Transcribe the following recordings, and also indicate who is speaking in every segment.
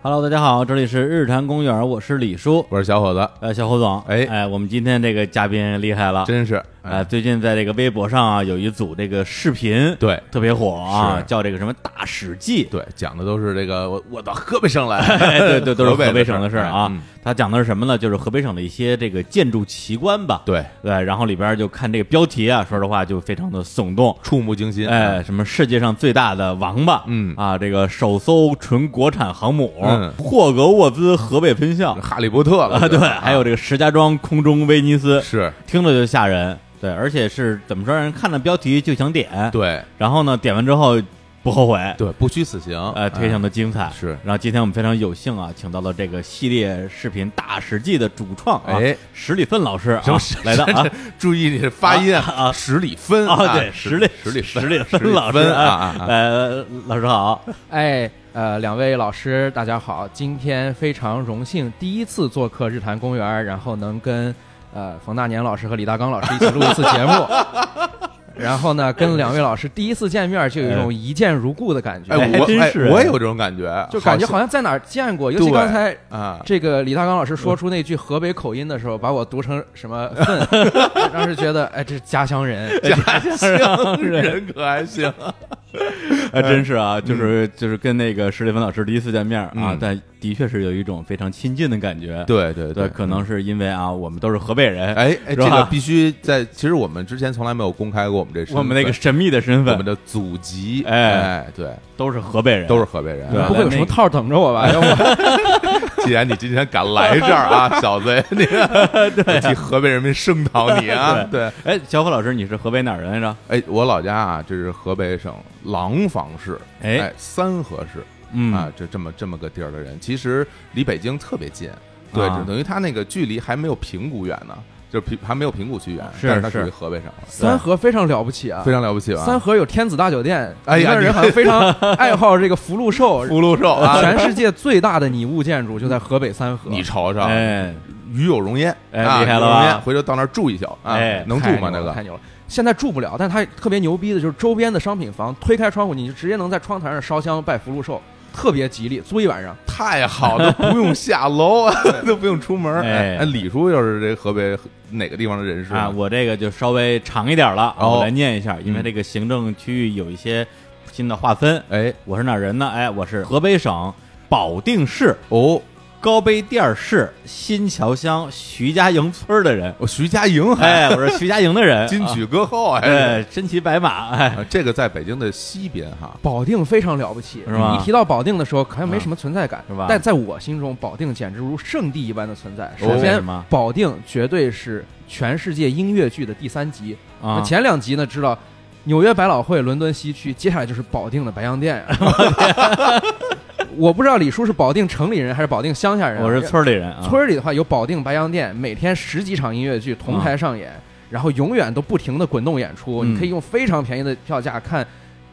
Speaker 1: Hello，大家好，这里是日坛公园，我是李叔，
Speaker 2: 我是小伙子，
Speaker 1: 呃，小侯总，
Speaker 2: 哎
Speaker 1: 哎，我们今天这个嘉宾厉害了，
Speaker 2: 真是
Speaker 1: 哎，，最近在这个微博上啊，有一组这个视频，
Speaker 2: 对
Speaker 1: 特别火啊，
Speaker 2: 是
Speaker 1: 叫这个什么《大史记》，
Speaker 2: 对，讲的都是这个我我到河北 省
Speaker 1: 哎，
Speaker 2: 来，
Speaker 1: 对对，都 是河
Speaker 2: 河
Speaker 1: 北
Speaker 2: 北
Speaker 1: 省的事儿啊。
Speaker 2: 嗯
Speaker 1: 他讲的是什么呢？就是河北省的一些这个建筑奇观吧。
Speaker 2: 对，
Speaker 1: 对，然后里边就看这个标题啊，说实话就非常的耸动。
Speaker 2: 触目惊心，啊
Speaker 1: 哎，，什么世界上最大的王八？
Speaker 2: 嗯
Speaker 1: 啊，这个首艘纯国产航母，
Speaker 2: 嗯
Speaker 1: 霍格沃兹河北分校
Speaker 2: 哈利波特了
Speaker 1: 啊，对，
Speaker 2: 啊
Speaker 1: 还有这个石家庄空中威尼斯，
Speaker 2: 是，
Speaker 1: 听着就吓人。对，而且是怎么说，让人看了标题就想点，
Speaker 2: 对
Speaker 1: 然后呢，点完之后不后悔，
Speaker 2: 对，不虚此行，啊
Speaker 1: 呃，非常的精彩。
Speaker 2: 是
Speaker 1: 然后今天我们非常有幸啊，请到了这个系列视频《大史记》的主创啊
Speaker 2: 哎，
Speaker 1: 史里芬老师啊
Speaker 2: 什么史
Speaker 1: 来的啊。
Speaker 2: 哎注意你的发音
Speaker 1: 啊啊
Speaker 2: 十里芬
Speaker 1: 啊，对，
Speaker 2: 十
Speaker 1: 史里
Speaker 2: 十里
Speaker 1: 史
Speaker 2: 芬
Speaker 1: 里
Speaker 2: 十
Speaker 1: 芬老师
Speaker 2: 芬啊
Speaker 1: 啊
Speaker 2: 啊，啊，
Speaker 1: 呃，老师 好，
Speaker 3: 哎，呃，两位老师，大家好，今天非常荣幸第一次做客日坛公园，然后能跟呃冯大年老师和李大刚老师一起录一次节 目。然后呢，跟两位老师第一次见面，就有一种一见如故的感觉，
Speaker 2: 哎，
Speaker 1: 还
Speaker 2: 我
Speaker 1: 真
Speaker 2: 哎
Speaker 1: 是
Speaker 2: 我也有这种感觉，
Speaker 3: 就感觉好像在哪儿见过。尤其
Speaker 2: 对
Speaker 3: 刚才
Speaker 2: 啊，
Speaker 3: 这个李大刚老师说出那句河北口音的时候，把我读成什么 粪，当时觉得哎， 这是家乡人。
Speaker 2: 家乡人可还行，
Speaker 1: 呃，真是啊，就是就是跟那个史里芬老师第一次见面啊
Speaker 2: 哎嗯，
Speaker 1: 但的确是有一种非常亲近的感觉。
Speaker 2: 对对
Speaker 1: 对，可能是因为啊，我们都是河北人，
Speaker 2: 嗯哎哎，
Speaker 1: 是
Speaker 2: 这个
Speaker 1: 吧
Speaker 2: 必须在。其实我们之前从来没有公开过我们这身份
Speaker 1: 我们那个神秘的身
Speaker 2: 我们
Speaker 1: 份
Speaker 2: 的祖籍，
Speaker 1: 哎
Speaker 2: 哎，对，
Speaker 1: 都是河北人，
Speaker 2: 都是河北人。
Speaker 1: 对
Speaker 3: 不会有什么套儿等着我吧？要不
Speaker 2: 既然你今天敢来这儿 啊，小子，那个我替河北人民声讨你啊！对，
Speaker 1: 哎，小虎老师，你是河北哪儿人来着？
Speaker 2: 哎，我老家啊，这是河北省廊坊市，
Speaker 1: 哎
Speaker 2: 哎，三河市
Speaker 1: 嗯
Speaker 2: 啊，这这么这么个地儿的人，其实离北京特别近，对，
Speaker 1: 啊
Speaker 2: 就等于他那个距离还没有平谷远呢，就是平还没有平谷区远，
Speaker 1: 是
Speaker 2: 但是它
Speaker 1: 是
Speaker 2: 属于河北省了，
Speaker 3: 三河非常了不起啊，
Speaker 2: 非常了不起吧？
Speaker 3: 三河有天子大酒店，
Speaker 2: 哎呀
Speaker 3: 里面人好像非 常爱好这个福禄寿，
Speaker 2: 福禄寿啊，
Speaker 3: 全世界最大的拟物建筑就在河北三河。
Speaker 2: 你瞅瞅，
Speaker 1: 哎，
Speaker 2: 与有容焉，
Speaker 1: 哎
Speaker 2: 啊
Speaker 1: 厉害了吧
Speaker 2: 与有容焉回头到那儿住一宿啊
Speaker 1: 哎，
Speaker 2: 能住
Speaker 3: 太牛
Speaker 2: 吗？
Speaker 3: 了
Speaker 2: 那个
Speaker 3: 太牛了，现在住不了，但是它特别牛逼的就是周边的商品房，推开窗户你就直接能在窗台上烧香拜福禄寿，特别吉利，租一晚上。
Speaker 2: 太好了，不用下
Speaker 1: 啊
Speaker 2: 楼，都不用出门。
Speaker 1: 哎
Speaker 2: 哎，李叔又是这河北哪个地方的人士
Speaker 1: 啊，
Speaker 2: 呢？
Speaker 1: 我这个就稍微长一点了，
Speaker 2: 哦
Speaker 1: 我来念一下，因为
Speaker 2: 嗯
Speaker 1: 这个行政区域有一些新的划分。
Speaker 2: 哎，
Speaker 1: 我是哪儿人呢？哎，我是河北省保定市
Speaker 2: 哦，
Speaker 1: 高碑店市新桥乡徐家营村的 人。
Speaker 2: 我徐佳莹还
Speaker 1: 哎，我是徐家营的人，
Speaker 2: 金曲歌后
Speaker 1: 啊，
Speaker 2: 哎，
Speaker 1: 哎，身骑白马，哎，
Speaker 2: 啊这个在北京的西边哈，
Speaker 3: 保定非常了不起，
Speaker 1: 是吗
Speaker 3: 一提到保定的时候，好像没什么存在感，
Speaker 1: 是吧
Speaker 3: 但在我心中，保定简直如圣地一般的存在。
Speaker 2: 哦
Speaker 3: 首
Speaker 2: 为
Speaker 3: 先
Speaker 1: 什么，
Speaker 3: 保定绝对是全世界音乐剧的第三集，
Speaker 1: 啊
Speaker 3: 那，前两集呢，知道纽约百老汇、伦敦西区，接下来就是保定的白洋淀。我不知道李叔是保定城里人还是保定乡下人啊。
Speaker 1: 我是村里人啊，
Speaker 3: 村儿里的话，有保定白洋淀，每天十几场音乐剧同台上演，然后永远都不停的滚动演出。
Speaker 1: 啊嗯
Speaker 3: 你可以用非常便宜的票价看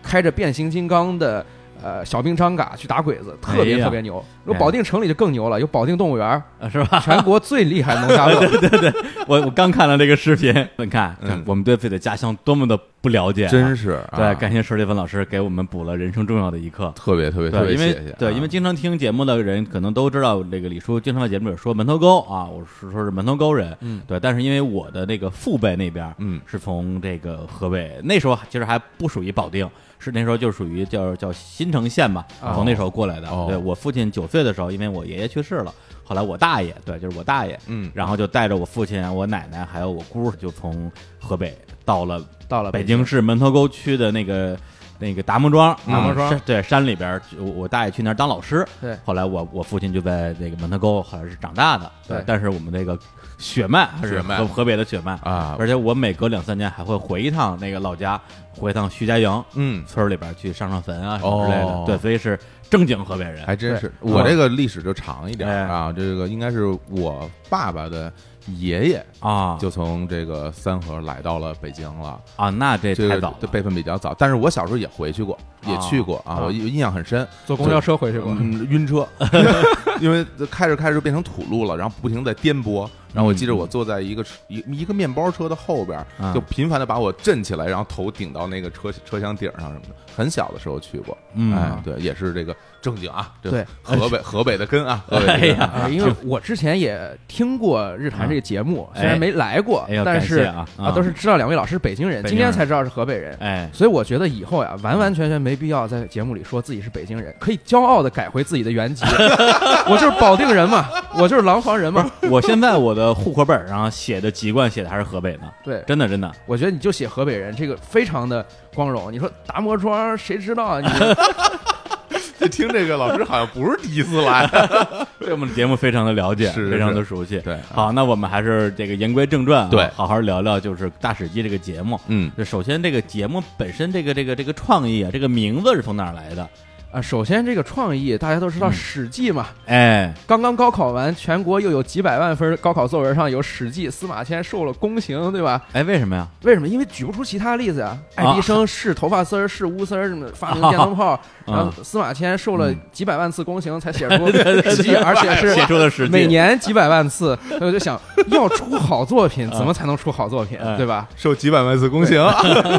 Speaker 3: 开着变形金刚的。呃，小兵张嘎去打鬼子，特
Speaker 1: 哎
Speaker 3: 别
Speaker 1: 呀
Speaker 3: 特别牛。如果保定城里就更牛了，有保定动物 园儿，
Speaker 1: 啊是吧？
Speaker 3: 全国最厉害农家乐。
Speaker 1: 我我刚看了这个视频， 你看，
Speaker 2: 嗯
Speaker 1: 我们对自己的家乡多么的不了解啊，
Speaker 2: 真是啊
Speaker 1: 对，感谢史蒂芬老师给我们补了人生重要的一课。
Speaker 2: 特别特别特
Speaker 1: 对，
Speaker 2: 别
Speaker 1: 因
Speaker 2: 谢
Speaker 1: 为
Speaker 2: 谢啊。
Speaker 1: 对，因为经常听节目的人可能都知道，这个李叔经常在节目里说门头沟啊，我是说是门头沟人，
Speaker 3: 嗯，
Speaker 1: 对。但是因为我的那个父辈那边，
Speaker 2: 嗯
Speaker 1: 是从这个河北，那时候其实还不属于保定，是那时候就属于叫叫新城县吧，
Speaker 3: 哦
Speaker 1: 从那时候过来的。
Speaker 2: 哦
Speaker 1: 对我父亲九岁的时候，因为我爷爷去世了，后来我大爷，对，就是我大爷，
Speaker 2: 嗯
Speaker 1: 然后就带着我父亲、我奶奶还有我姑，就从河北到了
Speaker 3: 到了
Speaker 1: 北京市门头沟区的那个那个达摩庄，
Speaker 2: 达摩
Speaker 3: 庄
Speaker 1: 嗯是对山里边儿，我我大爷去那儿当老师，
Speaker 3: 对
Speaker 1: 后来我我父亲就在那个门头沟，好像是长大的，
Speaker 3: 对
Speaker 1: 但是我们那个血脉还是
Speaker 2: 血脉
Speaker 1: 河河北的血脉，
Speaker 2: 啊，
Speaker 1: 而且我每隔两三年还会回一趟那个老家，回一趟徐家营
Speaker 2: 嗯，
Speaker 1: 村儿里边儿去上上坟啊什么之类的
Speaker 2: 哦，哎
Speaker 1: 对，所以是正经河北人，
Speaker 2: 还真是。
Speaker 1: 对嗯
Speaker 2: 我这个历史就长一点
Speaker 1: 哎
Speaker 2: 啊，这个应该是我爸爸的爷爷
Speaker 1: 啊
Speaker 2: 就从这个三河来到了北京了。
Speaker 1: 啊，那这
Speaker 2: 这
Speaker 1: 太
Speaker 2: 个
Speaker 1: 早
Speaker 2: 这
Speaker 1: 了，
Speaker 2: 辈分比较早，但是我小时候也回去过，也去过啊，
Speaker 1: 啊
Speaker 2: 我印印象很深，
Speaker 3: 坐公交车回去过。
Speaker 2: 嗯，晕车，因为开着开着就变成土路了，然后不停地在颠簸，
Speaker 4: 然后我记着我坐在一个车一一个面包车的后边
Speaker 1: 啊，
Speaker 4: 就频繁的把我震起来，然后头顶到那个车车厢顶上什么的。很小的时候去过，
Speaker 1: 嗯
Speaker 4: 哎，对，也是这个正经啊，这
Speaker 3: 对
Speaker 4: 河 北河北的根啊，河北的
Speaker 1: 哎
Speaker 4: 根啊
Speaker 1: 呀，
Speaker 3: 啊，因为我之前也听过日坛这个节目，虽然没来过
Speaker 1: 哎呀，
Speaker 3: 但是
Speaker 1: 感谢啊啊
Speaker 3: 都是知道两位老师是北京人，
Speaker 1: 北
Speaker 3: 今
Speaker 1: 京人
Speaker 3: 天才知道是河北人，
Speaker 1: 哎，
Speaker 3: 所以我觉得以后呀，完完全全没必要在节目里说自己是北京人，可以骄傲的改回自己的原籍， 我就是保定人嘛，我就是廊坊人嘛，
Speaker 1: 我现在我的户口本上写的籍贯写的还是河北呢，
Speaker 3: 对，
Speaker 1: 真的真的，
Speaker 3: 我觉得你就写河北人，这个非常的光荣。你说达摩庄，谁知道 啊？你
Speaker 4: 这听这个老师好像不是第一次 来，
Speaker 1: 对我们的节目非常的了解，
Speaker 4: 是是
Speaker 1: 非常的熟悉。
Speaker 4: 对
Speaker 1: 好，那我们还是这个言归正传、啊，
Speaker 4: 对
Speaker 1: 好好聊聊就是《大史记》这个节目。
Speaker 4: 嗯，
Speaker 1: 就首先，这个节目本身这个这个这个创意啊，这个名字是从哪儿来的？
Speaker 3: 啊，首先这个创意大家都知道，《
Speaker 1: 嗯
Speaker 3: 史记》嘛，
Speaker 1: 哎，
Speaker 3: 刚刚高考完，全国又有几百万分高考作文上有《史记》，司马迁受了宫刑，对吧？
Speaker 1: 哎，为什 么呀？
Speaker 3: 为什么？因为举不出其他例子啊。爱迪生是头发丝儿，是乌丝儿，什么发明电灯泡，然
Speaker 1: 啊
Speaker 3: 后司马迁受了几百万次宫刑才写出 《史记》，而且是
Speaker 1: 写出的史记
Speaker 3: 每年几百万次。所以我就想，要出好 作品，
Speaker 1: 啊
Speaker 3: 怎么才能出好作品，
Speaker 1: 哎
Speaker 3: 对吧？
Speaker 4: 受几百万次啊恭行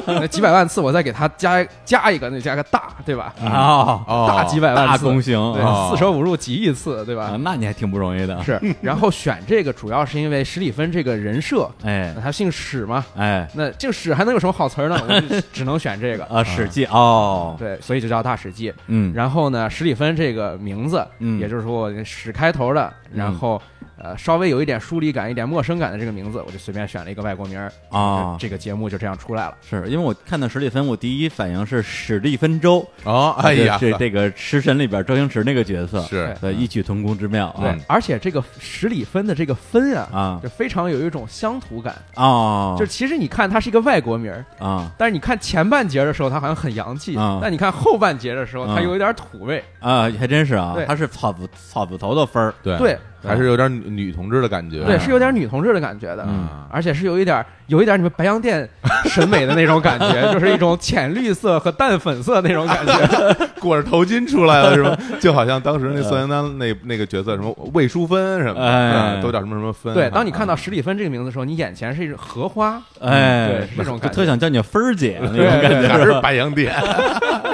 Speaker 3: 那几百万次，我再给他加加一个，那加个大，对吧？
Speaker 1: 啊，
Speaker 4: 哦
Speaker 3: 大几百万
Speaker 1: 大
Speaker 3: 次，
Speaker 1: 公行
Speaker 3: 对，
Speaker 1: 啊
Speaker 3: 四舍五入几亿次，对
Speaker 1: 啊
Speaker 3: 吧？
Speaker 1: 那你还挺不容易的。
Speaker 3: 是。啊 然后选这个主要是因为史蒂芬这个人设，
Speaker 1: 哎
Speaker 3: 那他姓史嘛，
Speaker 1: 哎
Speaker 3: 那姓史还能有什么好词 儿呢？我就只能选这个。
Speaker 1: 啊，《史记》哦，
Speaker 3: 对，所以就叫大史记。
Speaker 1: 嗯，
Speaker 3: 然后呢，史蒂芬这个名字，
Speaker 1: 嗯
Speaker 3: 也就是说我史开头的，然后呃稍微有一点疏离感、一点陌生感的这个名字，我就随便选了一个外国名儿
Speaker 1: 啊
Speaker 3: 这个节目就这样出来了。
Speaker 1: 是因为我看到史蒂芬，我第一反应是史蒂芬周，
Speaker 4: 哦，哎呀，
Speaker 1: 这这个《食神》里边周星驰那个角色，
Speaker 4: 是
Speaker 1: 对，异曲同工之妙
Speaker 3: 对
Speaker 1: 啊，
Speaker 3: 而且这个十里芬的这个芬啊，
Speaker 1: 啊
Speaker 3: 就非常有一种乡土感。
Speaker 1: 啊，
Speaker 3: 就是其实你看它是一个外国名儿，
Speaker 1: 啊
Speaker 3: 但是你看前半截的时候它好像很洋气
Speaker 1: 啊，
Speaker 3: 但你看后半截的时候它
Speaker 1: 嗯
Speaker 3: 有一点土味。
Speaker 1: 啊，还真是啊
Speaker 3: 对，
Speaker 1: 他是草字草字头的分儿，
Speaker 4: 对
Speaker 3: 对
Speaker 4: 还是有点女女同志的感觉，嗯
Speaker 3: 对，是有点女同志的感觉的
Speaker 1: 嗯，
Speaker 3: 而且是有一点有一点你们白洋淀审美的那种感 觉，就是一种浅绿色和淡粉色那种感觉。
Speaker 4: 裹着头巾出来了，是吧？就好像当时那宋丹丹那那个角色，什么魏淑芬什么的，
Speaker 1: 哎
Speaker 4: 嗯都叫什么什么芬。
Speaker 3: 对，当你 看到十里芬这个名字的时候，你眼前是一种荷花，
Speaker 1: 哎，
Speaker 3: 嗯对是这种
Speaker 1: 我
Speaker 3: 感觉
Speaker 1: 特想叫你芬儿姐那
Speaker 3: 对
Speaker 1: 种感觉，
Speaker 4: 还是白洋淀，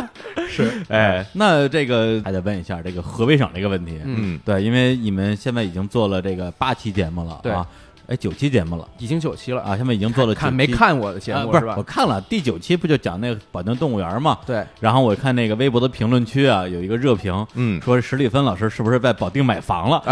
Speaker 1: 哎，那这个还得问一下这个河北省这个问题，
Speaker 4: 嗯，
Speaker 1: 对，因为你们现在已经做了这个八期节目了，
Speaker 3: 对
Speaker 1: 啊，哎，九期节目了
Speaker 3: 已经九期了，
Speaker 1: 啊，现在已经做了
Speaker 3: 看
Speaker 1: 九
Speaker 3: 没
Speaker 1: 期
Speaker 3: 看我的节
Speaker 1: 啊
Speaker 3: 目
Speaker 1: 不
Speaker 3: 是吧
Speaker 1: 我？看了第九期，不就讲那个保定动物园嘛？
Speaker 3: 对，
Speaker 1: 然后我看那个微博的评论区啊，有一个热评，
Speaker 4: 嗯哎
Speaker 1: 说史蒂芬老师是不是在保定买房了？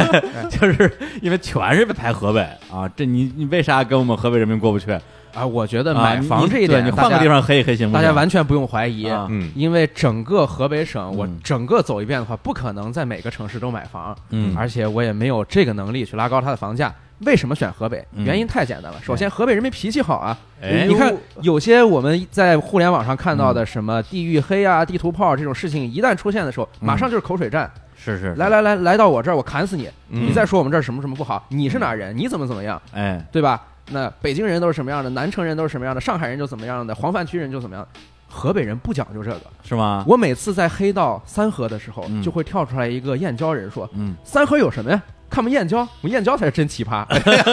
Speaker 1: 就是因为全是排河北啊，这你你为啥跟我们河北人民过不去？
Speaker 3: 啊，我觉得
Speaker 1: 啊
Speaker 3: 买
Speaker 1: 你
Speaker 3: 房这一
Speaker 1: 对
Speaker 3: 点，
Speaker 1: 你换个地。方黑一黑行不
Speaker 3: 大
Speaker 1: 行？
Speaker 3: 家完全不用怀疑，
Speaker 1: 啊
Speaker 4: 嗯
Speaker 3: 因为整个河北省，我
Speaker 1: 嗯
Speaker 3: 整个走一遍的话，不可能在每个城市都买房，
Speaker 1: 嗯
Speaker 3: 而且我也没有这个能力去拉高它的房价。为什么选河北？
Speaker 1: 嗯
Speaker 3: 原因太简单了。首先，河北人民脾气好啊，
Speaker 1: 哎嗯
Speaker 3: 你看有些我们在互联网上看到的什么地域黑啊、地图炮这种事情，一旦出现的时候，
Speaker 1: 嗯
Speaker 3: 马上就是口水战。
Speaker 1: 是是，是
Speaker 3: 来，来来，来到我这儿，我砍死你！
Speaker 1: 嗯
Speaker 3: 你再说我们这儿什么什么不好，你是哪儿人？你怎么怎么样？
Speaker 1: 哎，
Speaker 3: 对吧？那北京人都是什么样的？南城人都是什么样的？上海人就怎么样的？黄泛区人就怎么样？河北人不讲究这个。
Speaker 1: 是吗？
Speaker 3: 我每次在黑到三河的时候，
Speaker 1: 啊嗯
Speaker 3: 就会跳出来一个燕郊人说
Speaker 1: 嗯，：“
Speaker 3: 三河有什么呀？看不燕郊，我们燕郊才是真奇葩。”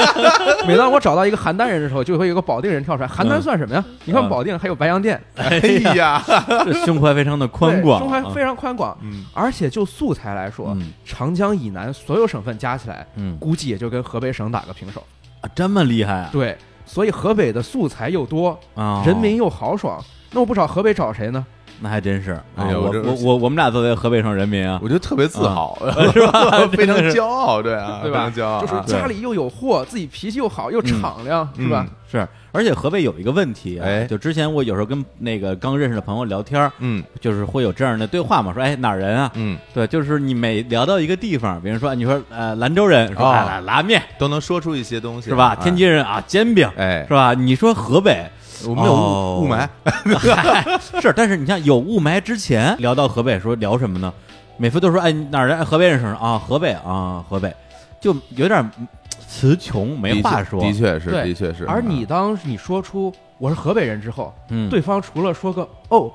Speaker 3: 每当我找到一个邯郸人的时候，就会有一个保定人跳出来：“邯郸算什么呀？你看
Speaker 1: 嗯
Speaker 3: 保定还有白洋淀，
Speaker 4: 哎呀，
Speaker 1: 这胸怀非常的宽
Speaker 3: 对
Speaker 1: 广，啊
Speaker 3: 胸怀非常宽广。
Speaker 4: 嗯
Speaker 3: 而且就素材来说，
Speaker 1: 嗯
Speaker 3: 长江以南所有省份加起来，
Speaker 1: 嗯
Speaker 3: 估计也就跟河北省打个平手。
Speaker 1: 啊，这么厉害啊！
Speaker 3: 对，所以河北的素材又多，
Speaker 1: 啊，
Speaker 3: 人民又豪爽，那我不找河北找谁呢？
Speaker 1: 那还真是啊！
Speaker 4: 哎呀
Speaker 1: 我
Speaker 4: 我这
Speaker 1: 我我我们俩作为河北省人民啊，
Speaker 4: 我觉得特别自豪，
Speaker 1: 是吧
Speaker 4: 非常骄傲，对啊，
Speaker 3: 对吧
Speaker 4: 非常骄傲
Speaker 3: 就是
Speaker 4: 啊，
Speaker 3: 家里又有货，自己脾气又好，又敞亮，
Speaker 4: 嗯
Speaker 3: 是吧？
Speaker 1: 是，而且河北有一个问题啊，
Speaker 4: 哎
Speaker 1: 就之前我有时候跟那个刚认识的朋友聊天儿，
Speaker 4: 嗯
Speaker 1: 就是会有这样的对话嘛，说哎哪儿人啊？
Speaker 4: 嗯，
Speaker 1: 对，就是你每聊到一个地方，比如说你说呃兰州人，说
Speaker 4: 哦
Speaker 1: 哎拉拉面
Speaker 4: 都能说出一些东西，
Speaker 1: 是吧？
Speaker 4: 哎
Speaker 1: 天津人啊煎饼
Speaker 4: 哎
Speaker 1: 是，吧？你说 河北。
Speaker 4: 我们有
Speaker 1: 哦
Speaker 4: 雾雾霾，
Speaker 1: 嗨是，但是你像有雾霾之前，聊到河北说聊什么呢？每次都说哎哪儿人？哎河北人说啊，河北啊，河北，就有点嗯词穷，没
Speaker 4: 的
Speaker 1: 话
Speaker 4: 确
Speaker 1: 说。
Speaker 4: 的确是，
Speaker 3: 对
Speaker 4: 的确是。嗯
Speaker 3: 而你当你说出我是河北人之后，
Speaker 1: 嗯，
Speaker 3: 对方除了说个哦，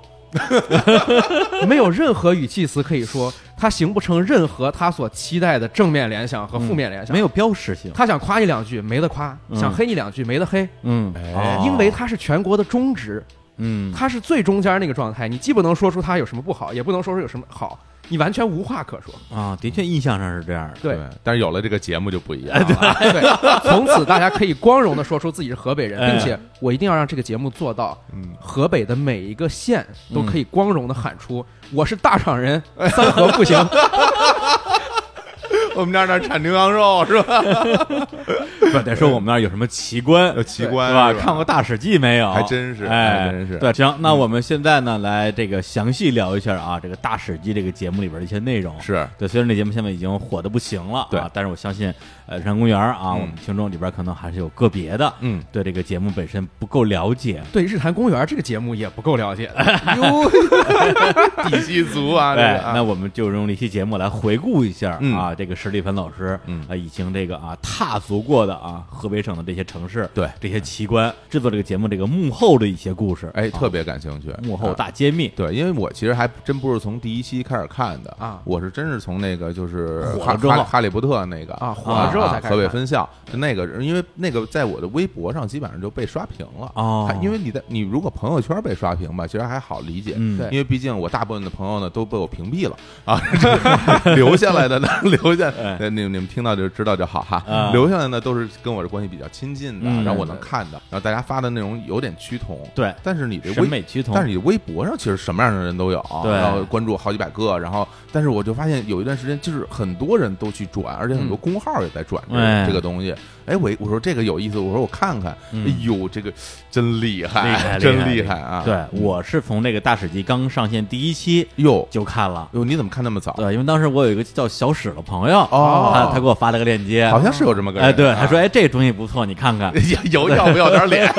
Speaker 3: 没有任何语气词可以说，他形不成任何他所期待的正面联想和负面联想。
Speaker 1: 没有标识性，
Speaker 3: 他想夸你两句没得夸，
Speaker 1: 嗯
Speaker 3: 想黑你两句没得黑，
Speaker 1: 嗯
Speaker 2: 哎
Speaker 3: 因为他是全国的中值，
Speaker 1: 嗯，
Speaker 3: 他是最中间那个状态，你既不能说出他有什么不好，也不能说出有什么好，你完全无话可说。
Speaker 1: 啊，的确印象上是这样的，
Speaker 3: 对，
Speaker 2: 但是有了这个节目就不一样了。
Speaker 3: 啊对，从此大家可以光荣的说出自己是河北人，
Speaker 1: 哎
Speaker 3: 并且我一定要让这个节目做到，
Speaker 2: 嗯，
Speaker 3: 河北的每一个县
Speaker 1: 嗯
Speaker 3: 都可以光荣的喊出“我是大厂人，三河 不行
Speaker 2: 我们这儿那儿产牛羊肉是吧？
Speaker 1: 不得说我们那儿有什么奇观，
Speaker 2: 有奇观
Speaker 1: 是吧？
Speaker 2: 是吧
Speaker 1: 看过《大史记》没有？
Speaker 2: 还真是
Speaker 1: 哎，
Speaker 2: 还真是嗯
Speaker 1: 对，行，那我们现在呢，来这个详细聊一下啊，这个《大史记》这个节目里边的一些内容。
Speaker 2: 是
Speaker 1: 对，虽然这节目现在已经火的不行了，
Speaker 2: 对
Speaker 1: 啊，但是我相信，呃，日常公园啊，我们听众里边可能还是有个别的，
Speaker 2: 嗯，
Speaker 1: 对这个节目本身不够了解”。。
Speaker 3: 对《日坛公园》这个节目也不够了解 的， 哟，
Speaker 2: 地西族啊，这
Speaker 1: 对
Speaker 2: 个，啊
Speaker 1: 哎那我们就用这期节目来回顾一下
Speaker 2: 嗯
Speaker 1: 啊，这个史蒂芬老师，
Speaker 2: 嗯
Speaker 1: 啊，已经这个啊踏足过的啊河北省的这些城市，
Speaker 2: 对
Speaker 1: 这些奇观，制作这个节目这个幕后的一些故事，
Speaker 2: 哎，
Speaker 1: 啊
Speaker 2: 特别感兴趣。
Speaker 1: 幕后
Speaker 2: 啊
Speaker 1: 大揭秘，
Speaker 2: 对，因为我其实还真不是从第一期开始看的
Speaker 3: 啊
Speaker 2: 我是真是从那个就是
Speaker 1: 火了
Speaker 2: 哈
Speaker 1: 之
Speaker 2: 哈
Speaker 1: 后
Speaker 2: 哈利波特那个
Speaker 3: 啊火了之后才
Speaker 2: 啊
Speaker 3: 开始
Speaker 2: 河北
Speaker 3: 看
Speaker 2: 分校就那个，因为那个在我的微博上基本上就被刷屏了
Speaker 1: 哦
Speaker 2: 还因为你的你如果朋友圈被刷屏吧，其实还好理解，
Speaker 1: 嗯，
Speaker 3: 对
Speaker 2: 因为毕竟我大部分的朋友呢都被我屏蔽了啊， 这个留下来的呢， 留下
Speaker 1: 哎
Speaker 2: 呃你们你们听到就知道就好哈
Speaker 1: 啊，
Speaker 2: 留下来呢都是跟我的关系比较亲近的，
Speaker 1: 嗯
Speaker 2: 然后我能看到，然后大家发的内容有点趋同，
Speaker 1: 对
Speaker 2: 但是你的
Speaker 1: 审
Speaker 2: 微
Speaker 1: 美趋同，
Speaker 2: 但是你微博上其实什么样的人都有，啊
Speaker 1: 对
Speaker 2: 然后关注好几百个，然后但是我就发现有一段时间就是很多人都去转，而且很多公号也在转这个、
Speaker 1: 哎
Speaker 2: 这个东西。哎，我我说这个有意思，我说我看看，
Speaker 1: 嗯
Speaker 2: 哎呦，这个真厉害，
Speaker 1: 厉害
Speaker 2: 哎 真
Speaker 1: 厉害
Speaker 2: 害啊！
Speaker 1: 对，我是从这个《大史记》刚上线第一期
Speaker 2: 哟
Speaker 1: 就看了，
Speaker 2: 哟，你怎么看那么早？
Speaker 1: 对，因为当时我有一个叫小史的朋友，
Speaker 2: 哦
Speaker 1: 他他给我发了个链接，
Speaker 2: 好像是有这么个人，
Speaker 1: 哎，对，他说
Speaker 2: 啊。
Speaker 1: 哎这东西不错，你看看，
Speaker 2: 有有要不要点脸，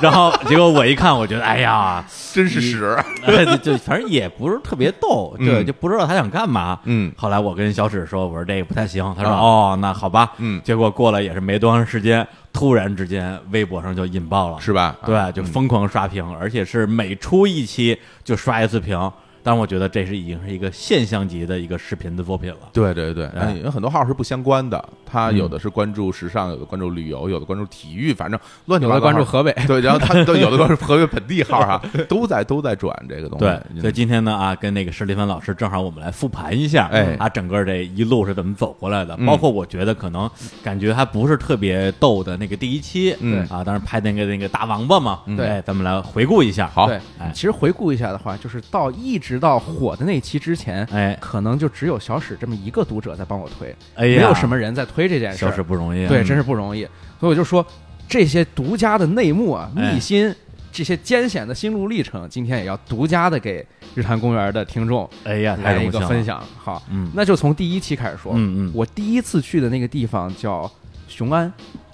Speaker 1: 然后结果我一看，我觉得哎呀，
Speaker 2: 真是屎！
Speaker 1: 哎，就就反正也不是特别逗，对，
Speaker 2: 嗯
Speaker 1: 就不知道他想干嘛。
Speaker 2: 嗯
Speaker 1: 后来我跟小史说，我说这个不太行，他说
Speaker 2: 啊
Speaker 1: 哦，那好吧。
Speaker 2: 嗯
Speaker 1: 结果过了也是没多长时间，突然之间微博上就引爆了，
Speaker 2: 是吧？啊
Speaker 1: 对，
Speaker 3: 嗯
Speaker 1: 就疯狂刷屏，而且是每出一期就刷一次屏。但我觉得这是已经是一个现象级的一个视频的作品了。
Speaker 2: 对对对，
Speaker 1: 哎
Speaker 2: 嗯有很多号是不相关的，他有
Speaker 1: 嗯
Speaker 2: 的是关注时尚，有的关注旅游，有的关注体育，反正乱七
Speaker 3: 有
Speaker 2: 八
Speaker 3: 的
Speaker 2: 糟。
Speaker 3: 关注河北，
Speaker 2: 对，然后他 们都有的都是河北本地号哈，都在都在转这个东西。
Speaker 1: 对，
Speaker 2: 嗯
Speaker 1: 所以今天呢啊，跟那个史蒂芬老师正好我们来复盘一下，
Speaker 2: 哎
Speaker 1: 啊，整个这一路是怎么走过来的，
Speaker 2: 嗯
Speaker 1: 包括我觉得可能感觉还不是特别逗的那个第一期，
Speaker 2: 嗯
Speaker 1: 啊，当时拍那个那个大王八嘛，
Speaker 2: 嗯
Speaker 1: 哎，咱们来回顾一下，
Speaker 2: 好
Speaker 3: 对
Speaker 1: 哎，
Speaker 3: 其实回顾一下的话，就是到一直到火的那期之前，
Speaker 1: 哎
Speaker 3: 可能就只有小史这么一个读者在帮我推，
Speaker 1: 哎
Speaker 3: 没
Speaker 1: 呀，
Speaker 3: 有什么人在推这件事
Speaker 1: 小
Speaker 3: 儿
Speaker 1: 史。不容易啊，
Speaker 3: 对，真是不容易。所以我就说，这些独家的内幕啊、
Speaker 1: 哎
Speaker 3: 秘辛，这些艰险的心路历程，今天也要独家的给日坛公园的听众
Speaker 1: 哎呀，太
Speaker 3: 来
Speaker 1: 荣
Speaker 3: 一
Speaker 1: 幸
Speaker 3: 个
Speaker 1: 了
Speaker 3: 分，享。好，
Speaker 1: 嗯
Speaker 3: 那就从第一期开始说。
Speaker 1: 嗯嗯，
Speaker 3: 我第一次去的那个地方叫雄安，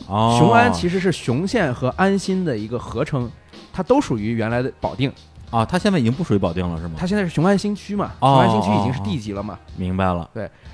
Speaker 1: 哦，
Speaker 3: 雄安其
Speaker 1: 实
Speaker 3: 实是雄县和安新的一个合称，它都属于原来的保定，
Speaker 1: 啊，他现在已经不属于保定了是吗？
Speaker 3: 它现在是雄安新区嘛，雄
Speaker 1: 哦
Speaker 3: 安新区已经是地级了嘛。
Speaker 1: 明白了，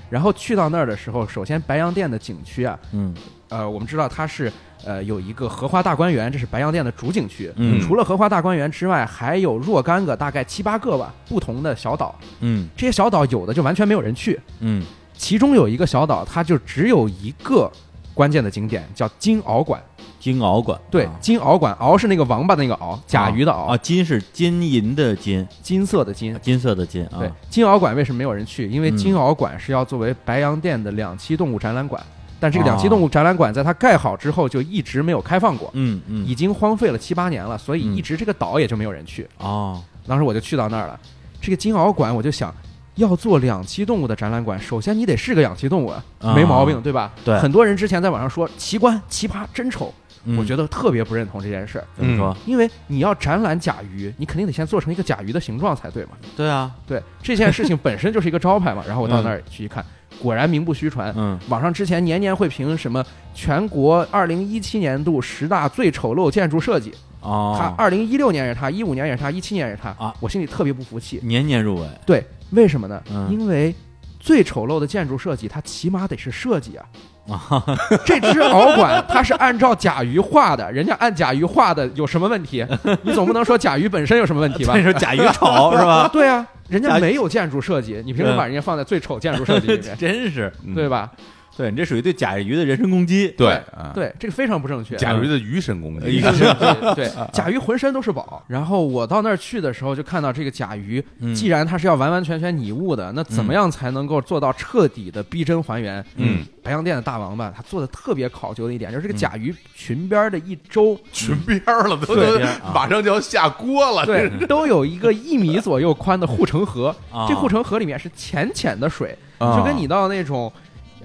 Speaker 3: 然后去到那儿的时候，首先白洋淀的景区啊，
Speaker 1: 嗯
Speaker 3: 呃，我们知道它是呃有一个荷花大观园，这是白洋淀的主景区。
Speaker 1: 嗯
Speaker 3: 除了荷花大观园之外，还有若干个大概七八个吧不同的小岛。
Speaker 1: 嗯
Speaker 3: 这些小岛有的就完全没有人去，
Speaker 1: 嗯，
Speaker 3: 其中有一个小岛，它就只有一个关键的景点，叫金鳌馆。
Speaker 1: 金鳌馆，
Speaker 3: 对，
Speaker 1: 啊
Speaker 3: 金鳌馆，鳌是那个王八的那个鳌，甲鱼的鳌，
Speaker 1: 啊，金是金银的金，啊
Speaker 3: 金色的金。
Speaker 1: 金色的金啊，
Speaker 3: 对，金鳌馆为什么没有人去？因为
Speaker 1: 嗯
Speaker 3: 金鳌馆是要作为白洋淀的两栖动物展览馆，但这个
Speaker 1: 啊
Speaker 3: 两栖动物展览馆在它盖好之后就一直没有开放过。
Speaker 1: 嗯嗯，
Speaker 3: 已经荒废了七八年了，所以
Speaker 1: 嗯
Speaker 3: 一直这个岛也就没有人去。
Speaker 1: 哦，
Speaker 3: 当时我就去到那儿了，这个金鳌馆我就想。要做两栖动物的展览馆，首先你得是个两栖动物啊，
Speaker 1: 啊
Speaker 3: 没毛病，对吧？
Speaker 1: 对
Speaker 3: 很多人之前在网上说奇观、奇葩、真丑，
Speaker 1: 嗯
Speaker 3: 我觉得特别不认同这件事儿，
Speaker 1: 怎么说？
Speaker 3: 因为你要展览甲鱼，你肯定得先做成一个甲鱼的形状才对嘛。
Speaker 1: 对啊，
Speaker 3: 对，这件事情本身就是一个 招牌嘛。然后我到那儿去一看，果然名不虚传，
Speaker 1: 嗯
Speaker 3: 网上之前年年会评什么全国二零一七年度十大最丑陋建筑设计，
Speaker 1: 哦，
Speaker 3: 他二零一六年也是他，一五年也是他，一七年也是他
Speaker 1: 啊
Speaker 3: 我心里特别不服气。
Speaker 1: 年年入围，
Speaker 3: 对，为什么呢？
Speaker 1: 嗯
Speaker 3: 因为最丑陋的建筑设计，它起码得是设计啊。 这只鳌管它是按照甲鱼画的，人家按甲鱼画的有什么问 题？你总不能说甲鱼本身有什么问题吧
Speaker 1: 那？是甲鱼 丑是吧？
Speaker 3: 对啊，人家
Speaker 1: 甲鱼
Speaker 3: 没有建筑设计，你凭什么把人家放在最丑建筑设计里面？
Speaker 1: 真是，
Speaker 3: 对吧？
Speaker 1: 对你这属于对甲鱼的人身攻击。
Speaker 4: 对
Speaker 3: 对
Speaker 4: 啊，
Speaker 3: 对，这个非常不正确。
Speaker 4: 甲鱼的鱼神攻击
Speaker 1: 哎，
Speaker 3: 对，甲鱼浑身都是宝。然后我到那儿去的时候，就看到这个甲鱼，
Speaker 1: 嗯
Speaker 3: 既然它是要完完全全拟物的，那怎么样才能够做到彻底的逼真还原？
Speaker 4: 嗯，
Speaker 3: 白洋淀的大王八，它做的特别考究的一点，就是这个甲鱼裙边的一周，
Speaker 4: 裙边儿了，都
Speaker 1: 对
Speaker 4: 都
Speaker 1: 边儿啊
Speaker 4: 马上就要下锅
Speaker 2: 啊
Speaker 4: 了，
Speaker 3: 对
Speaker 4: 这，
Speaker 3: 都有一个一米左右宽的护城河
Speaker 1: 啊。
Speaker 3: 这护城河里面是浅浅的水，
Speaker 4: 啊
Speaker 3: 就跟你到那种。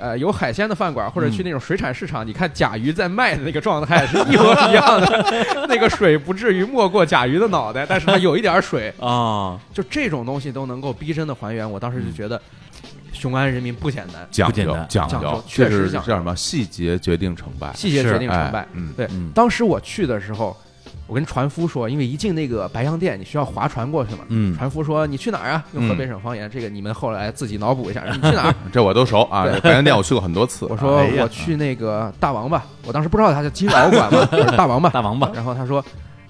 Speaker 3: 呃，有海鲜的饭馆或者去那种水产市场，你看甲鱼在卖的那个状态是一模一样的。那个水不至于没过甲鱼的脑袋，但是它有一点水，
Speaker 1: 啊，
Speaker 3: 就这种东西都能够逼真的还原。我当时就觉得，雄安人民不简单，
Speaker 4: 讲
Speaker 1: 不简
Speaker 4: 究
Speaker 1: 单
Speaker 4: 讲
Speaker 3: 讲
Speaker 4: 究
Speaker 3: 究，
Speaker 4: 这
Speaker 3: 确实
Speaker 4: 是
Speaker 3: 讲
Speaker 4: 叫
Speaker 3: 究
Speaker 4: 什么？细节决定成败，
Speaker 3: 细节
Speaker 1: 是
Speaker 3: 决定成
Speaker 4: 哎
Speaker 3: 败。
Speaker 4: 嗯
Speaker 3: 对
Speaker 1: 嗯，
Speaker 3: 当时我去的时候，我跟船夫说，因为一进那个白洋淀，你需要划船过去嘛。
Speaker 1: 嗯
Speaker 3: 船夫说你去哪儿啊？用河北省方言，这个你们后来自己脑补 一下。你去哪儿？
Speaker 4: 这我都熟啊，
Speaker 3: 对
Speaker 4: 这白洋淀我去过很多次。
Speaker 3: 我
Speaker 2: 啊
Speaker 3: 说
Speaker 1: 哎呀
Speaker 3: 我去那个大王八。我当时不知道他叫金鳌馆 嘛，就是大王八。
Speaker 1: 大王八
Speaker 3: 然后他说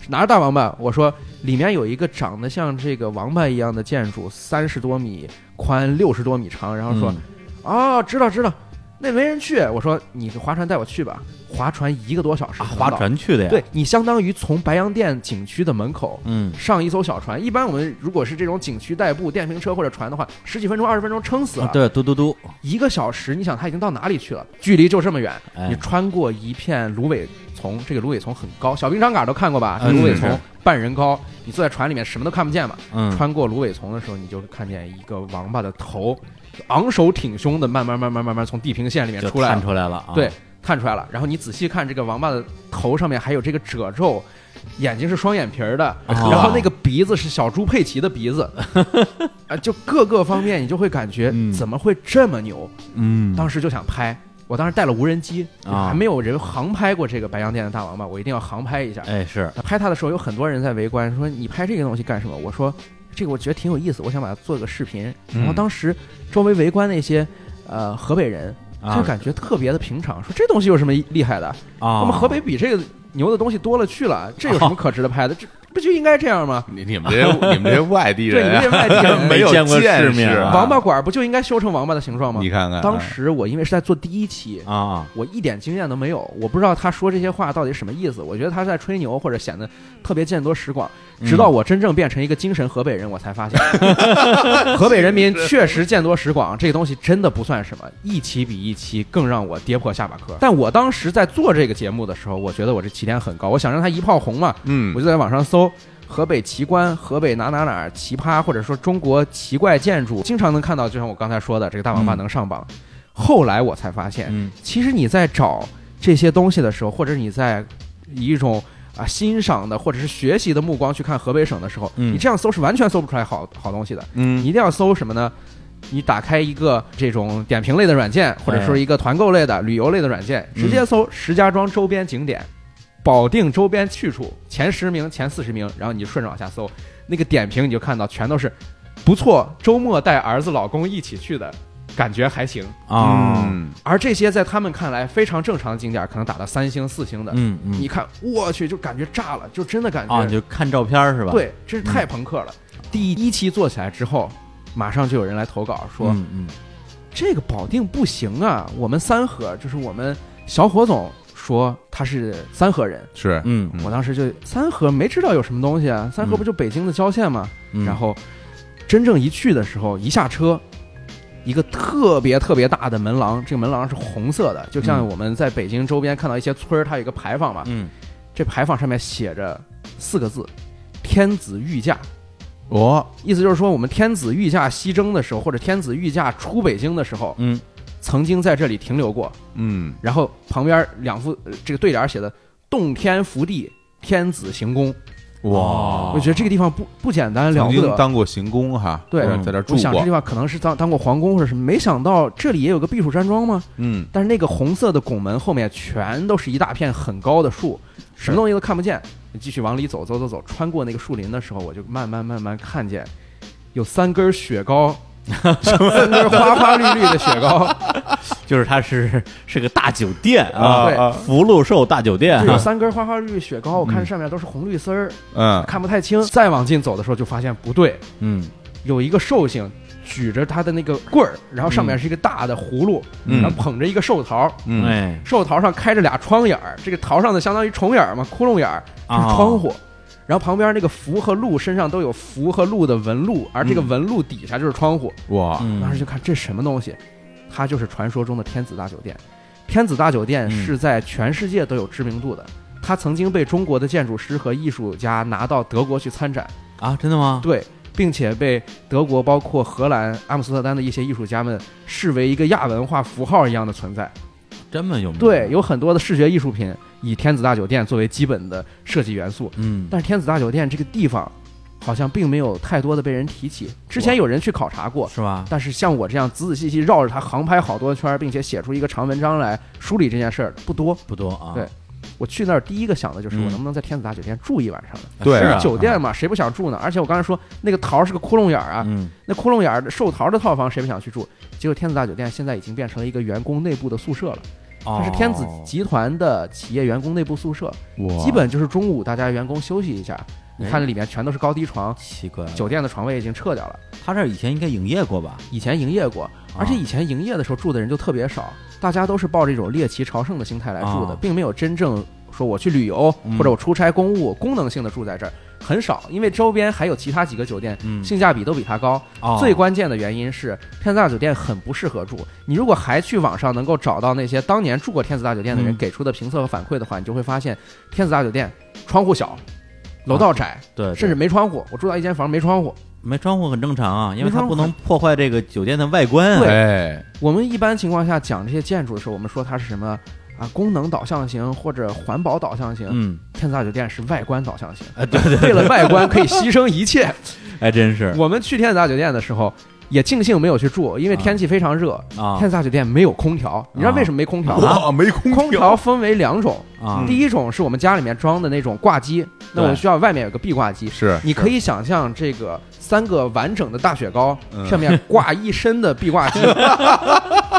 Speaker 3: 拿着大王八，我说里面有一个长得像这个王八一样的建筑，三十多米宽，六十多米长。然后
Speaker 1: 嗯
Speaker 3: 说、哦，知道知道，那没人去。我说你划船带我去吧，划船一个多小时
Speaker 1: 啊，
Speaker 3: 能
Speaker 1: 划
Speaker 3: 到
Speaker 1: 船去的呀。
Speaker 3: 对，你相当于从白洋淀景区的门口
Speaker 1: 嗯，
Speaker 3: 上一艘小船。一般我们如果是这种景区代步、电瓶车或者船的话，十几分钟、二十分钟撑死
Speaker 1: 啊
Speaker 3: 了。
Speaker 1: 对，嘟嘟嘟，
Speaker 3: 一个小时，你想它已经到哪里去了？距离就这么远，
Speaker 1: 哎
Speaker 3: 你穿过一片芦苇丛，这个芦苇丛很高，小兵张嘎都看过吧？
Speaker 1: 嗯
Speaker 3: 芦苇
Speaker 1: 是
Speaker 3: 丛半人高，你坐在船里面什么都看不见嘛。
Speaker 1: 嗯，
Speaker 3: 穿过芦苇丛的时候，你就看见一个王八的头，昂首挺胸的，慢慢慢慢慢慢从地平线里面
Speaker 1: 就
Speaker 3: 出来
Speaker 1: 看
Speaker 3: 了。
Speaker 1: 出来了啊。
Speaker 3: 对，探出来了。然后你仔细看这个王八的头上面还有这个褶皱，眼睛是双眼皮儿的，
Speaker 1: 哦
Speaker 3: 然后那个鼻子是小猪佩奇的鼻 子，啊，就各个方面你就会感觉
Speaker 1: 嗯
Speaker 3: 怎么会这么牛？
Speaker 1: 嗯，
Speaker 3: 当时就想拍。我当时带了无人机，
Speaker 1: 啊
Speaker 3: 还没有人航拍过这个白洋淀的大王八，我一定要航拍一下。
Speaker 1: 哎是，
Speaker 3: 拍它的时候，有很多人在围观，说你拍这个东西干什么？我说这个我觉得挺有意思，我想把它做个视频。然后
Speaker 4: 嗯
Speaker 3: 当时周围围观那些呃河北人，
Speaker 1: 啊
Speaker 3: 就感觉特别的平常，说这东西有什么厉害的？
Speaker 1: 啊，
Speaker 3: 我们河北比这个牛的东西多了去了，这有什么可值得
Speaker 1: 啊
Speaker 3: 拍的？这不就应该这样吗？
Speaker 4: 你你们这些你们这些外地
Speaker 3: 对，你
Speaker 4: 人
Speaker 3: 们
Speaker 4: 啊，
Speaker 3: 这外 地人，
Speaker 1: 没
Speaker 4: 有
Speaker 1: 见过世
Speaker 4: 见识
Speaker 1: 面啊
Speaker 4: 啊，
Speaker 3: 王八馆不就应该修成王八的形状吗
Speaker 4: 你？看看，
Speaker 3: 当时我因为是在做第一期。
Speaker 1: 啊，
Speaker 3: 我一点经验都没有，我不知道他说这些话到底什么意思。我觉得他是在吹牛，或者显得特别见多识广。直到我真正变成一个精神河北人，我才发现，河北人民确实见多识广，这个东西真的不算什么。一期比一期更让我跌破下巴壳。但我当时在做这个节目的时候，我觉得我这起点很高，我想让它一炮红嘛，
Speaker 4: 嗯
Speaker 3: 我就在网上搜。河北奇观、河北哪哪哪儿奇葩，或者说中国奇怪建筑，经常能看到。就像我刚才说的，这个大王八
Speaker 1: 嗯
Speaker 3: 能上榜。后来我才发现，
Speaker 1: 嗯
Speaker 3: 其实你在找这些东西的时候，或者你在以一种啊欣赏的或者是学习的目光去看河北省的时候，
Speaker 1: 嗯
Speaker 3: 你这样搜是完全搜不出来好好东西的。你
Speaker 4: 嗯
Speaker 3: 一定要搜什么呢？你打开一个这种点评类的软件，或者说一个团购类的、旅游类的软件，直接搜石家庄周边景点、保定周边去处前十名、前四十名，然后你顺着往下搜，那个点评你就看到全都是不错，周末带儿子、老公一起去的感觉还行。
Speaker 1: 啊，
Speaker 4: 嗯
Speaker 3: 而这些在他们看来非常正常的景点，可能打到三星、四星的，
Speaker 1: 嗯嗯
Speaker 3: 你看，我去，就感觉炸了，就真的感觉，
Speaker 1: 啊，你就看照片是吧？嗯
Speaker 3: 对，真是太朋克了。第一期做起来之后，马上就有人来投稿说、
Speaker 1: 嗯，嗯
Speaker 3: 这个保定不行啊，我们三河就是我们小火总说他是三河人，
Speaker 4: 是
Speaker 1: 嗯
Speaker 4: 嗯
Speaker 3: 我当时就三河没知道有什么东西啊，三河
Speaker 1: 嗯
Speaker 3: 不就北京的郊县吗？
Speaker 1: 嗯，
Speaker 3: 然后真正一去的时候，一下车，一个特别特别大的门廊，这个门廊是红色的，就像
Speaker 1: 嗯
Speaker 3: 我们在北京周边看到一些村儿，它有一个牌坊嘛，
Speaker 1: 嗯
Speaker 3: 这牌坊上面写着四个字“天子御驾
Speaker 4: 我”，
Speaker 3: 意思就是说我们天子御驾西征的时候，或者天子御驾出北京的时候，
Speaker 1: 嗯
Speaker 3: 曾经在这里停留过。
Speaker 4: 嗯
Speaker 3: 然后旁边两副呃这个对联写的“洞天福地”。天子行宫，
Speaker 1: 哇哦
Speaker 3: 我觉得这个地方不不简单，哦了
Speaker 4: 曾
Speaker 3: 不得。
Speaker 4: 经当过行宫哈，
Speaker 3: 对
Speaker 4: 嗯在在这儿住
Speaker 3: 我想这
Speaker 4: 过
Speaker 3: 地，方可能是当当过皇宫或者什么，没想到这里也有个避暑山庄吗？
Speaker 4: 嗯
Speaker 3: 但是那个红色的拱门后面全都是一大片很高的树，什么东西都看不见。继续往里走，走走走，穿过那个树林的时候，我就慢慢慢慢看见有三根雪糕三根花花绿绿的雪糕，
Speaker 1: 就是它是是个大酒店啊，
Speaker 4: 啊
Speaker 3: 对
Speaker 4: 啊，
Speaker 1: 福禄寿大酒店
Speaker 3: 就有
Speaker 1: 啊，
Speaker 3: 三根花花绿绿雪糕，我看上面都是红绿丝儿，
Speaker 4: 嗯
Speaker 3: 看不太清。再往近走的时候就发现不对，
Speaker 1: 嗯
Speaker 3: 有一个寿星举着他的那个棍儿，然后上面是一个大的葫芦，
Speaker 4: 嗯
Speaker 3: 然后捧着一个寿桃，
Speaker 4: 嗯，
Speaker 1: 哎
Speaker 3: 寿桃上开着俩窗眼儿，这个桃上的相当于虫眼儿嘛，窟窿眼儿就是
Speaker 1: 啊
Speaker 3: 窗户。然后旁边那个福和禄身上都有福和禄的纹路，而这个纹路底下就是窗户。
Speaker 4: 哇，
Speaker 1: 嗯
Speaker 3: 当时就看这什么东西，它就是传说中的天子大酒店。天子大酒店
Speaker 1: 嗯
Speaker 3: 是在全世界都有知名度的，它曾经被中国的建筑师和艺术家拿到德国去参展，
Speaker 1: 啊，真的吗？
Speaker 3: 对，并且被德国包括荷兰、阿姆斯特丹的一些艺术家们视为一个亚文化符号一样的存在。
Speaker 1: 这么有名？啊
Speaker 3: 对，，有很多的视觉艺术品以天子大酒店作为基本的设计元素，
Speaker 1: 嗯，
Speaker 3: 但是天子大酒店这个地方好像并没有太多的被人提起。之前有人去考察过，
Speaker 1: 是吧？
Speaker 3: 但是像我这样仔仔细细绕着它航拍好多圈儿，并且写出一个长文章来梳理这件事儿的不多。
Speaker 1: 不多啊，
Speaker 3: 对我去那儿第一个想的就是
Speaker 1: 嗯
Speaker 3: 我能不能在天子大酒店住一晚上呢？
Speaker 4: 对
Speaker 1: 是
Speaker 4: 啊
Speaker 1: 啊
Speaker 3: 酒店嘛，谁不想住呢？而且我刚才说那个桃是个窟窿眼儿啊，
Speaker 1: 嗯，
Speaker 3: 那窟窿眼儿的寿桃的套房谁不想去住？结果天子大酒店现在已经变成了一个员工内部的宿舍了，它
Speaker 1: 它
Speaker 3: 是天子集团的企业员工内部宿舍，
Speaker 4: 哇
Speaker 3: 基本就是中午大家员工休息一下，你
Speaker 1: 哎
Speaker 3: 看这里面全都是高低床，
Speaker 1: 奇怪，
Speaker 3: 酒店的床位已经撤掉了。
Speaker 1: 他这儿以前应该营业过吧？
Speaker 3: 以前营业
Speaker 1: 啊
Speaker 3: 过，而且以前营业的时候住的人就特别少，大家都是抱着一种猎奇朝圣的心态来住的
Speaker 1: 啊，
Speaker 3: 并没有真正说我去旅游
Speaker 1: 嗯
Speaker 3: 或者我出差公务功能性的住在这儿很少，因为周边还有其他几个酒店
Speaker 1: 嗯，
Speaker 3: 性价比都比它高。
Speaker 1: 哦
Speaker 3: 最关键的原因是天子大酒店很不适合住，你如果还去网上能够找到那些当年住过天子大酒店的人
Speaker 1: 嗯
Speaker 3: 给出的评测和反馈的话，你就会发现天子大酒店窗户小。楼道窄，
Speaker 1: 对，对
Speaker 3: 甚至没窗户。我住到一间房没窗户，
Speaker 1: 没窗户很正常啊，因为
Speaker 3: 没
Speaker 1: 它
Speaker 3: 窗户
Speaker 1: 不能破坏这个酒店的外观啊。
Speaker 3: 对
Speaker 4: 哎，
Speaker 3: 我们一般情况下讲这些建筑的时候，我们说它是什么啊？功能导向型或者环保导向型。
Speaker 1: 嗯，
Speaker 3: 天子大酒店是外观导向型，
Speaker 1: 哎，对对，
Speaker 3: 为了外观可以牺牲一切。
Speaker 1: 还真是
Speaker 3: 我们去天子大酒店的时候，也庆幸没有去住，因为天气非常热。
Speaker 1: 啊
Speaker 3: 天子大酒店没有空调，你知道为什么没空调吗？
Speaker 4: 哇，没空
Speaker 3: 空调分为两种，
Speaker 1: 啊
Speaker 3: 第一种是我们家里面装的那种挂机，那我们需要外面有个壁挂机。
Speaker 4: 是
Speaker 3: 你可以想象这个三个完整的大雪糕，
Speaker 4: 嗯
Speaker 3: 上面挂一身的壁挂 机，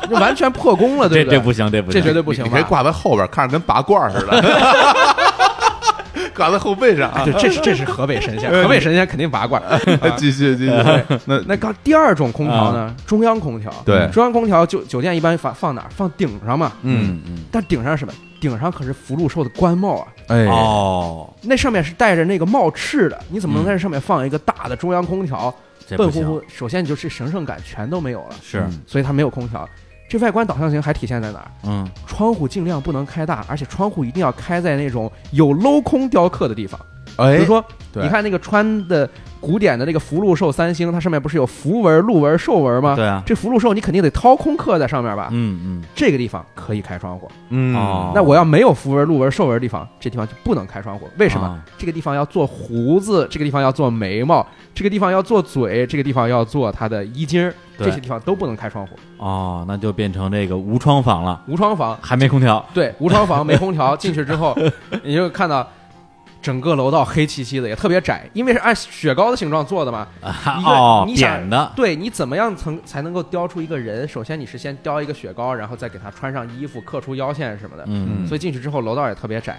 Speaker 3: 就完全破功了，对
Speaker 1: 这
Speaker 3: 不对？
Speaker 1: 这不行，这不
Speaker 3: 这
Speaker 1: 行，
Speaker 3: 绝对不行
Speaker 4: 你
Speaker 3: 吧
Speaker 4: 可以？挂在后边，看着跟拔罐似 的，挂在后背上啊。哎
Speaker 3: 对，这是这是河北 神仙，河北神仙肯定拔罐。
Speaker 4: 继续 继续，那
Speaker 3: 那刚第二种空调呢？中央空调。
Speaker 4: 对
Speaker 3: 中央空调酒酒店一般放放哪儿？放顶上嘛。
Speaker 4: 嗯
Speaker 1: 嗯嗯
Speaker 3: 但顶上是什么？顶上可是福禄寿的官帽啊，
Speaker 4: 哎
Speaker 1: 哦，
Speaker 3: 那上面是带着那个帽翅的，你怎么能在这上面放一个大的中央空调？
Speaker 1: 这
Speaker 3: 笨
Speaker 1: 不
Speaker 3: 乎
Speaker 1: 行
Speaker 3: 乎，首先你就这神圣感全都没有了，
Speaker 1: 是
Speaker 3: 所以它没有空调。这外观导向型还体现在哪儿？
Speaker 1: 嗯
Speaker 3: 窗户尽量不能开大，而且窗户一定要开在那种有镂空雕刻的地方。
Speaker 4: 哎
Speaker 3: 比如说，
Speaker 4: 对
Speaker 3: 你看那个穿的古典的那个福禄寿三星，它上面不是有福纹、禄纹、寿纹吗？
Speaker 1: 对啊
Speaker 3: 这福禄寿你肯定得掏空刻在上面吧？
Speaker 1: 嗯
Speaker 3: 这个地方可以开窗户。
Speaker 4: 嗯
Speaker 1: 哦
Speaker 3: 那我要没有福纹、禄纹、寿纹的地方，这地方就不能开窗户。为什么？
Speaker 1: 啊
Speaker 3: 这个地方要做胡子，这个地方要做眉毛，这个地方要做嘴，这个地方要做它的衣襟儿，
Speaker 1: 对
Speaker 3: 这些地方都不能开窗户。
Speaker 1: 嗯哦，那就变成这个无窗房了，
Speaker 3: 无窗房
Speaker 1: 还没空调，
Speaker 3: 对，无窗房没空调，进去 之后，你就看到整个楼道黑漆漆的，也特别窄，因为是按雪糕的形状做的嘛。一个
Speaker 1: 哦，
Speaker 3: 你想
Speaker 1: 扁的，
Speaker 3: 对你怎么样层才能够雕出一个人？首先你是先雕一个雪糕，然后再给他穿上衣服，刻出腰线什么的。
Speaker 1: 嗯
Speaker 3: 所以进去之后楼道也特别窄。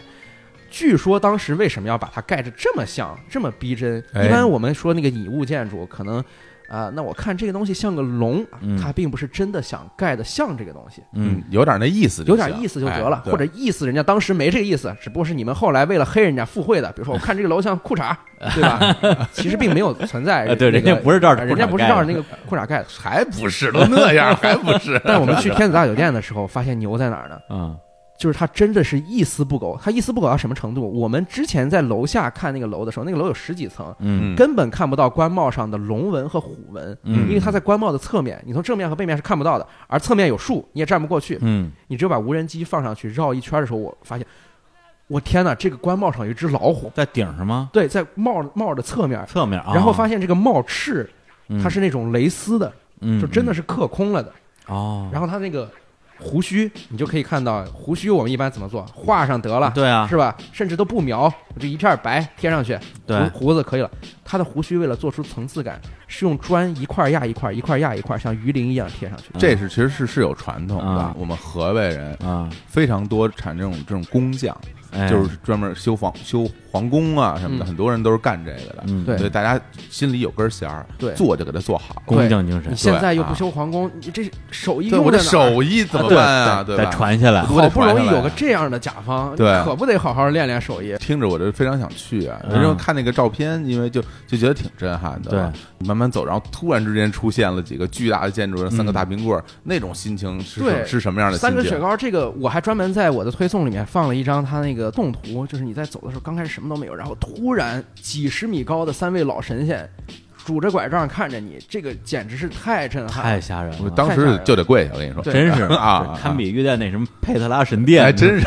Speaker 3: 据说当时为什么要把它盖着这么像、这么逼真？
Speaker 4: 哎
Speaker 3: 一般我们说那个拟物建筑，可能啊、那我看这个东西像个龙，
Speaker 1: 嗯
Speaker 3: 它并不是真的想盖的像这个东西。
Speaker 1: 嗯，
Speaker 4: 有点那意思就
Speaker 3: 有
Speaker 4: 行，
Speaker 3: 点意思就得了
Speaker 4: 哎，对
Speaker 3: 或者意思人家当时没这个意思，只不过是你们后来为了黑人家附会的。比如说，我看这个楼像裤衩，对 吧？其实并没有存在
Speaker 1: 呃，对
Speaker 3: 那个
Speaker 1: 人家不是照着
Speaker 3: 人家
Speaker 1: 裤
Speaker 3: 不
Speaker 1: 衩
Speaker 3: 是
Speaker 1: 盖
Speaker 3: 照
Speaker 1: 的
Speaker 3: 着那个裤衩盖的。
Speaker 4: 还不是都那样，还不是
Speaker 3: 但我们去天子大酒店的时候，发现牛在哪儿呢？
Speaker 1: 嗯
Speaker 3: 就是它真的是一丝不苟，它一丝不苟到什么程度？我们之前在楼下看那个楼的时候，那个楼有十几层，
Speaker 1: 嗯
Speaker 3: 根本看不到官帽上的龙纹和虎纹，
Speaker 1: 嗯
Speaker 3: 因为它在官帽的侧面，你从正面和背面是看不到的，而侧面有树，你也站不过去。
Speaker 1: 嗯，
Speaker 3: 你只有把无人机放上去绕一圈的时候，我发现，我天哪，这个官帽上有一只老虎，
Speaker 1: 在顶上吗？
Speaker 3: 对，在帽帽的侧面，
Speaker 1: 侧面啊，
Speaker 3: 然后发现这个帽翅
Speaker 1: 嗯
Speaker 3: 它是那种蕾丝的，
Speaker 1: 嗯
Speaker 3: 就真的
Speaker 1: 是
Speaker 3: 是刻空了的，
Speaker 1: 哦，
Speaker 3: 然后它那个胡须，你就可以看到胡须我们一般怎么做，画上得了，
Speaker 1: 对啊，
Speaker 3: 是吧？甚至都不描，我就一片白贴上去，
Speaker 1: 对
Speaker 3: 胡胡子可以了。他的胡须为了做出层次感，是用砖一块压一块，一块压一块，像鱼鳞一样贴上去。
Speaker 4: 这是其实是是有传统的
Speaker 1: 嗯啊，
Speaker 4: 我们河北人
Speaker 1: 啊，
Speaker 4: 非常多产这种这种工匠，
Speaker 1: 哎
Speaker 4: 就是专门修房修皇宫啊什么的，
Speaker 3: 嗯
Speaker 4: 很多人都是干这个的。
Speaker 1: 嗯
Speaker 3: 对
Speaker 4: 所以大家心里有根弦儿，
Speaker 3: 对
Speaker 4: 做就给它做好。
Speaker 1: 工匠精神
Speaker 3: 你，现在又
Speaker 4: 啊
Speaker 3: 不修皇宫，你这手艺
Speaker 4: 对
Speaker 3: 用
Speaker 4: 我这
Speaker 3: 在哪儿
Speaker 4: 手艺怎么办啊？对
Speaker 1: 再
Speaker 4: 吧？
Speaker 1: 传 下来，
Speaker 4: 我得
Speaker 3: 好不容易
Speaker 4: 传下来
Speaker 3: 有个这样的甲方，
Speaker 4: 对
Speaker 1: 啊
Speaker 3: 可不得好好练练手艺。
Speaker 4: 听着我就非常想去啊，
Speaker 1: 嗯
Speaker 4: 然后看那个照片，因为就就觉得挺震撼的。
Speaker 1: 对，
Speaker 4: 慢慢走，然后突然之间出现了几个巨大的建筑，
Speaker 1: 嗯
Speaker 4: 三个大冰棍儿，那种心情是什
Speaker 3: 对
Speaker 4: 是什么样的心
Speaker 3: 三根雪
Speaker 4: 情？
Speaker 3: 糕，这个我还专门在我的推送里面放了一张他那个动图，就是你在走的时候刚开始什么都没有，然后突然几十米高的三位老神仙拄着拐杖看着你，这个简直是太震撼
Speaker 1: 太
Speaker 3: 了。
Speaker 1: 吓人
Speaker 4: 我
Speaker 1: 了，
Speaker 4: 当时就得跪下，我跟你说，
Speaker 3: 对
Speaker 1: 真是
Speaker 4: 啊 啊
Speaker 1: 对
Speaker 4: 啊
Speaker 1: 堪比约在那什么佩特拉神殿，
Speaker 4: 还真是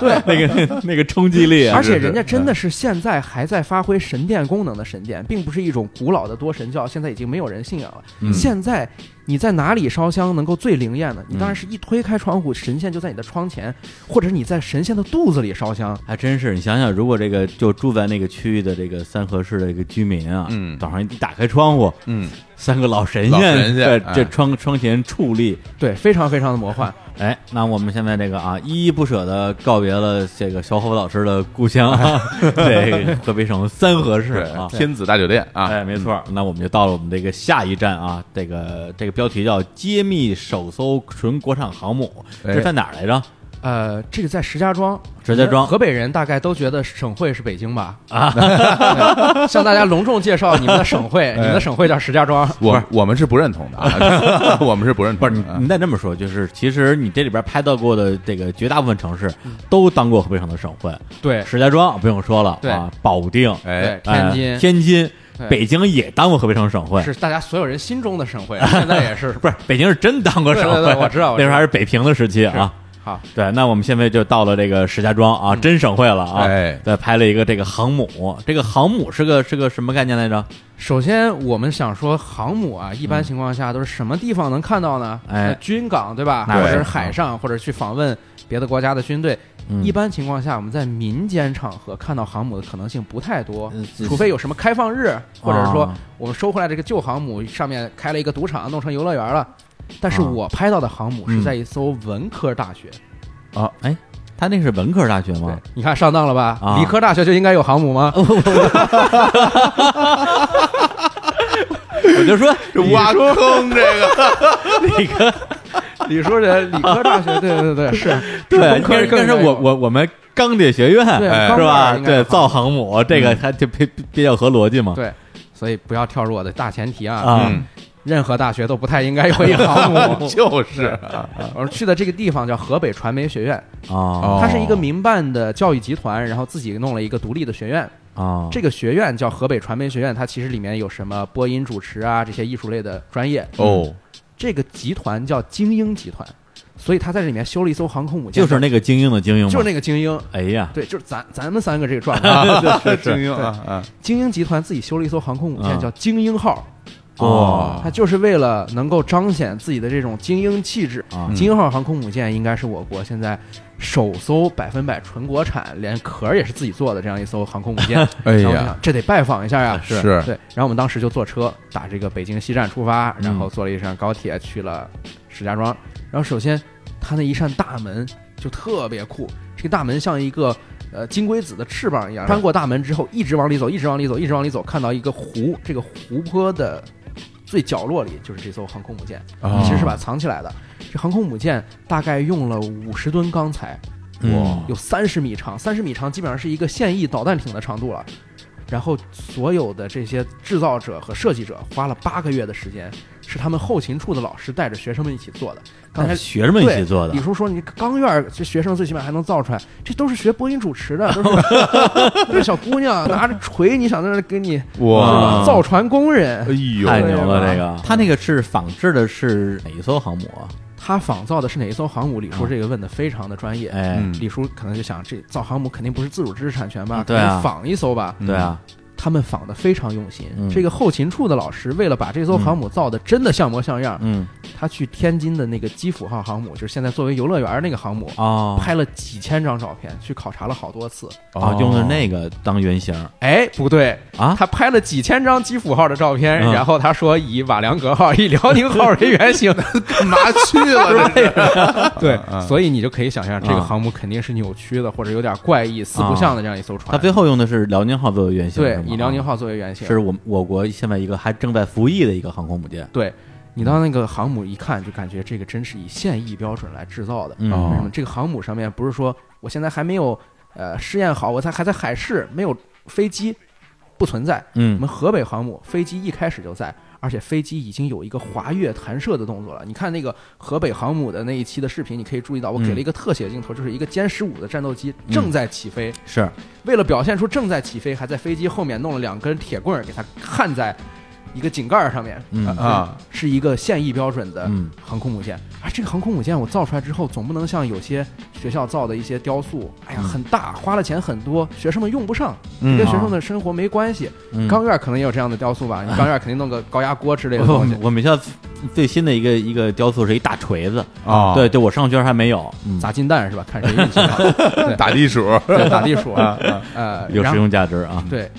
Speaker 1: 对 那个那个冲 击力啊，
Speaker 3: 而且人家真的是现在还在发挥神殿功能的神殿，并不是一种古老的多神教，现在已经没有人信仰了。
Speaker 1: 嗯
Speaker 3: 现在你在哪里烧香能够最灵验呢？你
Speaker 1: 嗯
Speaker 3: 当然是一推开窗户，神仙就在你的窗前，或者是你在神仙的肚子里烧香。
Speaker 1: 还真是，你想想，如果这个就住在那个区域的这个三河市的这个居民啊，
Speaker 4: 嗯
Speaker 1: 早上一打开窗户，
Speaker 4: 嗯，
Speaker 1: 三个老神
Speaker 4: 老神仙
Speaker 1: 仙在
Speaker 4: 哎
Speaker 1: 这窗窗前矗立，
Speaker 3: 对，非常非常的魔幻。
Speaker 1: 哎，那我们现在这个啊，依依不舍的告别了这个小伙老师的故乡 啊，对，河北省三河市
Speaker 4: 对
Speaker 1: 啊，
Speaker 4: 天子大酒店啊，
Speaker 1: 哎，没错儿，那我们就到了我们这个下一站啊，这个这个标题叫“揭秘首艘纯国产航母”，
Speaker 4: 哎
Speaker 1: 这在哪儿来着？
Speaker 3: 呃，这个在石家庄，
Speaker 1: 石家庄
Speaker 3: 河北人大概都觉得省会是北京吧？啊， 向大家隆重介绍你们的 省会，你们
Speaker 1: 哎
Speaker 3: 的省会叫石家庄。
Speaker 4: 我我们是不认同的，啊， 我们是不认
Speaker 1: 不
Speaker 4: 同
Speaker 1: 是
Speaker 4: 的。
Speaker 1: 你，
Speaker 4: 啊
Speaker 1: 你再这么说，就是其实你这里边拍到过的这个绝大部分城市，都当过河北省的省会，
Speaker 3: 嗯对
Speaker 1: 石家庄不用说了，
Speaker 3: 对
Speaker 1: 啊，保定、
Speaker 4: 哎
Speaker 3: 对，天津
Speaker 1: 呃天津
Speaker 3: 对、
Speaker 1: 北京也当过河北省省会，
Speaker 3: 是大家所有人心中的省会，现在也是
Speaker 1: 不是？北京是真当过省
Speaker 3: 对对
Speaker 1: 会，
Speaker 3: 对我知道我
Speaker 1: 那
Speaker 3: 知道
Speaker 1: 时候还是北平的时期
Speaker 3: 是嗯
Speaker 1: 啊。
Speaker 3: 好，
Speaker 1: 对，那我们现在就到了这个石家庄啊，真省会了啊！
Speaker 4: 哎
Speaker 1: 对，拍了一个这个航母，这个航母是个是个什么概念来着？
Speaker 3: 首先我们想说航母啊，一般情况下都是什么地方能看到呢？
Speaker 1: 嗯哎
Speaker 3: 呃军港对吧？
Speaker 1: 那
Speaker 3: 或者
Speaker 1: 是
Speaker 3: 是海上，或者去访问别的国家的军队。
Speaker 1: 嗯
Speaker 3: 一般情况下，我们在民间场合看到航母的可能性不太多
Speaker 1: 嗯，这
Speaker 3: 除非有什么开放日，或者是说
Speaker 1: 啊
Speaker 3: 我们收回来这个旧航母，上面开了一个赌场，弄成游乐园了。但是
Speaker 1: 啊
Speaker 3: 我拍到的航母是
Speaker 1: 嗯
Speaker 3: 在一艘文科大学，
Speaker 1: 啊，哎，他那是文科大学吗
Speaker 3: 对？，你看上当了吧？
Speaker 1: 嗯啊
Speaker 3: 理科大学就应该有航 母吗？
Speaker 1: 我就说
Speaker 4: 这挖坑这个，
Speaker 1: 理科，
Speaker 3: 理说人理科大学，对对对，是，
Speaker 1: 对，
Speaker 3: 文
Speaker 1: 应
Speaker 3: 科
Speaker 1: 该是应该是
Speaker 3: 更有
Speaker 1: 我我我们钢铁学院
Speaker 3: 对
Speaker 4: 哎
Speaker 1: 是嗯吧？
Speaker 3: 钢铁应该
Speaker 1: 对，
Speaker 3: 是
Speaker 1: 造航母这个它就比比比较合逻辑嘛。
Speaker 3: 对，啊所以不要跳入我的大前提啊！
Speaker 1: 啊
Speaker 4: 嗯，
Speaker 3: 任何大学都不太应该有一 航母。
Speaker 4: 就是啊
Speaker 3: 我去的这个地方叫河北传媒学院，
Speaker 4: 哦
Speaker 1: 啊
Speaker 3: 它是一个民办的教育集团，然后自己弄了一个独立的学院。
Speaker 1: 啊，
Speaker 3: 这个学院叫河北传媒学院，它其实里面有什么播音主持啊这些艺术类的专业。
Speaker 4: 哦，
Speaker 3: 这个集团叫精英集团，所以他在这里面修了一艘航空母舰，
Speaker 1: 就是那个精英的精英嘛，
Speaker 3: 就是那个精英。
Speaker 1: 哎呀，
Speaker 3: 对，就是咱咱们三个这 个状态，
Speaker 4: 啊是精英啊啊，
Speaker 3: 精英集团自己修了一艘航空母舰，
Speaker 1: 嗯
Speaker 3: 叫精英号。
Speaker 1: 哦
Speaker 3: 它就是为了能够彰显自己的这种精英气质
Speaker 1: 啊
Speaker 3: 精英号航空母舰应该是我国现在首艘百分百纯国产，连壳儿也是自己做的这样一艘航空母舰。
Speaker 4: 哎
Speaker 3: 然后我就
Speaker 4: 呀，
Speaker 3: 想，这得拜访一下呀。
Speaker 1: 是
Speaker 4: 是
Speaker 3: 对，然后我们当时就坐车打这个北京西站出发，然后坐了一站高铁去了石家庄。然后首先，它那一扇大门就特别酷，这个大门像一个呃金龟子的翅膀一样，穿过大门之后一直往里走，一直往里走，一直往里走，看到一个湖，这个湖泊的最角落里就是这艘航空母舰，
Speaker 4: 哦
Speaker 3: 其实是把它藏起来的。这航空母舰大概用了五十吨钢材，
Speaker 1: 哇
Speaker 3: 有三十米长，三十米长基本上是一个现役导弹艇的长度了。然后所有的这些制造者和设计者花了八个月的时间，是他们后勤处的老师带着学生们一起做的。刚才
Speaker 1: 带学生们一起做的
Speaker 3: 对李叔说你钢院儿这学生最起码还能造出来，这都是学播音主 持的，都是都是小姑娘拿着锤，你想在那儿给你
Speaker 4: 哇，
Speaker 1: 啊
Speaker 3: 造船工人
Speaker 4: 哎。呦，
Speaker 1: 太牛了，
Speaker 3: 对
Speaker 1: 这个他那个是仿制的是哪一艘航母啊？
Speaker 3: 他仿造的是哪一艘航母？李叔这个问的非常的专业。
Speaker 1: 哎，
Speaker 4: 嗯
Speaker 3: 李叔可能就想，这造航母肯定不是自主知识产权吧？
Speaker 1: 对啊
Speaker 4: 嗯
Speaker 3: 可能仿一艘吧。
Speaker 1: 对啊，
Speaker 3: 他们仿的非常用心。
Speaker 1: 嗯
Speaker 3: 这个后勤处的老师为了把这艘航母造的真的像模像样，
Speaker 1: 嗯
Speaker 3: 他去天津的那个基辅号航母，就是现在作为游乐园那个航母，
Speaker 1: 哦
Speaker 3: 拍了几千张照片，去考察了好多次。
Speaker 4: 哦
Speaker 1: 啊，用的那个当原型
Speaker 3: 哎，不对，
Speaker 1: 啊，
Speaker 3: 他拍了几千张基辅号的照片，
Speaker 1: 嗯
Speaker 3: 然后他说以瓦良格号、以辽宁号为 原型，
Speaker 4: 干嘛去了？这是
Speaker 3: 对
Speaker 4: 嗯，
Speaker 3: 所以你就可以想象这个
Speaker 1: 啊
Speaker 3: 航母肯定是扭曲的，或者有点怪异、四不像的这样一艘船。
Speaker 1: 啊他最后用的是辽宁号作为原型，
Speaker 3: 对
Speaker 1: 是，吗
Speaker 3: 以辽宁号作为原型。
Speaker 1: 是我我国现在一个还正在服役的一个航空母舰，
Speaker 3: 对，你到那个航母一看，就感觉这个真是以现役标准来制造的。
Speaker 1: 嗯
Speaker 3: 为什么这个航母上面不是说我现在还没有呃试验好，我才还在海试，没有飞机不存在。我
Speaker 1: 嗯
Speaker 3: 们河北航母飞机一开始就在，而且飞机已经有一个滑跃弹射的动作了。你看那个河北航母的那一期的视频，你可以注意到，我
Speaker 1: 嗯
Speaker 3: 给了一个特写镜头，就是一个歼十五的战斗机正在起飞。
Speaker 1: 是
Speaker 3: 为了表现出正在起飞，还在飞机后面弄了两根铁棍儿给它焊在一个井盖儿上面。
Speaker 1: 嗯
Speaker 3: 呃
Speaker 4: 啊，
Speaker 3: 是一个现役标准的
Speaker 1: 嗯
Speaker 3: 航空母舰。啊，这个航空母舰我造出来之后，总不能像有些学校造的一些雕塑，哎呀，
Speaker 1: 嗯
Speaker 3: 很大，花了钱很多，学生们用不上，
Speaker 4: 嗯
Speaker 3: 跟学生的生活没关系。
Speaker 1: 嗯
Speaker 3: 钢院可能也有这样的雕塑 吧，你钢院肯定弄个高压锅之类的
Speaker 1: 我
Speaker 3: 东 西
Speaker 4: 哦
Speaker 1: 们。我们学校最新的一个一个雕塑是一大锤子，
Speaker 4: 啊，
Speaker 1: 对对，我上学还没有，嗯
Speaker 3: 砸金蛋是吧？看谁运气好， 对
Speaker 4: 打地鼠
Speaker 3: 对打地鼠，
Speaker 4: 啊
Speaker 3: 呃，
Speaker 1: 有
Speaker 3: 然
Speaker 1: 实
Speaker 3: 后
Speaker 1: 用价值啊，
Speaker 3: 对，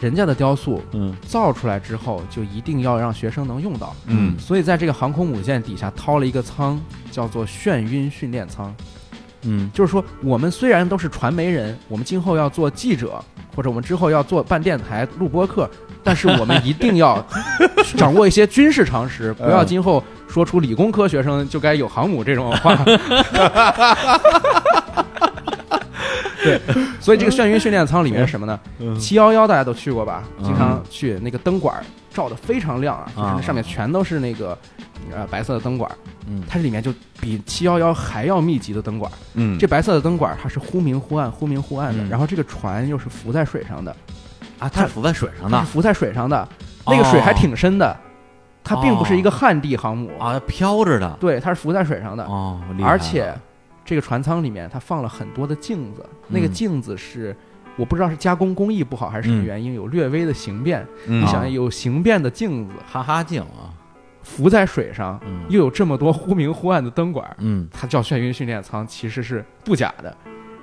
Speaker 3: 人家的雕塑
Speaker 1: 嗯
Speaker 3: 造出来之后，就一定要让学生能用到。
Speaker 4: 嗯
Speaker 3: 所以在这个航空母舰底下掏了一个舱，叫做眩晕训练舱。
Speaker 1: 嗯
Speaker 3: 就是说，我们虽然都是传媒人，我们今后要做记者，或者我们之后要做办电台、录播客，但是我们一定 要掌握一些军事常识，不
Speaker 1: 嗯
Speaker 3: 要今后说出理工科学生就该有航母这种 话。对，所以这个眩晕训练舱里面是什么呢？
Speaker 1: 嗯
Speaker 3: 七幺幺大家都去过吧？经常
Speaker 1: 嗯
Speaker 3: 去那个灯管儿照的非常亮啊，就是那上面全都是那个呃白色的灯管儿，
Speaker 1: 嗯
Speaker 3: 它这里面就比七幺幺还要密集的灯管儿。
Speaker 4: 嗯
Speaker 3: 这白色的灯管儿它是忽明忽暗、忽明忽暗的，
Speaker 1: 嗯
Speaker 3: 然后这个船又是浮在水上的，
Speaker 1: 啊，它是浮在水上
Speaker 3: 它
Speaker 1: 的
Speaker 3: 是浮在水上的，那个水还挺深的，它并不是一个旱地航母，
Speaker 1: 哦啊，它飘着的
Speaker 3: 对，它是浮在水上的，
Speaker 1: 哦，厉害了
Speaker 3: 而且这个船舱里面它放了很多的镜子，那个
Speaker 1: 嗯
Speaker 3: 镜子是。我不知道是加工工艺不好还是什么
Speaker 1: 嗯
Speaker 3: 原因，有略微的形变。
Speaker 4: 嗯
Speaker 3: 你
Speaker 1: 啊
Speaker 3: 想，有形变的镜子
Speaker 1: 哈哈镜啊，
Speaker 3: 浮在水上，
Speaker 1: 嗯
Speaker 3: 又有这么多忽明忽暗的灯管儿，
Speaker 1: 嗯
Speaker 3: 它叫眩晕训练舱，其实是不假的。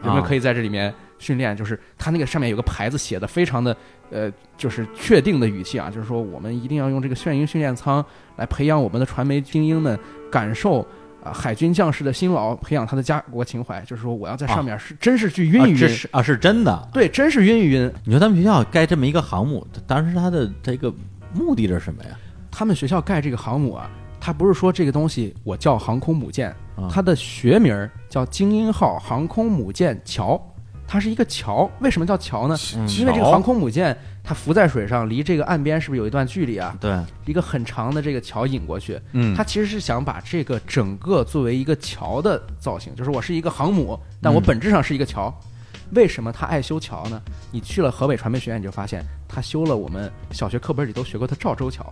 Speaker 3: 人们
Speaker 1: 啊
Speaker 3: 可以在这里面训练，就是它那个上面有个牌子写的非常的呃，就是确定的语气啊，就是说我们一定要用这个眩晕训练舱来培养我们的传媒精英们感受啊、海军将士的辛劳，培养他的家国情怀。就是说我要在上面是、真是去晕
Speaker 1: 啊
Speaker 3: 一
Speaker 1: 这
Speaker 3: 晕，
Speaker 1: 是啊是真的，
Speaker 3: 对，真是晕一晕。
Speaker 1: 你说他们学校盖这么一个航母，当时它的这个目的是什么呀？
Speaker 3: 他们学校盖这个航母啊，它不是说这个东西我叫航空母舰，
Speaker 1: 啊
Speaker 3: 它的学名儿叫精英号航空母舰桥，它是一个桥。为什么叫桥呢？
Speaker 1: 嗯
Speaker 3: 因为
Speaker 4: 哦
Speaker 3: 这个航空母舰它浮在水上，离这个岸边是不是有一段距离啊？
Speaker 1: 对
Speaker 3: 一个很长的这个桥引过去，
Speaker 4: 嗯
Speaker 3: 它其实是想把这个整个作为一个桥的造型，就是我是一个航母，但我本质上是一个桥。为什么他爱修桥呢？你去了河北传媒学院，你就发现他修了我们小学课本里都学过的赵州桥，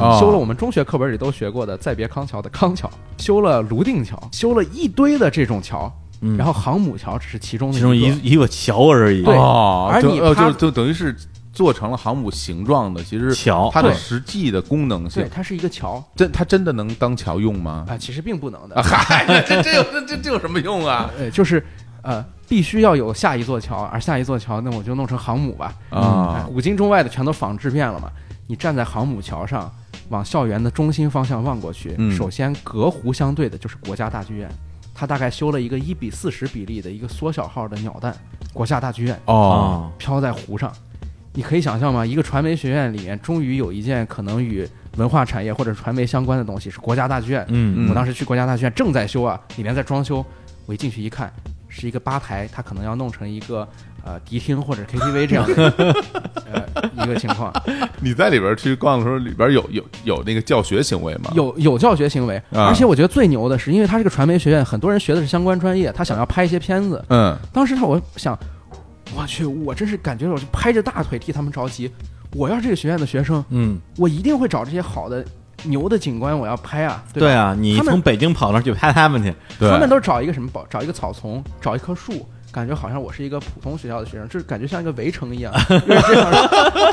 Speaker 4: 哦
Speaker 3: 修了我们中学课本里都学过的再别康桥的康桥，修了泸定桥，修了一堆的这种桥，
Speaker 1: 嗯
Speaker 3: 然后航母桥只是其中的
Speaker 1: 其中
Speaker 3: 一个
Speaker 1: 一一个桥而已，
Speaker 3: 对
Speaker 4: 哦，
Speaker 3: 而
Speaker 4: 就
Speaker 3: 你
Speaker 4: 呃
Speaker 3: 趴
Speaker 4: 就就等于是做成了航母形状的，其实
Speaker 1: 桥
Speaker 4: 它的
Speaker 3: 对
Speaker 4: 实际的功能
Speaker 3: 对，
Speaker 4: 性，
Speaker 3: 它是一个桥啊、
Speaker 4: 真它真的能当桥用吗？
Speaker 3: 其实并不能 的，
Speaker 4: 嗨，这这有这这这有什么用啊？
Speaker 3: 呃，就是呃，必须要有下一座桥，而下一座桥，那我就弄成航母吧。哎
Speaker 4: 啊，
Speaker 3: 古今中外的全都仿制遍了嘛。你站在航母桥上，往校园的中心方向望过去，
Speaker 4: 嗯
Speaker 3: 首先隔湖相对的就是国家大剧院，它大概修了一个一比四十比例的一个缩小号的鸟蛋，国家大剧院
Speaker 4: 哦，
Speaker 1: 啊
Speaker 3: 飘在湖上。你可以想象吗？一个传媒学院里面，终于有一件可能与文化产业或者传媒相关的东西，是国家大剧院。
Speaker 1: 嗯
Speaker 3: 我当时去国家大剧院正在修啊，里面在装修，我一进去一看，是一个吧台，它可能要弄成一个呃迪厅或者 KTV 这样的呃一个情 况，
Speaker 4: 你在里边去逛的时候，里边有有有那个教学行为吗？
Speaker 3: 有有教学行为，
Speaker 4: 啊
Speaker 3: 而且我觉得最牛的是，因为它是个传媒学院，很多人学的是相关专业，他想要拍一些片子，
Speaker 4: 嗯，
Speaker 3: 当时他我想，我去，我真是感觉我就拍着大腿替他们着急，我要是这个学院的学生，
Speaker 1: 嗯，
Speaker 3: 我一定会找这些好的牛的景观我要拍啊，对吧？
Speaker 1: 对啊，你
Speaker 3: 他们
Speaker 1: 从北京跑那儿去拍他们去，
Speaker 4: 对
Speaker 3: 他们都找一个什么宝，找一个草丛，找一棵树，感觉好像我是一个普通学校的学生，就是感觉像一个围城一样。 因为这样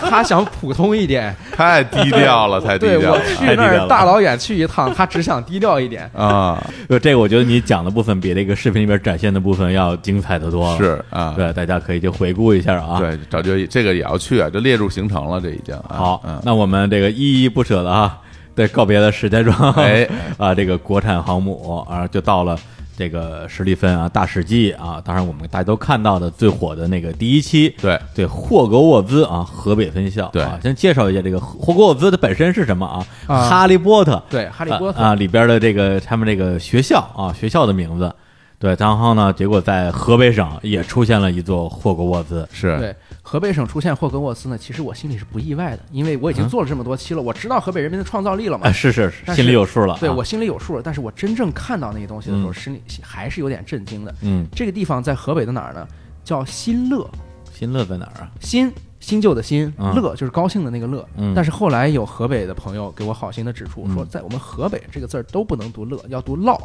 Speaker 3: 他想普通一点，
Speaker 4: 太低调了，太低
Speaker 3: 对
Speaker 4: 调
Speaker 3: 我
Speaker 4: 了
Speaker 3: 去
Speaker 1: 太低
Speaker 3: 那
Speaker 1: 调
Speaker 3: 儿
Speaker 1: 了
Speaker 3: 大老远去一趟，他只想低调一点。
Speaker 4: 啊！
Speaker 1: 就呃这个，我觉得你讲的部分比这个视频里边展现的部分要精彩的多了。，
Speaker 4: 是啊，
Speaker 1: 对，大家可以去回顾一下啊。，
Speaker 4: 对，找就这个也要去啊，这列入行程了，这已经啊
Speaker 1: 好，
Speaker 4: 嗯，
Speaker 1: 那我们这个依依不舍的啊，对，告别了石家庄，
Speaker 4: 哎，
Speaker 1: 啊，这个国产航母啊，就到了这个史蒂芬啊，大史记啊，当然我们大家都看到的最火的那个第一期，
Speaker 4: 对，
Speaker 1: 对霍格沃兹啊，河北分校，
Speaker 4: 对
Speaker 1: 啊，先介绍一下这个霍格沃兹它本身是什么啊？
Speaker 3: 啊
Speaker 1: 哈利波特，
Speaker 3: 对，哈利波特，
Speaker 1: 啊啊里边的这个他们这个学校啊，学校的名字。对，然后呢，结果在河北省也出现了一座霍格沃兹。
Speaker 4: 是，
Speaker 3: 对，河北省出现霍格沃兹呢，其实我心里是不意外的，因为我已经做了这么多期了，我知道河北人民的创造力了嘛。
Speaker 1: 啊，是是，是
Speaker 3: 但
Speaker 1: 心里
Speaker 3: 是
Speaker 1: 有数了啊。
Speaker 3: 对我心里有数了，但是我真正看到那些东西的时候，
Speaker 1: 嗯
Speaker 3: 心里还是有点震惊的。
Speaker 1: 嗯，
Speaker 3: 这个地方在河北的哪儿呢？叫新乐，
Speaker 1: 新乐在哪儿啊？
Speaker 3: 新新旧的新，
Speaker 1: 嗯
Speaker 3: 乐就是高兴的那个乐。
Speaker 1: 嗯
Speaker 3: 但是后来有河北的朋友给我好心的指出，
Speaker 1: 嗯
Speaker 3: 说在我们河北这个字儿都不能读乐，要读烙。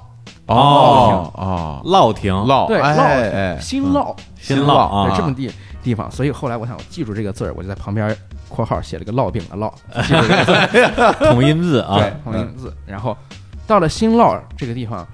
Speaker 4: 哦哦，
Speaker 1: 乐亭，
Speaker 4: 烙
Speaker 3: 对，
Speaker 4: 哎
Speaker 3: 烙
Speaker 4: 哎，
Speaker 3: 新烙，
Speaker 1: 嗯新
Speaker 4: 新
Speaker 1: 烙
Speaker 4: 烙
Speaker 1: 啊，
Speaker 3: 对，这么地地方。所以后来我想，我记住这个字儿，我就在旁边括号写了个烙饼的烙，记住这个字儿。
Speaker 1: 同音字啊。
Speaker 3: 对，同音字。然后到了新烙这个地方，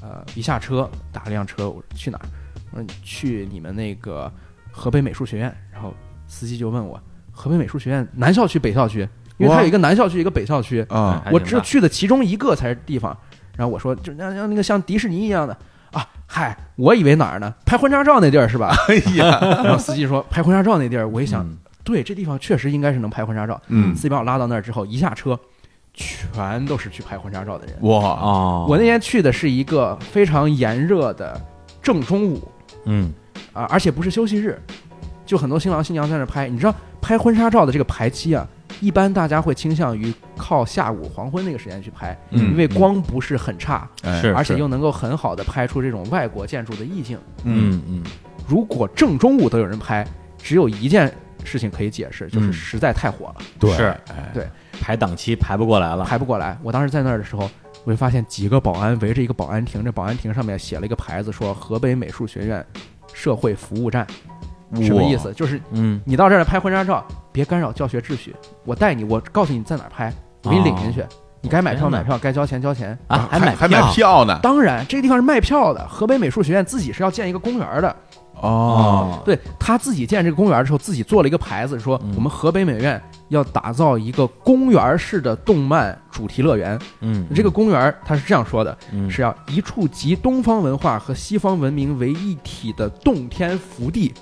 Speaker 3: 呃，一下车打了辆车，我说去哪儿？我说你去你们那个河北美术学院。然后司机就问我，河北美术学院南校区、北校区？因为它有一个南校区，一个北校区。
Speaker 4: 啊，
Speaker 1: 还
Speaker 3: 我
Speaker 1: 挺
Speaker 3: 只有
Speaker 1: 大
Speaker 3: 去的其中一个才是地方。然后我说，就那像那个像迪士尼一样的啊，嗨，我以为哪儿呢？拍婚纱照那地儿是吧？
Speaker 4: 哎呀，
Speaker 3: 然后司机说拍婚纱照那地儿，我一想，
Speaker 1: 嗯
Speaker 3: 对，这地方确实应该是能拍婚纱照。
Speaker 4: 嗯
Speaker 3: 司机把我拉到那儿之后，一下车，全都是去拍婚纱照的人。
Speaker 4: 哇，
Speaker 1: 哦，
Speaker 3: 啊我那天去的是一个非常炎热的正中午
Speaker 1: 嗯
Speaker 3: 啊，而且不是休息日，就很多新郎新娘在那儿拍。你知道拍婚纱照的这个排期啊，一般大家会倾向于靠下午黄昏那个时间去拍，
Speaker 4: 嗯
Speaker 3: 因为光不是很差，
Speaker 4: 哎
Speaker 1: 是
Speaker 3: 而且又能够很好的拍出这种外国建筑的意境。
Speaker 4: 嗯
Speaker 1: 嗯嗯，
Speaker 3: 如果正中午都有人拍，只有一件事情可以解释，就是
Speaker 1: 嗯
Speaker 3: 实在太火了，
Speaker 4: 对
Speaker 1: 是
Speaker 4: 哎
Speaker 1: 排档期排不过来了。
Speaker 3: 排不过来。我当时在那儿的时候，我就发现几个保安围着一个保安亭，这保安亭上面写了一个牌子，说河北美术学院社会服务站，什么意思？就是
Speaker 1: 嗯，
Speaker 3: 你到这儿来拍婚纱照，别干扰教学秩序，我带你，我告诉你在哪儿拍，我给你领进去，你该买票
Speaker 1: 哦天哪
Speaker 3: 买票，该交钱交钱。
Speaker 1: 啊，
Speaker 4: 还
Speaker 1: 买
Speaker 4: 还买票呢？
Speaker 3: 当然，这个地方是卖票的。河北美术学院自己是要建一个公园的，
Speaker 1: 啊哦，
Speaker 3: 对他自己建这个公园的时候，自己做了一个牌子，说
Speaker 1: 嗯
Speaker 3: 我们河北美院要打造一个公园式的动漫主题乐园。
Speaker 1: 嗯，
Speaker 3: 这个公园他是这样说的，
Speaker 1: 嗯
Speaker 3: 是要一处集东方文化和西方文明为一体的洞天 福地，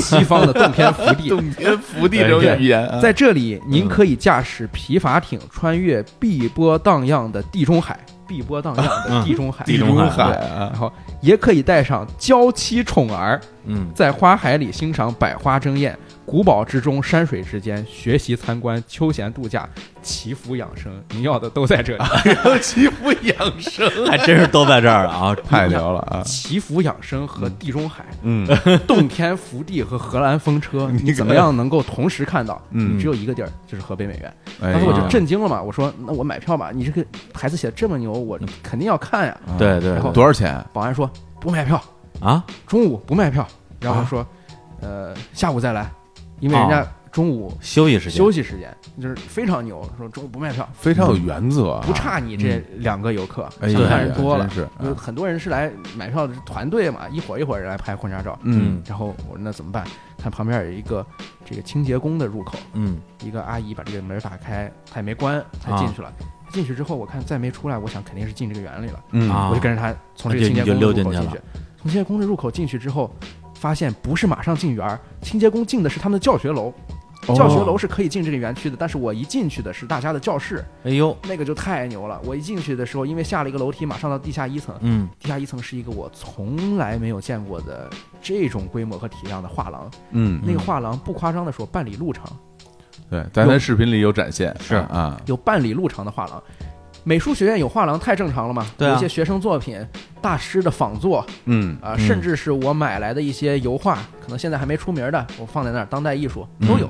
Speaker 3: 西方的洞天福地。
Speaker 4: 洞天福地这种语言啊，
Speaker 3: 在这里，您
Speaker 1: 嗯
Speaker 3: 可以驾驶皮筏艇穿越碧波荡漾的地中海，碧波荡漾的地中海，
Speaker 1: 嗯地
Speaker 4: 中
Speaker 1: 中海
Speaker 4: 海
Speaker 3: 然
Speaker 4: 啊，
Speaker 3: 后也可以带上娇妻宠儿，
Speaker 1: 嗯
Speaker 3: 在花海里欣赏百花争艳，古堡之中，山水之间，学习参观，休闲度假，祈福养生，您要的都在这里。
Speaker 4: 祈福养生，
Speaker 1: 嗯
Speaker 4: 啊
Speaker 1: 还真是都在这儿了 啊，
Speaker 4: 太聊了啊，
Speaker 3: 祈福养生和地中海、
Speaker 4: 嗯
Speaker 3: 洞天福地和荷兰风车，
Speaker 4: 你
Speaker 3: 你怎么样能够同时看到？
Speaker 4: 嗯
Speaker 3: 只有一个地儿，就是河北美院。
Speaker 4: 哎呀，
Speaker 3: 当时我就
Speaker 1: 呀
Speaker 3: 震惊了嘛，我说那我买票吧，你这个牌子写的这么牛，我肯定要看呀。
Speaker 4: 啊
Speaker 1: 对对
Speaker 3: 然后
Speaker 1: 对
Speaker 4: 多少钱？
Speaker 3: 保安说不卖票，
Speaker 1: 啊，
Speaker 3: 中午不卖票，
Speaker 4: 啊
Speaker 3: 然后说，呃，下午再来，因为人家中午
Speaker 1: 休息时间，
Speaker 3: 休息时间，就是非常牛，说中午不卖票，
Speaker 4: 非常有原则啊，
Speaker 3: 嗯不差你这两个游客，
Speaker 4: 哎呀，
Speaker 3: 想看人多了
Speaker 4: 真。是啊
Speaker 3: 有很多人是来买票的团队嘛，一伙一伙人来拍婚纱照。
Speaker 4: 嗯
Speaker 3: 然后我说那怎么办？看旁边有一个这个清洁工的入口，
Speaker 1: 嗯
Speaker 3: 一个阿姨把这个门打开，她也没关，她进
Speaker 1: 啊
Speaker 3: 去了。进去之后，我看再没出来，我想肯定是进这个园里了，
Speaker 4: 嗯
Speaker 1: 啊
Speaker 3: 我就跟着她从这
Speaker 1: 那
Speaker 3: 个
Speaker 1: 就
Speaker 3: 清洁
Speaker 1: 你就
Speaker 3: 工的入
Speaker 1: 溜
Speaker 3: 口
Speaker 1: 进
Speaker 3: 进
Speaker 1: 去
Speaker 3: 去。从清洁工的入口进去之后，发现不是马上进园儿，清洁工进的是他们的教学楼。
Speaker 1: 哦
Speaker 3: 教学楼是可以进这个园区的，但是我一进去的是大家的教室，
Speaker 1: 哎呦，
Speaker 3: 那个就太牛了。我一进去的时候，因为下了一个楼梯，马上到地下一层。
Speaker 1: 嗯
Speaker 3: 地下一层是一个我从来没有见过的这种规模和体量的画廊。
Speaker 4: 嗯，
Speaker 3: 那个画廊不夸张的说，半里路长，
Speaker 4: 对，在咱视频里有展现，
Speaker 1: 是
Speaker 4: 啊，
Speaker 3: 有半里路长的画廊。美术学院有画廊太正常了嘛？
Speaker 1: 对啊
Speaker 3: 有一些学生作品、大师的仿作
Speaker 4: 嗯
Speaker 3: 啊、
Speaker 1: 嗯
Speaker 3: 甚至
Speaker 1: 嗯
Speaker 3: 是我买来的一些油画，可能现在还没出名的，我放在那儿，当代艺术都有。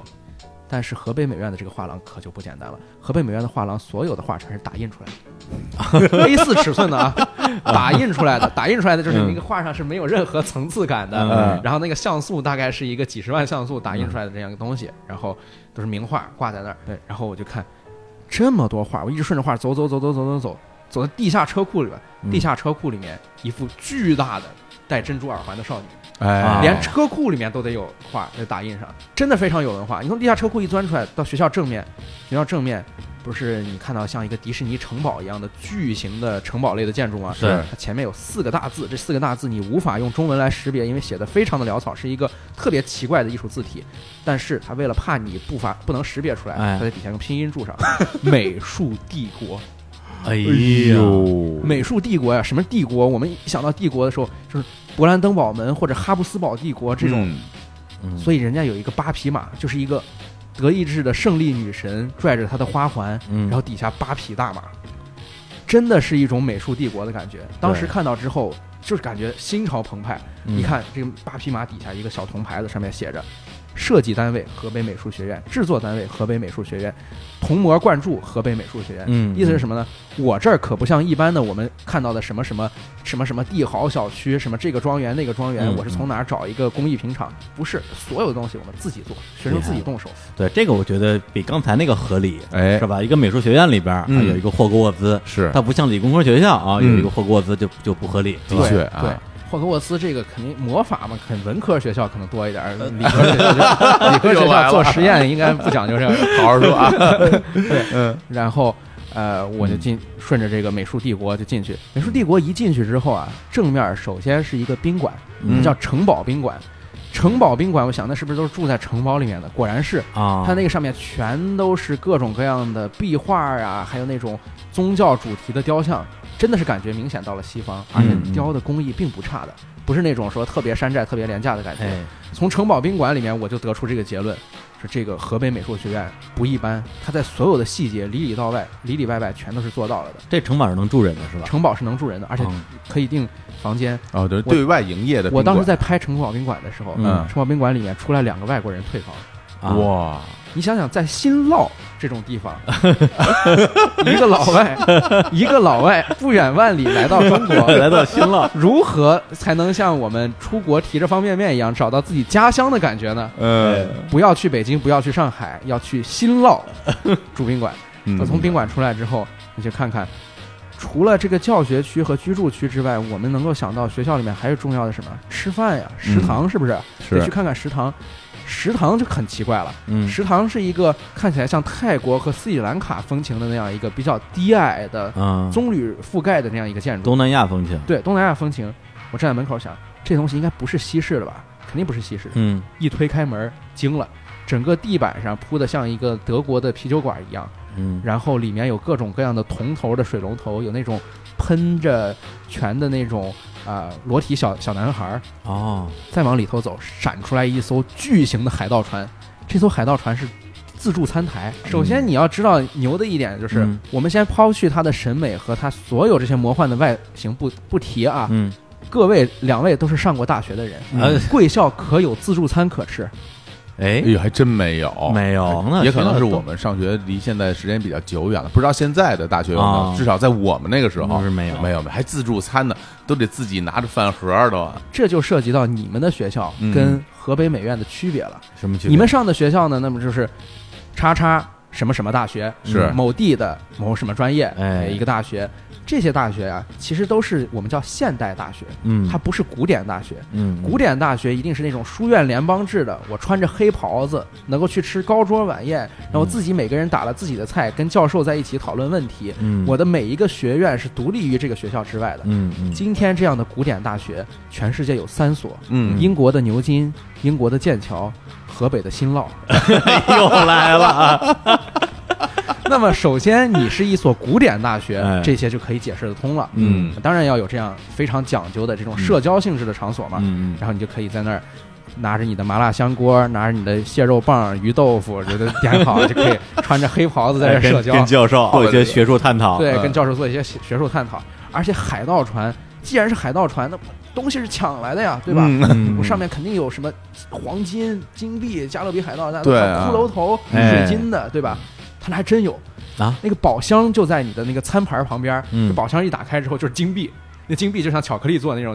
Speaker 3: 但是河北美院的这个画廊可就不简单了，河北美院的画廊所有的画全是打印出来的 ，A 四尺寸的 啊，打印出来的，打印出来的就是那个画上是没有任何层次感的，
Speaker 1: 嗯
Speaker 3: 然后那个像素大概是一个几十万像素打印出来的这样一个东西，然后都是名画挂在那儿，对，然后我就看这么多画，我一直顺着画走走走走走走走，走到地下车库里边，
Speaker 1: 嗯
Speaker 3: 地下车库里面一副巨大的戴珍珠耳环的少女。
Speaker 1: 啊
Speaker 4: 哎，
Speaker 3: 连车库里面都得有画在打印上，真的非常有文化。你从地下车库一钻出来，到学校正面，学校正面不是你看到像一个迪士尼城堡一样的巨型的城堡类的建筑吗？
Speaker 1: 是
Speaker 3: 它前面有四个大字，这四个大字你无法用中文来识别，因为写的非常的潦草，是一个特别奇怪的艺术字体。但是它为了怕你不发不能识别出来，
Speaker 1: 哎
Speaker 3: 它在底下用拼音注上“ 美术帝国”。
Speaker 1: 哎
Speaker 4: 哎
Speaker 1: 呦，
Speaker 4: 呦，
Speaker 3: 美术帝国呀，什么帝国？我们一想到帝国的时候，就是勃兰登堡门或者哈布斯堡帝国这种
Speaker 4: 嗯
Speaker 1: 以
Speaker 3: 所以人家有一个八匹马，就是一个德意志的胜利女神拽着她的花环，
Speaker 1: 嗯
Speaker 3: 然后底下八匹大马，真的是一种美术帝国的感觉。当时看到之后，就是感觉心潮澎湃。
Speaker 1: 嗯
Speaker 3: 你，看这个八匹马底下一个小铜牌子，上面写着。设计单位河北美术学院，制作单位河北美术学院，铜模灌注河北美术学院。
Speaker 1: 嗯
Speaker 3: 意思是什么呢？我这儿可不像一般的我们看到的什么什么什么什么帝豪小区，什么这个庄园那个庄园，
Speaker 1: 嗯
Speaker 3: 我是从哪儿找一个工艺品厂？不是，所有东西我们自己做，学生自己动手。
Speaker 1: 对这个我觉得比刚才那个合理，
Speaker 4: 哎
Speaker 1: 是吧？一个美术学院里边儿啊
Speaker 4: 嗯
Speaker 1: 有一个霍格沃兹，
Speaker 4: 是
Speaker 1: 它不像理工科学校啊，
Speaker 4: 嗯
Speaker 1: 有一个霍格沃兹就就不合理。
Speaker 4: 的
Speaker 3: 对
Speaker 4: 确啊
Speaker 3: 对。霍格沃兹这个肯定魔法嘛，肯文科学校可能多一点儿，理科学校就理科学校做实验应该不讲究这个。
Speaker 4: 好好说 啊，
Speaker 3: 然后呃，我就
Speaker 1: 嗯
Speaker 3: 进顺着这个美术帝国就进去。美术帝国一进去之后啊，正面首先是一个宾馆，
Speaker 1: 嗯
Speaker 3: 叫城堡宾馆。城堡宾馆，我想那是不是都是住在城堡里面的？果然是，
Speaker 1: 啊，
Speaker 3: 它那个上面全都是各种各样的壁画啊，还有那种宗教主题的雕像，真的是感觉明显到了西方，而且
Speaker 1: 嗯嗯
Speaker 3: 雕的工艺并不差的，不是那种说特别山寨、特别廉价的感觉。
Speaker 1: 哎，
Speaker 3: 从城堡宾馆里面，我就得出这个结论：是这个河北美术学院不一般，它在所有的细节里里到外、里里外外全都是做到了的。
Speaker 1: 这城堡是能住人的是吧？
Speaker 3: 城堡是能住人的，而且
Speaker 1: 嗯
Speaker 3: 可以订房间。
Speaker 4: 哦，对，对外营业的宾馆，
Speaker 3: 我当时在拍城堡宾馆的时候，
Speaker 1: 嗯
Speaker 3: 城堡宾馆里面出来两个外国人退房。
Speaker 1: 啊，
Speaker 4: 哇，
Speaker 3: 你想想，在新烙这种地方，一个老外，一个老外不远万里来到中国，
Speaker 1: 来到新浪，
Speaker 3: 如何才能像我们出国提着方便面一样找到自己家乡的感觉呢？
Speaker 4: 呃，
Speaker 3: 不要去北京，不要去上海，要去 新烙住宾馆。
Speaker 4: 嗯
Speaker 1: 嗯
Speaker 3: 我从宾馆出来之后，你去看看，除了这个教学区和居住区之外，我们能够想到学校里面还有重要的什么？吃饭呀，
Speaker 1: 嗯
Speaker 3: 食堂是不是？得去
Speaker 4: 是
Speaker 3: 看看食堂。食堂就很奇怪了，
Speaker 1: 嗯，
Speaker 3: 食堂 是一个看起来像泰国和斯里兰卡风情的那样一个比较低矮的
Speaker 1: 嗯，
Speaker 3: 棕榈覆盖的那样一个建筑。
Speaker 1: 东南亚风情，
Speaker 3: 对东南亚风情，我站在门口想，这东西应该不是西式的吧？肯定不是西式的。
Speaker 1: 嗯，
Speaker 3: 一推开门，惊了，整个地板上铺的像一个德国的啤酒馆一样，
Speaker 1: 嗯，
Speaker 3: 然后里面有各种各样的铜头的水龙头，有那种喷着泉的那种啊、呃裸体小小男孩儿。
Speaker 1: 哦，
Speaker 3: 再往里头走，闪出来一艘巨型的海盗船，这艘海盗船是。自助餐台，首先你要知道牛的一点就是，
Speaker 1: 嗯
Speaker 3: 我们先抛去它的审美和它所有这些魔幻的外形不不提啊，
Speaker 1: 嗯，
Speaker 3: 各位两位都是上过大学的人，
Speaker 1: 呃
Speaker 3: 贵校可有自助餐可吃，
Speaker 1: 哎
Speaker 4: 哎，呦，还真没有，
Speaker 1: 没有，那
Speaker 4: 也可能是
Speaker 1: 现在
Speaker 4: 我们上学离现在时间比较久远了，不知道现在的大学有没
Speaker 1: 啊
Speaker 4: 有，至少在我们那个时候
Speaker 1: 是没有
Speaker 4: 没有，没有还自助餐呢，都得自己拿着饭盒都。
Speaker 3: 这就涉及到你们的学校
Speaker 4: 嗯
Speaker 3: 跟河北美院的区别了。
Speaker 1: 什么区别？
Speaker 3: 你们上的学校呢，那么就是叉叉什么什么大学，
Speaker 4: 是
Speaker 3: 某地的某什么专业，
Speaker 1: 哎
Speaker 3: 一个大学。这些大学啊，其实都是我们叫现代大学，
Speaker 1: 嗯，
Speaker 3: 它不是古典大学。
Speaker 1: 嗯，
Speaker 3: 古典大学一定是那种书院联邦制的，我穿着黑袍子，能够去吃高桌晚宴，然后自己每个人打了自己的菜，跟教授在一起讨论问题。
Speaker 1: 嗯，
Speaker 3: 我的每一个学院是独立于这个学校之外的。
Speaker 1: 嗯嗯，
Speaker 3: 今天这样的古典大学，全世界有三所：
Speaker 4: 嗯，
Speaker 3: 英国的牛津、英国的剑桥、河北的 新烙。
Speaker 1: 又来了啊，
Speaker 3: 那么，首先你是一所古典大学
Speaker 1: 哎，
Speaker 3: 这些就可以解释得通了。
Speaker 4: 嗯
Speaker 3: 当然要有这样非常讲究的这种社交性质的场所嘛。
Speaker 1: 嗯
Speaker 3: 然后你就可以在那儿拿着你的麻辣香锅，拿着你的蟹肉棒、鱼豆腐，觉得点好就可以穿着黑袍 子在这儿社
Speaker 1: 哎跟
Speaker 3: 交
Speaker 1: 跟，教授做一些学术探讨，
Speaker 3: 对，
Speaker 4: 嗯
Speaker 3: 跟教授做一些学学术探讨。而且海盗船既然是海盗船，那东西是抢来的呀，对吧？
Speaker 4: 嗯
Speaker 1: 嗯
Speaker 3: 我上面肯定有什么黄金、金币、加勒比海盗那
Speaker 4: 对啊
Speaker 3: 骷髅头、
Speaker 1: 哎
Speaker 3: 水晶的，对吧？他那还真有
Speaker 1: 啊，
Speaker 3: 那个宝箱就在你的那个餐盘旁边，
Speaker 1: 嗯
Speaker 3: 这宝箱一打开之后就是金币，那金币就像巧克力做的那种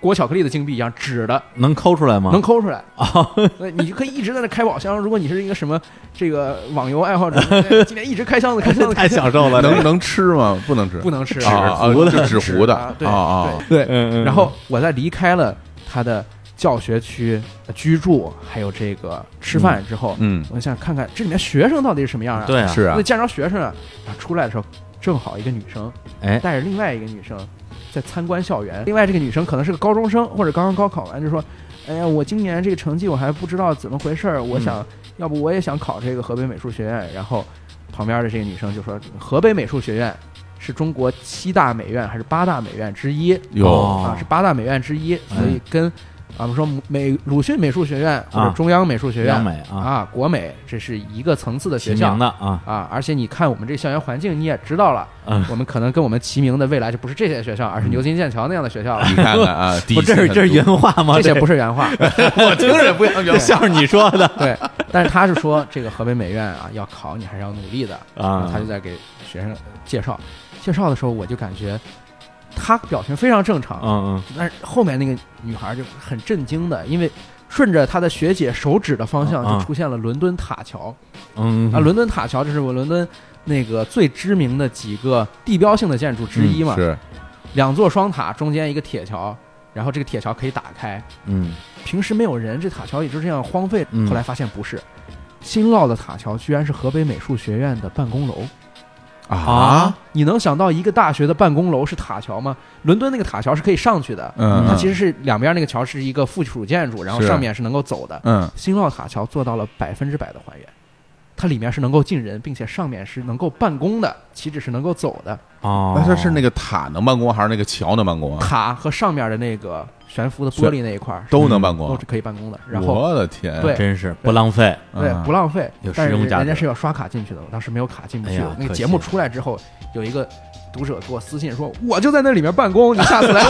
Speaker 3: 裹巧克力的金币一样，纸的，
Speaker 1: 能抠出来吗？
Speaker 3: 能抠出来
Speaker 1: 啊，
Speaker 3: 所以你就可以一直在那开宝箱。如果你是一个什么这个网游爱 好者，哎今天一直开箱子，开箱子，开
Speaker 1: 太
Speaker 3: 箱
Speaker 1: 享受 了，
Speaker 4: 能能吃吗？不能吃，
Speaker 3: 子不能吃
Speaker 4: 啊啊，
Speaker 1: 纸糊的
Speaker 4: 就纸糊的
Speaker 3: 啊对
Speaker 4: 啊啊，
Speaker 3: 对
Speaker 1: 嗯嗯
Speaker 3: 然后我在离开了他的教学区、呃居住，还有这个吃饭之后，
Speaker 4: 嗯，
Speaker 3: 我想看看这里面学生到底是什么样啊？，
Speaker 1: 对啊，
Speaker 4: 是啊
Speaker 3: 那，见着学生啊，然后出来的时候，正好一个女生
Speaker 1: 哎，
Speaker 3: 带着另外一个女生在参观校园，另外这个女生可能是个高中生或者刚刚高考完，就说：“哎呀，我今年这个成绩我还不知道怎么回事儿，
Speaker 1: 嗯
Speaker 3: 我想、要不我也想考这个河北美术学院。”然后旁边的这个女生就说：“河北美术学院是中国七大美院还是八大美院之一？”
Speaker 4: 有
Speaker 1: 哦
Speaker 3: 啊，是八大美院之一，
Speaker 1: 哎
Speaker 3: 所以跟啊，我们说美鲁迅美术学院或者
Speaker 1: 啊
Speaker 3: 中央美术学院
Speaker 1: 央美啊
Speaker 3: 啊，国美这是一个层次的
Speaker 1: 齐
Speaker 3: 学校
Speaker 1: 名的啊，
Speaker 3: 啊。而且你看我们这校园环境，你也知道了，
Speaker 1: 嗯
Speaker 3: 我们可能跟我们齐名的未来就不是这些学校，而是牛津、剑桥那样的 学校了。
Speaker 4: 你看看啊，
Speaker 1: 不，这是这是 原话吗？
Speaker 3: 这些不
Speaker 1: 是，
Speaker 3: 是原话，
Speaker 4: 我听着不像原
Speaker 1: 这像是你说的
Speaker 3: 对，但是他是说这个河北美院啊，要考你还是要努力的然
Speaker 1: 啊
Speaker 3: 后，他就在给学生介绍，介绍的时候我就感觉他表情非常正常，
Speaker 1: 嗯嗯，
Speaker 3: 但是后面那个女孩就很震惊的，因为顺着她的学姐手指的方向
Speaker 1: 啊
Speaker 3: 就出现了伦敦塔桥
Speaker 1: 嗯
Speaker 3: 啊，伦敦塔桥这是我伦敦那个最知名的几个地标性的建筑之一嘛，
Speaker 4: 嗯是
Speaker 3: 两座双塔中间一个铁桥，然后这个铁桥可以打开，
Speaker 1: 嗯
Speaker 3: 平时没有人，这塔桥也就这样荒废
Speaker 1: 嗯。
Speaker 3: 后来发现不是，新落的塔桥居然是河北美术学院的办公楼。
Speaker 4: 啊，
Speaker 3: 你能想到一个大学的办公楼是塔桥吗？伦敦那个塔桥是可以上去的，
Speaker 4: 嗯
Speaker 3: 它其实是两边那个桥是一个附属建筑，然后
Speaker 4: 是
Speaker 3: 上面是能够走的。
Speaker 4: 嗯，
Speaker 3: 新奥塔桥做到了百分之百的还原，它里面是能够进人，并且上面是能够办公的，岂止是能够走的。
Speaker 1: 哦，
Speaker 4: 那它是那个塔能办公还是那个桥能办公啊？
Speaker 3: 塔和上面的那个悬浮的玻璃那一块儿
Speaker 4: 都能办
Speaker 1: 啊
Speaker 3: 嗯都
Speaker 4: 公啊
Speaker 3: 是，可以办公的，然后
Speaker 4: 我的天，啊
Speaker 3: 对
Speaker 1: 真是不浪 费，
Speaker 3: 对
Speaker 4: 嗯
Speaker 3: 不浪费
Speaker 1: 啊有，
Speaker 3: 但
Speaker 1: 实
Speaker 3: 是
Speaker 1: 用价
Speaker 3: 人家
Speaker 1: 值
Speaker 3: 是要刷卡进去的，我当时没有卡进不
Speaker 1: 哎
Speaker 3: 去
Speaker 1: 呀。
Speaker 3: 那
Speaker 1: 可
Speaker 3: 个
Speaker 1: 惜
Speaker 3: 节目出来之后，有一个读者给我私信说，我就在那里面办公，你下次 来。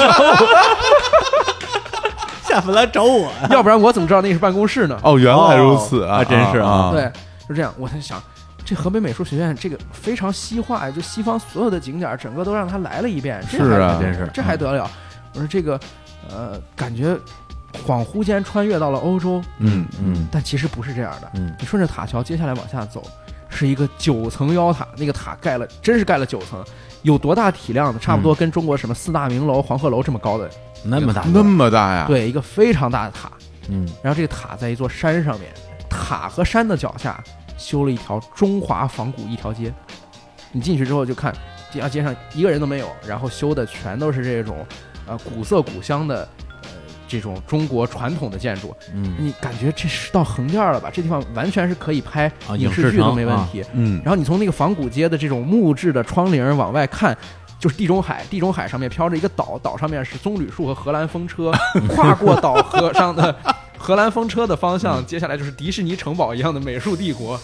Speaker 1: 下次来找我，
Speaker 3: 要不然我怎么啊知道那是办公室呢？
Speaker 4: 哦，原来如此啊，
Speaker 1: 哦还真是啊
Speaker 4: 啊，
Speaker 3: 对，就这样，我在想，这河北美术学院这个非常西化，就西方所有的景点儿整个都让他来了一遍，这
Speaker 4: 是
Speaker 3: 还
Speaker 4: 啊
Speaker 1: 真是嗯
Speaker 3: 这还得了？我说这个，呃，感觉恍惚间穿越到了欧洲，
Speaker 4: 嗯
Speaker 1: 嗯
Speaker 3: 但其实不是这样的。
Speaker 1: 嗯
Speaker 3: 你顺着塔桥接下来往下走，是一个九层妖塔，那个塔盖了，真是盖了九层，有多大体量呢？差
Speaker 4: 嗯
Speaker 3: 不多跟中国什么四大名楼、黄鹤楼这么高的，
Speaker 1: 那么大，
Speaker 4: 那么大呀，
Speaker 3: 对，一个非常大的塔。
Speaker 1: 嗯
Speaker 3: 然后这个塔在一座山上面，塔和山的脚下修了一条中华仿古一条街。你进去之后就看这条街上一个人都没有，然后修的全都是这种呃古色古香的呃这种中国传统的建筑。
Speaker 1: 嗯
Speaker 3: 你感觉这是到横店了吧？这地方完全是可以拍
Speaker 1: 啊
Speaker 3: 影
Speaker 1: 影视
Speaker 3: 视剧都
Speaker 1: 城
Speaker 3: 没问
Speaker 1: 啊
Speaker 3: 题。
Speaker 4: 嗯
Speaker 3: 然后你从那个仿古街的这种木质的窗棂往外看，就是地中海，地中海上面飘着一个岛，岛上面是棕榈树和荷兰风 车，跨过岛河上的 荷兰风车的方向，接下来就是迪士尼城堡一样的美术帝国。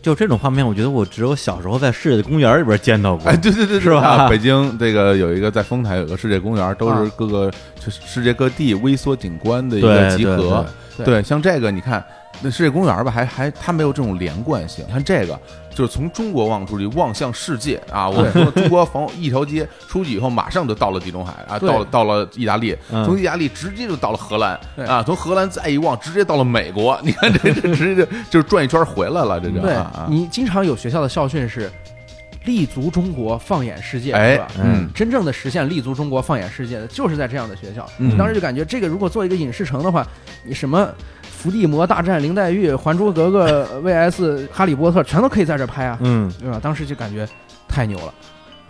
Speaker 1: 就这种画面，我觉得我只有小时候在市里的公园里边见到过
Speaker 4: 哎，，对对对，对
Speaker 1: 是吧
Speaker 4: 啊北京这个有一个在丰台有个世界公园，都是
Speaker 3: 啊
Speaker 4: 各个世世界各地微缩景观的一个
Speaker 1: 对
Speaker 4: 集
Speaker 1: 对
Speaker 4: 合。
Speaker 3: 对
Speaker 4: 像这个你看，那世界公园吧，还还它没有这种连贯性。你看这个，就是从中国望出去，望向世界啊！我
Speaker 3: 对
Speaker 4: 从中国防一条街出去以后，马上就到了地中海啊，
Speaker 3: 对
Speaker 4: 到了到了意大利，
Speaker 1: 嗯
Speaker 4: 从意大利直接就到了荷兰
Speaker 3: 对
Speaker 4: 啊，从荷兰再一望，直接到了美国。你看这这直接就就是转一圈回来了，这就
Speaker 3: 对
Speaker 4: 啊啊
Speaker 3: 你经常有学校的校训是“立足中国，放眼世界”，
Speaker 4: 哎
Speaker 3: 是吧？
Speaker 4: 嗯
Speaker 3: 真正的实现立足中国、放眼世界的，就是在这样的学校。
Speaker 4: 嗯
Speaker 3: 当时就感觉，这个如果做一个影视城的话，你什么伏地魔大战林黛玉、还珠格格 VS 哈利波特，全都可以在这拍啊，
Speaker 1: 嗯
Speaker 3: 对吧？当时就感觉太牛了。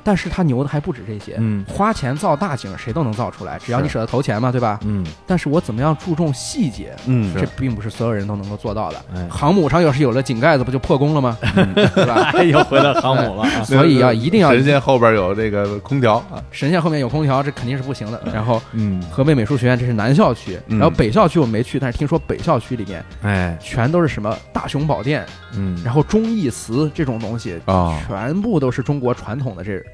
Speaker 3: 但是他牛的还不止这些，
Speaker 1: 嗯
Speaker 3: 花钱造大景谁都能造出来，只要
Speaker 4: 是
Speaker 3: 你舍得投钱嘛，对吧？
Speaker 1: 嗯，
Speaker 3: 但是我怎么样注重细节，
Speaker 4: 嗯
Speaker 3: 这并不是所有人都能够做到的。
Speaker 1: 哎，
Speaker 3: 航母上要是有了井盖子，不就破功了吗？对吧？
Speaker 1: 哎又回到航母了 啊，
Speaker 3: 所以要一定要
Speaker 4: 神仙后边有这个空调啊，
Speaker 3: 神仙后面有空调，这肯定是不行的。然后
Speaker 1: 嗯
Speaker 3: 河北美术学院这是南校区，
Speaker 4: 嗯
Speaker 3: 然后北校区我没去，但是听说北校区里面
Speaker 1: 哎
Speaker 3: 全都是什么大雄宝殿，
Speaker 1: 嗯，
Speaker 2: 哦
Speaker 3: 然后忠义祠这种东西，
Speaker 4: 啊
Speaker 3: 全部都是中国传统的这种。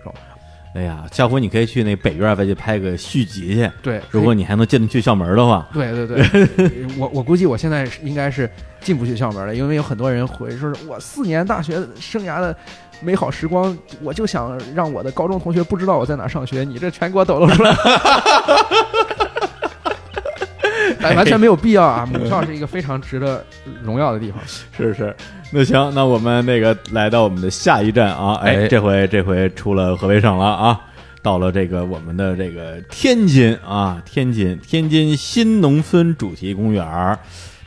Speaker 1: 哎呀，下回你可以去那北院再去拍个续集去，
Speaker 3: 对，
Speaker 1: 如果你还能进得去校门的话，
Speaker 3: 对对 对，我我估计我现在是应该是进不去校门了，因为有很多人回说是我四年大学生涯的美好时光，我就想让我的高中同学不知道我在哪上学，你这全给我抖露 出来，但完全没有必要啊！母校 是一个非常值得荣耀的地方，
Speaker 1: 是是。那行，那我们那个来到我们的下一站啊，哎，
Speaker 4: 哎
Speaker 1: 这回这回出了河北省了啊，到了这个我们的这个天津啊，天津天津新农村主题公园儿。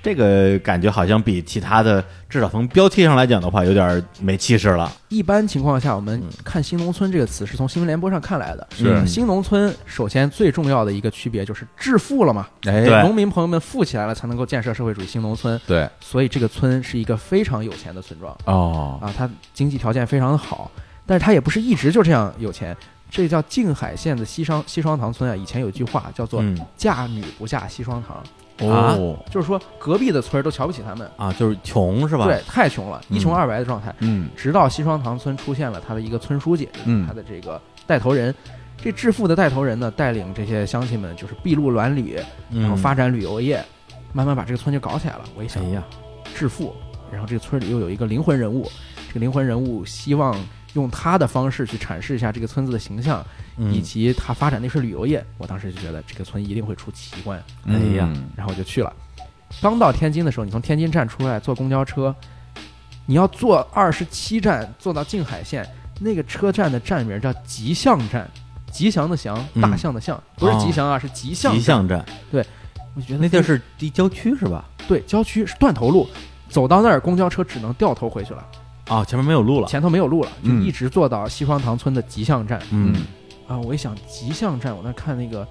Speaker 1: 这个感觉好像比其他的，至少从标题上来讲的话，有点没气势了。
Speaker 3: 一般情况下，我们看“新农村”这个词是从新闻联播上看来的。
Speaker 4: 嗯是
Speaker 3: 嗯新农村，首先最重要的一个区别就是致富了嘛，
Speaker 4: 哎
Speaker 1: 对
Speaker 3: 农民朋友们富起来了，才能够建设社会主义新农村。
Speaker 4: 对
Speaker 3: 所以这个村是一个非常有钱的村庄
Speaker 4: 哦，
Speaker 3: 啊，它经济条件非常的好，但是它也不是一直就这样有钱。这叫静海县的西双西双塘村啊，以前有一句话叫做
Speaker 1: 嗯
Speaker 3: “嫁女不嫁西双塘
Speaker 1: 啊
Speaker 4: 哦，”，
Speaker 3: 就是说隔壁的村儿都瞧不起他们，
Speaker 1: 啊，就是穷是吧？
Speaker 3: 对，太穷了，一穷
Speaker 4: 嗯
Speaker 3: 二白的状态。
Speaker 4: 嗯
Speaker 3: 直到西双塘村出现了他的一个村书记，
Speaker 4: 嗯
Speaker 3: 他的这个带头人。这致富的带头人呢，带领这些乡亲们就是筚路蓝缕，
Speaker 1: 嗯，
Speaker 3: 然后发展旅游业，慢慢把这个村就搞起来了。我一
Speaker 1: 哎
Speaker 3: 想，
Speaker 1: 呀，
Speaker 3: 致富，然后这个村里又有一个灵魂人物，这个灵魂人物希望用他的方式去阐释一下这个村子的形象，
Speaker 1: 嗯
Speaker 3: 以及他发展那是旅游业。我当时就觉得这个村一定会出奇观，
Speaker 1: 哎呀
Speaker 4: 嗯
Speaker 3: 然后我就去了。刚到天津的时候，你从天津站出来坐公交车，你要坐二十七站坐到静海县，那个车站的站名叫吉祥站，吉祥的祥，
Speaker 1: 嗯
Speaker 3: 大象的象，不是
Speaker 1: 哦
Speaker 3: 吉祥啊，是吉祥。
Speaker 1: 吉，象站
Speaker 3: 我就觉得
Speaker 1: 那地儿
Speaker 3: 非
Speaker 1: 是地郊区是吧？
Speaker 3: 对郊区是断头路，走到那儿公交车只能掉头回去了，
Speaker 1: 啊，前面没有路了。
Speaker 3: 前头没有路了，就
Speaker 4: 嗯
Speaker 3: 一直坐到西双塘村的吉祥站。
Speaker 1: 嗯，
Speaker 3: 啊，我一想吉象站，我那看那个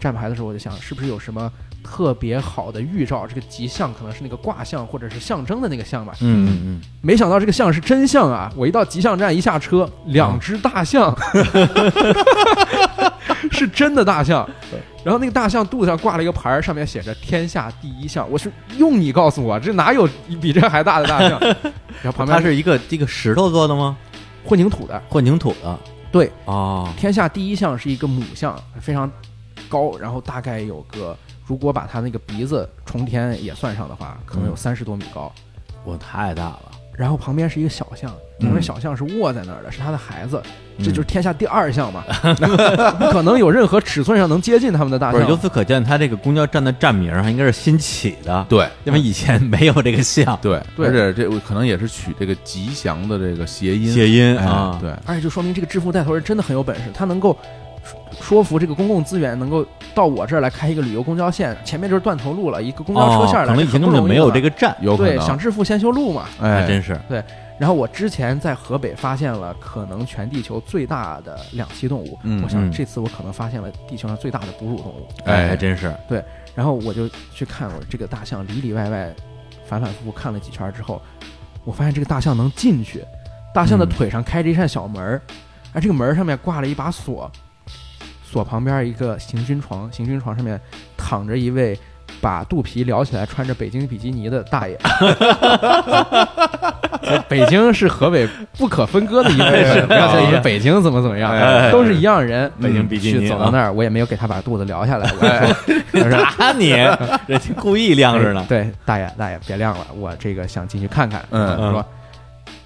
Speaker 3: 站牌的时候，我就想是不是有什么特别好的预兆？这个吉象可能是那个卦象或者是象征的那个象吧。
Speaker 1: 嗯嗯
Speaker 3: 没想到这个象是真象啊！我一到吉象站一下车，两只大象，是真的大象。然后那个大象肚子上挂了一个牌儿，上面写着“天下第一象”。我是用你告诉我，这哪有比这还大的大象？然后旁
Speaker 1: 嗯，它
Speaker 3: 边
Speaker 1: 是一个这个石头做的吗？
Speaker 3: 混凝土的，
Speaker 1: 混凝土的。
Speaker 3: 对，
Speaker 1: 哦，
Speaker 3: 天下第一象是一个母象，非常高，然后大概有个，如果把它那个鼻子冲天也算上的话，可能有
Speaker 1: 嗯
Speaker 3: 三十多米高。
Speaker 1: 我太大了。
Speaker 3: 然后旁边是一个小象，
Speaker 4: 嗯
Speaker 3: 旁边小象是卧在那儿的，是它的孩子，
Speaker 1: 嗯
Speaker 3: 这就是天下第二 象嘛，不可能有任何尺寸上能接近它们的大
Speaker 1: 不是，由
Speaker 3: 象。
Speaker 1: 此可见，它这个公交站的站名儿还啊应该是新起的，
Speaker 4: 对
Speaker 1: 因为以前没有这个象
Speaker 4: 对，
Speaker 3: 对
Speaker 4: 而且这可能也是取这个吉祥的这个谐音
Speaker 1: 谐音
Speaker 4: 哎
Speaker 1: 啊。，
Speaker 4: 对，
Speaker 3: 而且就说明这个致富带头人真的很有本事，他能够说服这个公共资源能够到我这儿来开一个旅游公交线，前面就是断头路了，一个公交车
Speaker 1: 哦
Speaker 3: 线儿来，
Speaker 1: 可能以前根本就没有这个站，
Speaker 4: 有可
Speaker 3: 对，想
Speaker 4: 能，
Speaker 3: 致富先修路嘛。
Speaker 1: 还
Speaker 4: 哎，
Speaker 1: 真是。
Speaker 3: 然后我之前在河北发现了可能全地球最大的两栖动物，
Speaker 4: 嗯
Speaker 3: 我想
Speaker 1: 嗯
Speaker 3: 这次我可能发现了地球上最大的哺乳动物。
Speaker 4: 哎
Speaker 1: 还真是。
Speaker 3: 然后我就去看我这个大象里里外外反反复复看了几圈之后，我发现这个大象能进去，大象的
Speaker 1: 嗯
Speaker 3: 腿上开着一扇小门儿，而这个门儿上面挂了一把锁，锁旁边一个行军床，行军床上面躺着一位把肚皮撩起来穿着北京比基尼的大爷。 北京是河北不可分割的一 部分，不要觉得你们北京怎么怎么样
Speaker 4: 哎哎哎，
Speaker 3: 都是一样人。
Speaker 1: 北京比基尼啊
Speaker 3: 去走到那儿，我也没有给他把肚子撩下来，我 说
Speaker 1: 打啊你，人家故意晾着呢。
Speaker 3: 哎对，大爷大爷别亮了，我这个想进去看看。
Speaker 4: 嗯
Speaker 3: 我说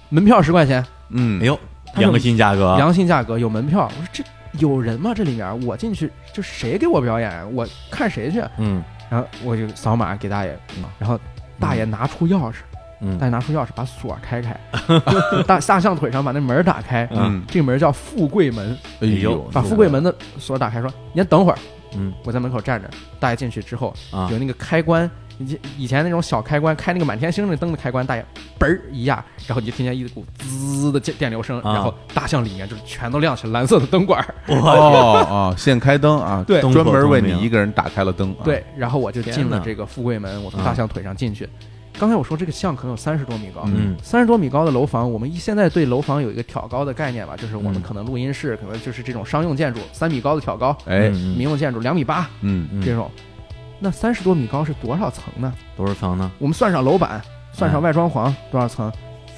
Speaker 3: 门票十块钱，
Speaker 4: 嗯
Speaker 1: 哎，呦，
Speaker 3: 他
Speaker 1: 良
Speaker 3: 们
Speaker 1: 心价格，啊
Speaker 3: 良心价格，有门票。我说这有人吗？这里面我进去，这谁给我表演啊？我看谁去？
Speaker 1: 嗯
Speaker 3: 然后我就扫码给大爷
Speaker 1: 嗯，
Speaker 3: 然后大爷拿出钥匙，大
Speaker 1: 嗯，
Speaker 3: 爷拿出钥匙把锁开开， 大大象腿上把那门打开。
Speaker 4: 嗯，
Speaker 3: 这个门叫富贵门，
Speaker 4: 哎
Speaker 1: 呦
Speaker 4: 呦，
Speaker 3: 把富 贵门的锁打开，说：“你先等会儿，
Speaker 1: 嗯
Speaker 3: 我在门口站着。”大爷进去之后，
Speaker 1: 啊
Speaker 3: 有那个开关，以前以前那种小开关，开那个满天星那灯的开关，大爷嘣儿一压，然后你就听见一股滋的电电流声，
Speaker 1: 啊
Speaker 3: 然后大象里面就是全都亮起了蓝色的灯管儿，
Speaker 1: 我
Speaker 4: 哦哦，现开灯啊，
Speaker 3: 对
Speaker 4: 专门为你一个人打开了灯，啊，
Speaker 3: 对，然后我就进
Speaker 1: 天
Speaker 3: 了
Speaker 1: 哪
Speaker 3: 这个富贵门，我从
Speaker 1: 啊
Speaker 3: 大象腿上进去。刚才我说这个象可能有三十多米高，
Speaker 1: 嗯
Speaker 3: 三十多米高的楼房，我们一现在对楼房有一个挑高的概念吧，就是我们
Speaker 1: 嗯
Speaker 3: 可能录音室，可能就是这种商用建筑，三米高的挑高，
Speaker 4: 哎，
Speaker 1: 嗯嗯
Speaker 3: 民用建筑两米八
Speaker 4: 嗯
Speaker 1: 嗯
Speaker 3: 这种。那三十多米高是多少层呢？
Speaker 1: 多少层呢？
Speaker 3: 我们算上楼板，算上
Speaker 1: 哎
Speaker 3: 外装潢，嗯多少层？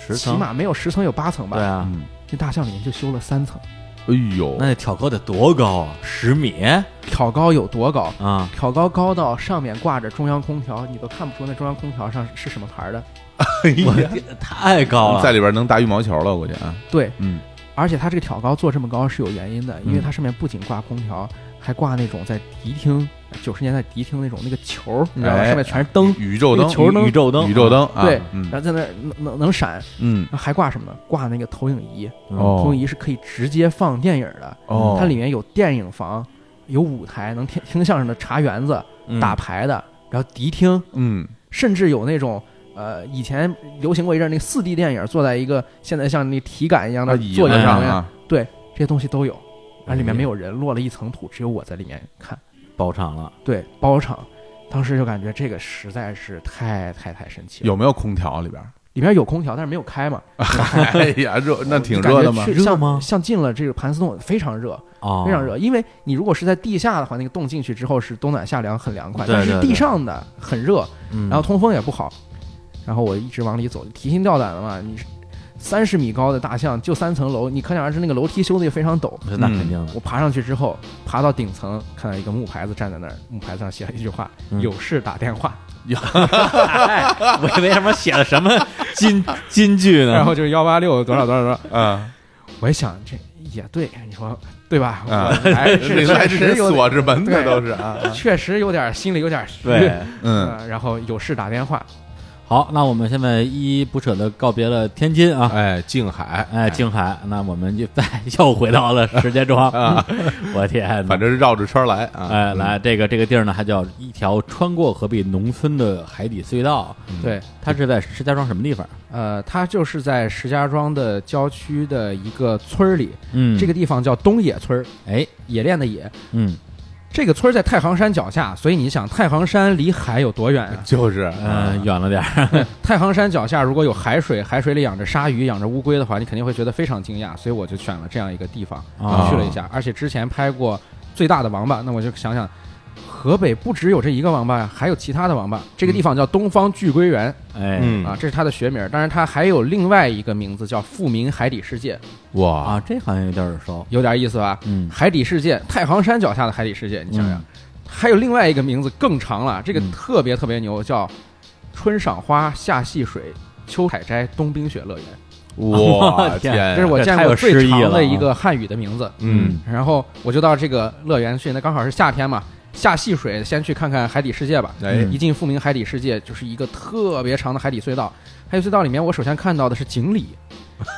Speaker 1: 十
Speaker 3: 起
Speaker 1: 层。
Speaker 3: 码没有十层，有八层吧。
Speaker 1: 对啊，
Speaker 4: 嗯，
Speaker 3: 那大象里面就修了三层，
Speaker 4: 哎呦，
Speaker 1: 那挑高得多高啊？十米
Speaker 3: 挑高有多高？
Speaker 1: 啊？
Speaker 3: 挑高高到上面挂着中央空调，你都看不出那中央空调上是什么牌儿的。
Speaker 4: 哎
Speaker 1: 我
Speaker 4: 呀嗯
Speaker 1: 太高了，
Speaker 4: 在里边能打羽毛球了，我估计啊，
Speaker 3: 对，
Speaker 4: 嗯，
Speaker 3: 而且它这个挑高做这么高是有原因的，因为
Speaker 1: 嗯
Speaker 3: 它上面不仅挂空调，还挂那种在迪厅九十年代迪厅那种那个球儿，你知道吧？
Speaker 4: 哎
Speaker 3: 上面全是灯，
Speaker 4: 宇宙
Speaker 3: 那个
Speaker 4: 灯，
Speaker 3: 球
Speaker 1: 宇
Speaker 3: 灯
Speaker 1: 宇宙灯，
Speaker 4: 宇宙灯啊，
Speaker 3: 对，
Speaker 4: 嗯
Speaker 3: 然后在那儿能能能闪，
Speaker 4: 嗯，
Speaker 3: 然后还挂什么呢？挂那个投影仪，
Speaker 4: 哦
Speaker 3: 投影仪是可以直接放电影的，
Speaker 4: 哦，
Speaker 3: 嗯它里面有电影房，有舞台，能听听相声的茶园子，
Speaker 1: 嗯
Speaker 3: 打牌的，然后迪厅，
Speaker 4: 嗯，
Speaker 3: 甚至有那种。呃，以前流行过一阵儿那个四 D 电影，坐在一个现在像那体感一样的
Speaker 4: 椅
Speaker 3: 座
Speaker 4: 子
Speaker 3: 椅
Speaker 1: 子
Speaker 4: 上
Speaker 3: 上
Speaker 1: 面
Speaker 3: 面，
Speaker 4: 啊，
Speaker 3: 对，这些东西都有。
Speaker 1: 哎
Speaker 3: 啊，
Speaker 1: 呀
Speaker 3: 里面没有人，落了一层土，只有我在里面看。
Speaker 1: 包场了，
Speaker 3: 对，包场，当时就感觉这个实在是太太太神奇了。
Speaker 4: 有没有空调里边？
Speaker 3: 里面有空调，但是没有开嘛，
Speaker 4: 哎呀， 热那 挺热的嘛，
Speaker 3: 就感觉去
Speaker 1: 热
Speaker 3: 像
Speaker 1: 吗
Speaker 3: 像进了这个盘丝洞，非常热，
Speaker 1: 哦，
Speaker 3: 非常热。因为你如果是在地下的话，那个洞进去之后是冬暖夏凉，很凉快。
Speaker 1: 对
Speaker 3: 但是
Speaker 1: 对对
Speaker 3: 地上的很热，
Speaker 1: 嗯，
Speaker 3: 然后通风也不好。然后我一直往里走，提心吊胆的嘛。你三十米高的大象，就三层楼，你可想而知那个楼梯修的也非常陡。
Speaker 1: 那肯定的，
Speaker 3: 我爬上去之后，爬到顶层，看到一个木牌子站在那儿，木牌子上写了一句话：“
Speaker 1: 嗯
Speaker 3: 有事打电话。
Speaker 1: 我以为什么写了什么金金句呢？
Speaker 3: 然后就是幺八六多少多少多少。
Speaker 4: 啊，
Speaker 3: 我一想，这也对，你说对吧？
Speaker 4: 啊
Speaker 3: 我还
Speaker 4: 里
Speaker 3: 是
Speaker 4: 来之
Speaker 3: 确实
Speaker 4: 前
Speaker 3: 有点，
Speaker 4: 锁着门的
Speaker 3: 对
Speaker 4: 都是 啊，啊
Speaker 3: 确实有点，心里有点虚。
Speaker 1: 对，
Speaker 4: 嗯，
Speaker 3: 呃然后有事打电话，
Speaker 1: 好，那我们现在依依不舍的告别了天津
Speaker 4: 嗯
Speaker 1: 啊。
Speaker 2: 哎，静海，
Speaker 1: 哎，静海，那我们就再 又回到了石家庄啊！ 我天哪
Speaker 4: 哎反！正绕着圈儿来啊，
Speaker 1: 哎，
Speaker 4: 嗯，
Speaker 1: 来这个这个地儿呢，它叫一条穿过河北农村的海底隧道。
Speaker 3: 对，
Speaker 1: 它是在石家庄什么地方？
Speaker 3: 呃，他就是在石家庄的郊区的一个村儿里，
Speaker 1: 嗯
Speaker 3: 这个地方叫东野村儿，
Speaker 1: 哎，
Speaker 3: 冶炼的冶。
Speaker 1: 嗯，
Speaker 3: 这个村儿在太行山脚下，所以你想，太行山离海有多远啊？
Speaker 4: 就是，
Speaker 1: 呃，
Speaker 4: 啊
Speaker 1: 远了点儿。
Speaker 3: 太行山脚下如果有海水，海水里养着鲨鱼、养着乌龟的话，你肯定会觉得非常惊讶，所以我就选了这样一个地方、
Speaker 1: 啊
Speaker 3: 去了一下。而且之前拍过《最大的王八》，那我就想想，河北不只有这一个王八呀，还有其他的王八。这个
Speaker 1: 嗯
Speaker 3: 地方叫东方巨龟园、
Speaker 1: 哎，
Speaker 4: 嗯
Speaker 3: 啊，这是它的学名。当然，它还有另外一个名字叫富民海底世界，
Speaker 4: 哇，
Speaker 1: 啊，这好像有点耳熟。
Speaker 3: 有点意思吧？
Speaker 1: 嗯
Speaker 3: 海底世界，太行山脚下的海底世界，你想想，
Speaker 1: 嗯
Speaker 3: 还有另外一个名字更长了，这个
Speaker 1: 嗯
Speaker 3: 特别特别牛，叫春赏花，夏戏水，秋采摘，冬冰雪乐园。
Speaker 4: 哇
Speaker 1: 天
Speaker 4: 天，
Speaker 3: 啊
Speaker 4: 啊
Speaker 3: 这是我
Speaker 1: 哎这
Speaker 3: 见
Speaker 1: 太有
Speaker 3: 过最
Speaker 1: 诗意
Speaker 3: 长
Speaker 1: 了啊
Speaker 3: 的一个汉语的名字。
Speaker 4: 嗯，
Speaker 3: 然后我就到这个乐园去，那刚好是夏天嘛，下戏水，先去看看海底世界吧。
Speaker 4: 哎
Speaker 1: 嗯
Speaker 3: 一进富民海底世界，就是一个特别长的海底隧道。海底隧道里面，我首先看到的是锦鲤。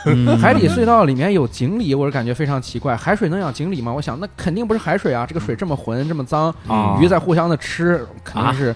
Speaker 1: 嗯
Speaker 3: 海底隧道里面有锦鲤，我是感觉非常奇怪。海水能养锦鲤吗？我想那肯定不是海水啊，这个
Speaker 4: 嗯
Speaker 3: 水这么浑，这么脏，
Speaker 1: 啊
Speaker 3: 鱼在互相的吃，肯
Speaker 4: 啊
Speaker 3: 定是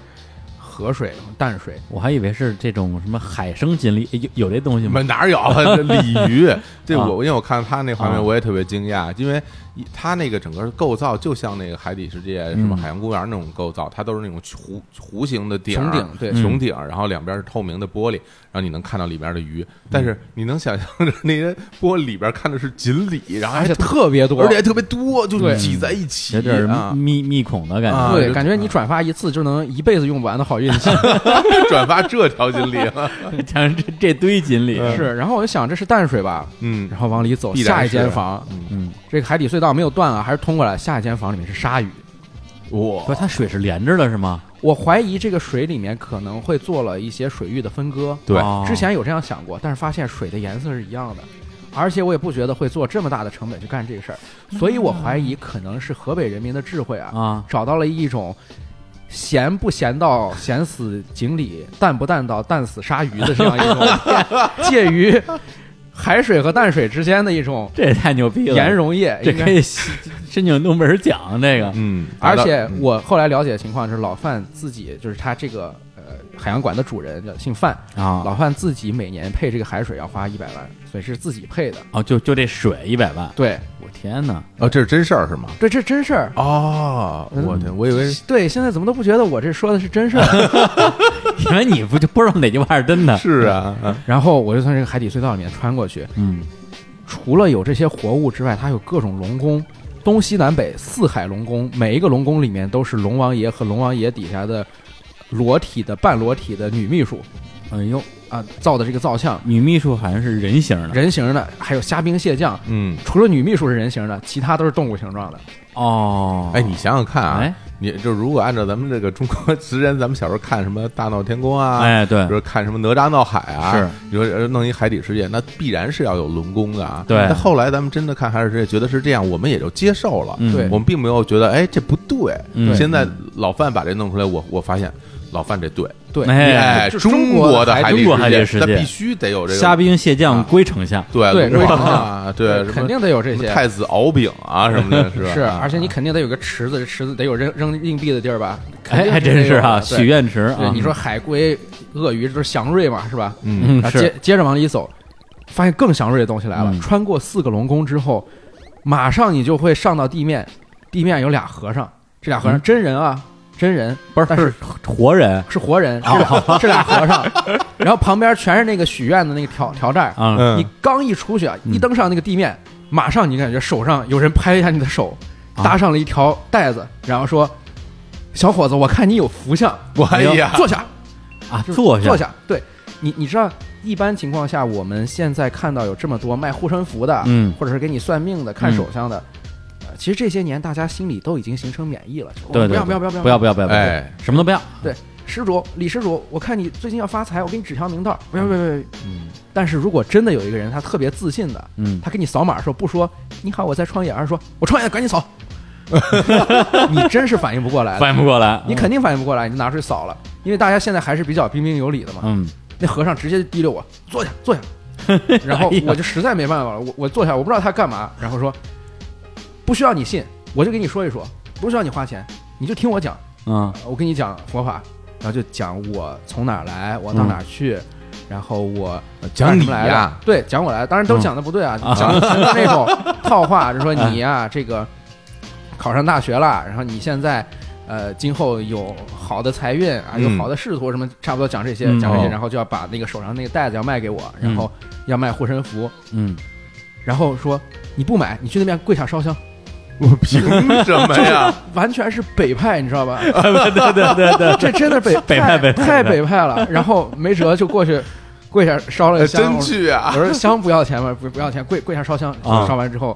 Speaker 3: 河水、淡水。
Speaker 1: 我还以为是这种什么海生锦鲤，哎有有这东西 吗？
Speaker 2: 们哪儿有？
Speaker 4: 啊，鲤鱼，这
Speaker 1: 啊
Speaker 4: 我因为我看他那画
Speaker 1: 啊
Speaker 4: 面，我也特别惊讶，因为一他那个整个构造就像那个海底世界什么
Speaker 1: 嗯
Speaker 4: 海洋公园那种构造，它都是那种弧弧形的顶
Speaker 3: 穹
Speaker 4: 儿，
Speaker 3: 顶对
Speaker 4: 穹顶，然后两边是透明的玻璃，然后你能看到里边的鱼，但是你能想象着那些玻璃里边看的是锦鲤，然后
Speaker 3: 而
Speaker 4: 还
Speaker 3: 且特别多，
Speaker 4: 而且还特别多，就
Speaker 3: 对
Speaker 4: 挤在一起
Speaker 1: 有点嗯
Speaker 4: 啊，
Speaker 1: 密密孔的感觉。
Speaker 4: 啊
Speaker 3: 对，
Speaker 4: 就
Speaker 3: 感觉你转发一次就能一辈子用不完的好运气。
Speaker 4: 转发这条锦鲤 了，
Speaker 1: 像这这堆锦鲤，
Speaker 3: 是，然后我就想这是淡水吧，
Speaker 4: 嗯
Speaker 3: 然后往里走，
Speaker 4: 必然
Speaker 3: 下一
Speaker 4: 是
Speaker 3: 间房，
Speaker 1: 嗯，
Speaker 3: 这个海底隧道没有断啊，还是通过来，下一间房里面是鲨鱼。
Speaker 1: 不是它水是连着的，是吗？
Speaker 3: 我怀疑这个水里面可能会做了一些水域的分割，
Speaker 4: 对
Speaker 1: 哦
Speaker 3: 之前有这样想过，但是发现水的颜色是一样的，而且我也不觉得会做这么大的成本去干这个事儿，所以我怀疑可能是河北人民的智慧啊，
Speaker 1: 啊，
Speaker 3: 找到了一种咸不咸到咸死锦鲤，淡不淡到淡死鲨鱼的这样一种 介于海水和淡水之间的一种
Speaker 1: 这也太牛逼了！
Speaker 3: 盐溶液，
Speaker 1: 这
Speaker 3: 应该
Speaker 1: 可以申 申请诺贝尔奖，这个
Speaker 4: 嗯，
Speaker 3: 而且我后来了解的情况是，老范自己就是他这个呃海洋馆的主人叫姓范，
Speaker 1: 啊
Speaker 3: 老范自己每年配这个海水要花一百万，所以是自己配的。
Speaker 1: 哦，就就这水一百万，
Speaker 3: 对
Speaker 1: 我天哪！
Speaker 4: 哦，这是真事儿是吗？
Speaker 3: 对，这真事儿。
Speaker 4: 哦，我的，我以为
Speaker 3: 对，现在怎么都不觉得我这说的是真事儿。
Speaker 1: 因为你不就不知道哪句话是真 的？
Speaker 4: 是啊，啊
Speaker 3: 然后我就从这个海底隧道里面穿过去，
Speaker 1: 嗯，
Speaker 3: 除了有这些活物之外，它有各种龙宫，东西南北四海龙宫，每一个龙宫里面都是龙王爷和龙王爷底下的裸体的半裸体的女秘书。嗯，用啊造的这个造像，
Speaker 1: 哎女秘书好像是人形的
Speaker 3: 人形的，还有虾兵蟹将，
Speaker 2: 嗯，
Speaker 3: 除了女秘书是人形的，其他都是动物形状的。
Speaker 1: 哦，
Speaker 2: 哎，你想想看啊
Speaker 3: 哎，
Speaker 2: 你就如果按照咱们这个中国 之前咱们小时候看什么《大闹天宫》啊，
Speaker 1: 哎对
Speaker 2: 比如看什么《哪吒闹海》啊，
Speaker 1: 是
Speaker 2: 你说呃弄一海底世界，那必然是要有轮功的啊。
Speaker 1: 对
Speaker 2: 但后来咱们真的看海底世界，觉得是这样，我们也就接受了，
Speaker 1: 嗯
Speaker 3: 对
Speaker 2: 我们并没有觉得哎这不对。
Speaker 1: 嗯
Speaker 2: 现在老范把这弄出来，我我发现老范这对，
Speaker 3: 对，
Speaker 1: 哎
Speaker 3: 就
Speaker 2: 中
Speaker 3: 国
Speaker 2: 的
Speaker 3: 海
Speaker 2: 海底
Speaker 1: 中国海底世界
Speaker 2: 那必须得有这个
Speaker 1: 虾兵蟹将
Speaker 2: 啊
Speaker 1: 归丞相，
Speaker 2: 对
Speaker 3: 对
Speaker 2: 龙王
Speaker 3: 龟
Speaker 2: 啊，对什么
Speaker 3: 肯定得有这
Speaker 2: 什么
Speaker 3: 些。
Speaker 2: 太子敖丙啊什么的，是吧？
Speaker 3: 是，
Speaker 2: 啊
Speaker 3: 而且你肯定得有个池子，这池子得有扔扔硬币的地儿吧？肯
Speaker 1: 哎，
Speaker 3: 定
Speaker 1: 还真是哈，
Speaker 3: 得有的
Speaker 1: 许。愿池
Speaker 3: 对对，
Speaker 1: 啊，
Speaker 3: 你说海龟、鳄鱼，这都是祥瑞嘛，是吧？
Speaker 2: 嗯
Speaker 1: 嗯
Speaker 3: 然后接
Speaker 1: 是
Speaker 3: 接着往里走，发现更祥瑞的东西来了。
Speaker 1: 嗯
Speaker 3: 穿过四个龙宫之后，马上你就会上到地面，地面有俩和尚，这俩和尚、
Speaker 1: 嗯
Speaker 3: 真人啊，真人
Speaker 1: 不是
Speaker 3: 但是
Speaker 1: 是哦活人
Speaker 3: 是活人，这俩、这俩和尚， 然后旁边全是那个许愿的那个条条寨，
Speaker 1: 啊？
Speaker 2: 嗯
Speaker 3: 你刚一出去啊，
Speaker 1: 嗯
Speaker 3: 一登上那个地面，马上你感觉手上有人拍一下你的手，
Speaker 1: 啊
Speaker 3: 搭上了一条带子，然后说：“小伙子，我看你有 福相，
Speaker 2: 我哎呀，
Speaker 3: 坐下。”
Speaker 1: 啊，
Speaker 3: 就是
Speaker 1: 坐下，
Speaker 3: 坐下。对你，你知道，一般情况下，我们现在看到有这么多卖护身符的，
Speaker 1: 嗯
Speaker 3: 或者是给你算命的、看手相的，呃其实这些年大家心里都已经形成免疫了，就
Speaker 1: 对
Speaker 3: 不
Speaker 1: 对，
Speaker 3: 要不
Speaker 1: 对
Speaker 3: 要不要
Speaker 1: 不要不要不要，
Speaker 2: 哎
Speaker 1: 什么都不要，
Speaker 3: 对，施主，李施主，我看你最近要发财，我给你指条明道，不要不要不要。
Speaker 1: 嗯
Speaker 3: 但是如果真的有一个人，他特别自信的，
Speaker 1: 嗯，
Speaker 3: 他给你扫码的时候不说你好，我在创业，而是说我创业，赶紧扫。 你真是反应不过来的，
Speaker 1: 反应不过来，
Speaker 3: 你肯定反应不过来，你就拿出去扫了，因为大家现在还是比较彬彬有礼的嘛。
Speaker 1: 嗯
Speaker 3: 那和尚直接就提溜我坐下坐下，然 后
Speaker 1: 哎呀
Speaker 3: 我就实在没办法了，我我坐下，我不知道他干嘛，然后说不需要你信，我就给你说一说，不需要你花钱，你就听我讲，
Speaker 1: 嗯
Speaker 3: 我跟你讲佛法，然后就讲我从哪儿来，我到哪儿去。然后我
Speaker 2: 嗯呃讲
Speaker 3: 干什
Speaker 2: 理
Speaker 3: 么来的
Speaker 2: 呀，？
Speaker 3: 对，讲我来的，当然都讲的不对啊，
Speaker 1: 嗯
Speaker 3: 讲的全是那 种套话，就说你呀、
Speaker 2: 嗯
Speaker 3: 这个考上大学了，然后你现在呃，今后有好的财运啊，有
Speaker 2: 嗯
Speaker 3: 好的仕途什么，差不多讲这些，
Speaker 1: 嗯
Speaker 3: 讲这些，
Speaker 2: 哦嗯
Speaker 3: 然后就要把那个手上那个袋子要卖给我，然后要卖护身符，
Speaker 1: 嗯，
Speaker 3: 然后说你不买，你去那边跪下烧香，
Speaker 2: 我凭什么 呀？
Speaker 3: 完全是北派，你知道吧？
Speaker 1: 对对对对，
Speaker 3: 嗯这真的北
Speaker 1: 北派北派
Speaker 3: 太
Speaker 1: 北
Speaker 3: 北派了，然后没辙就过去跪下烧了
Speaker 2: 哎
Speaker 3: 个香，
Speaker 2: 真去啊！
Speaker 3: 我说香不要钱吗？不不要钱，跪跪下烧香，
Speaker 1: 啊
Speaker 3: 烧完之后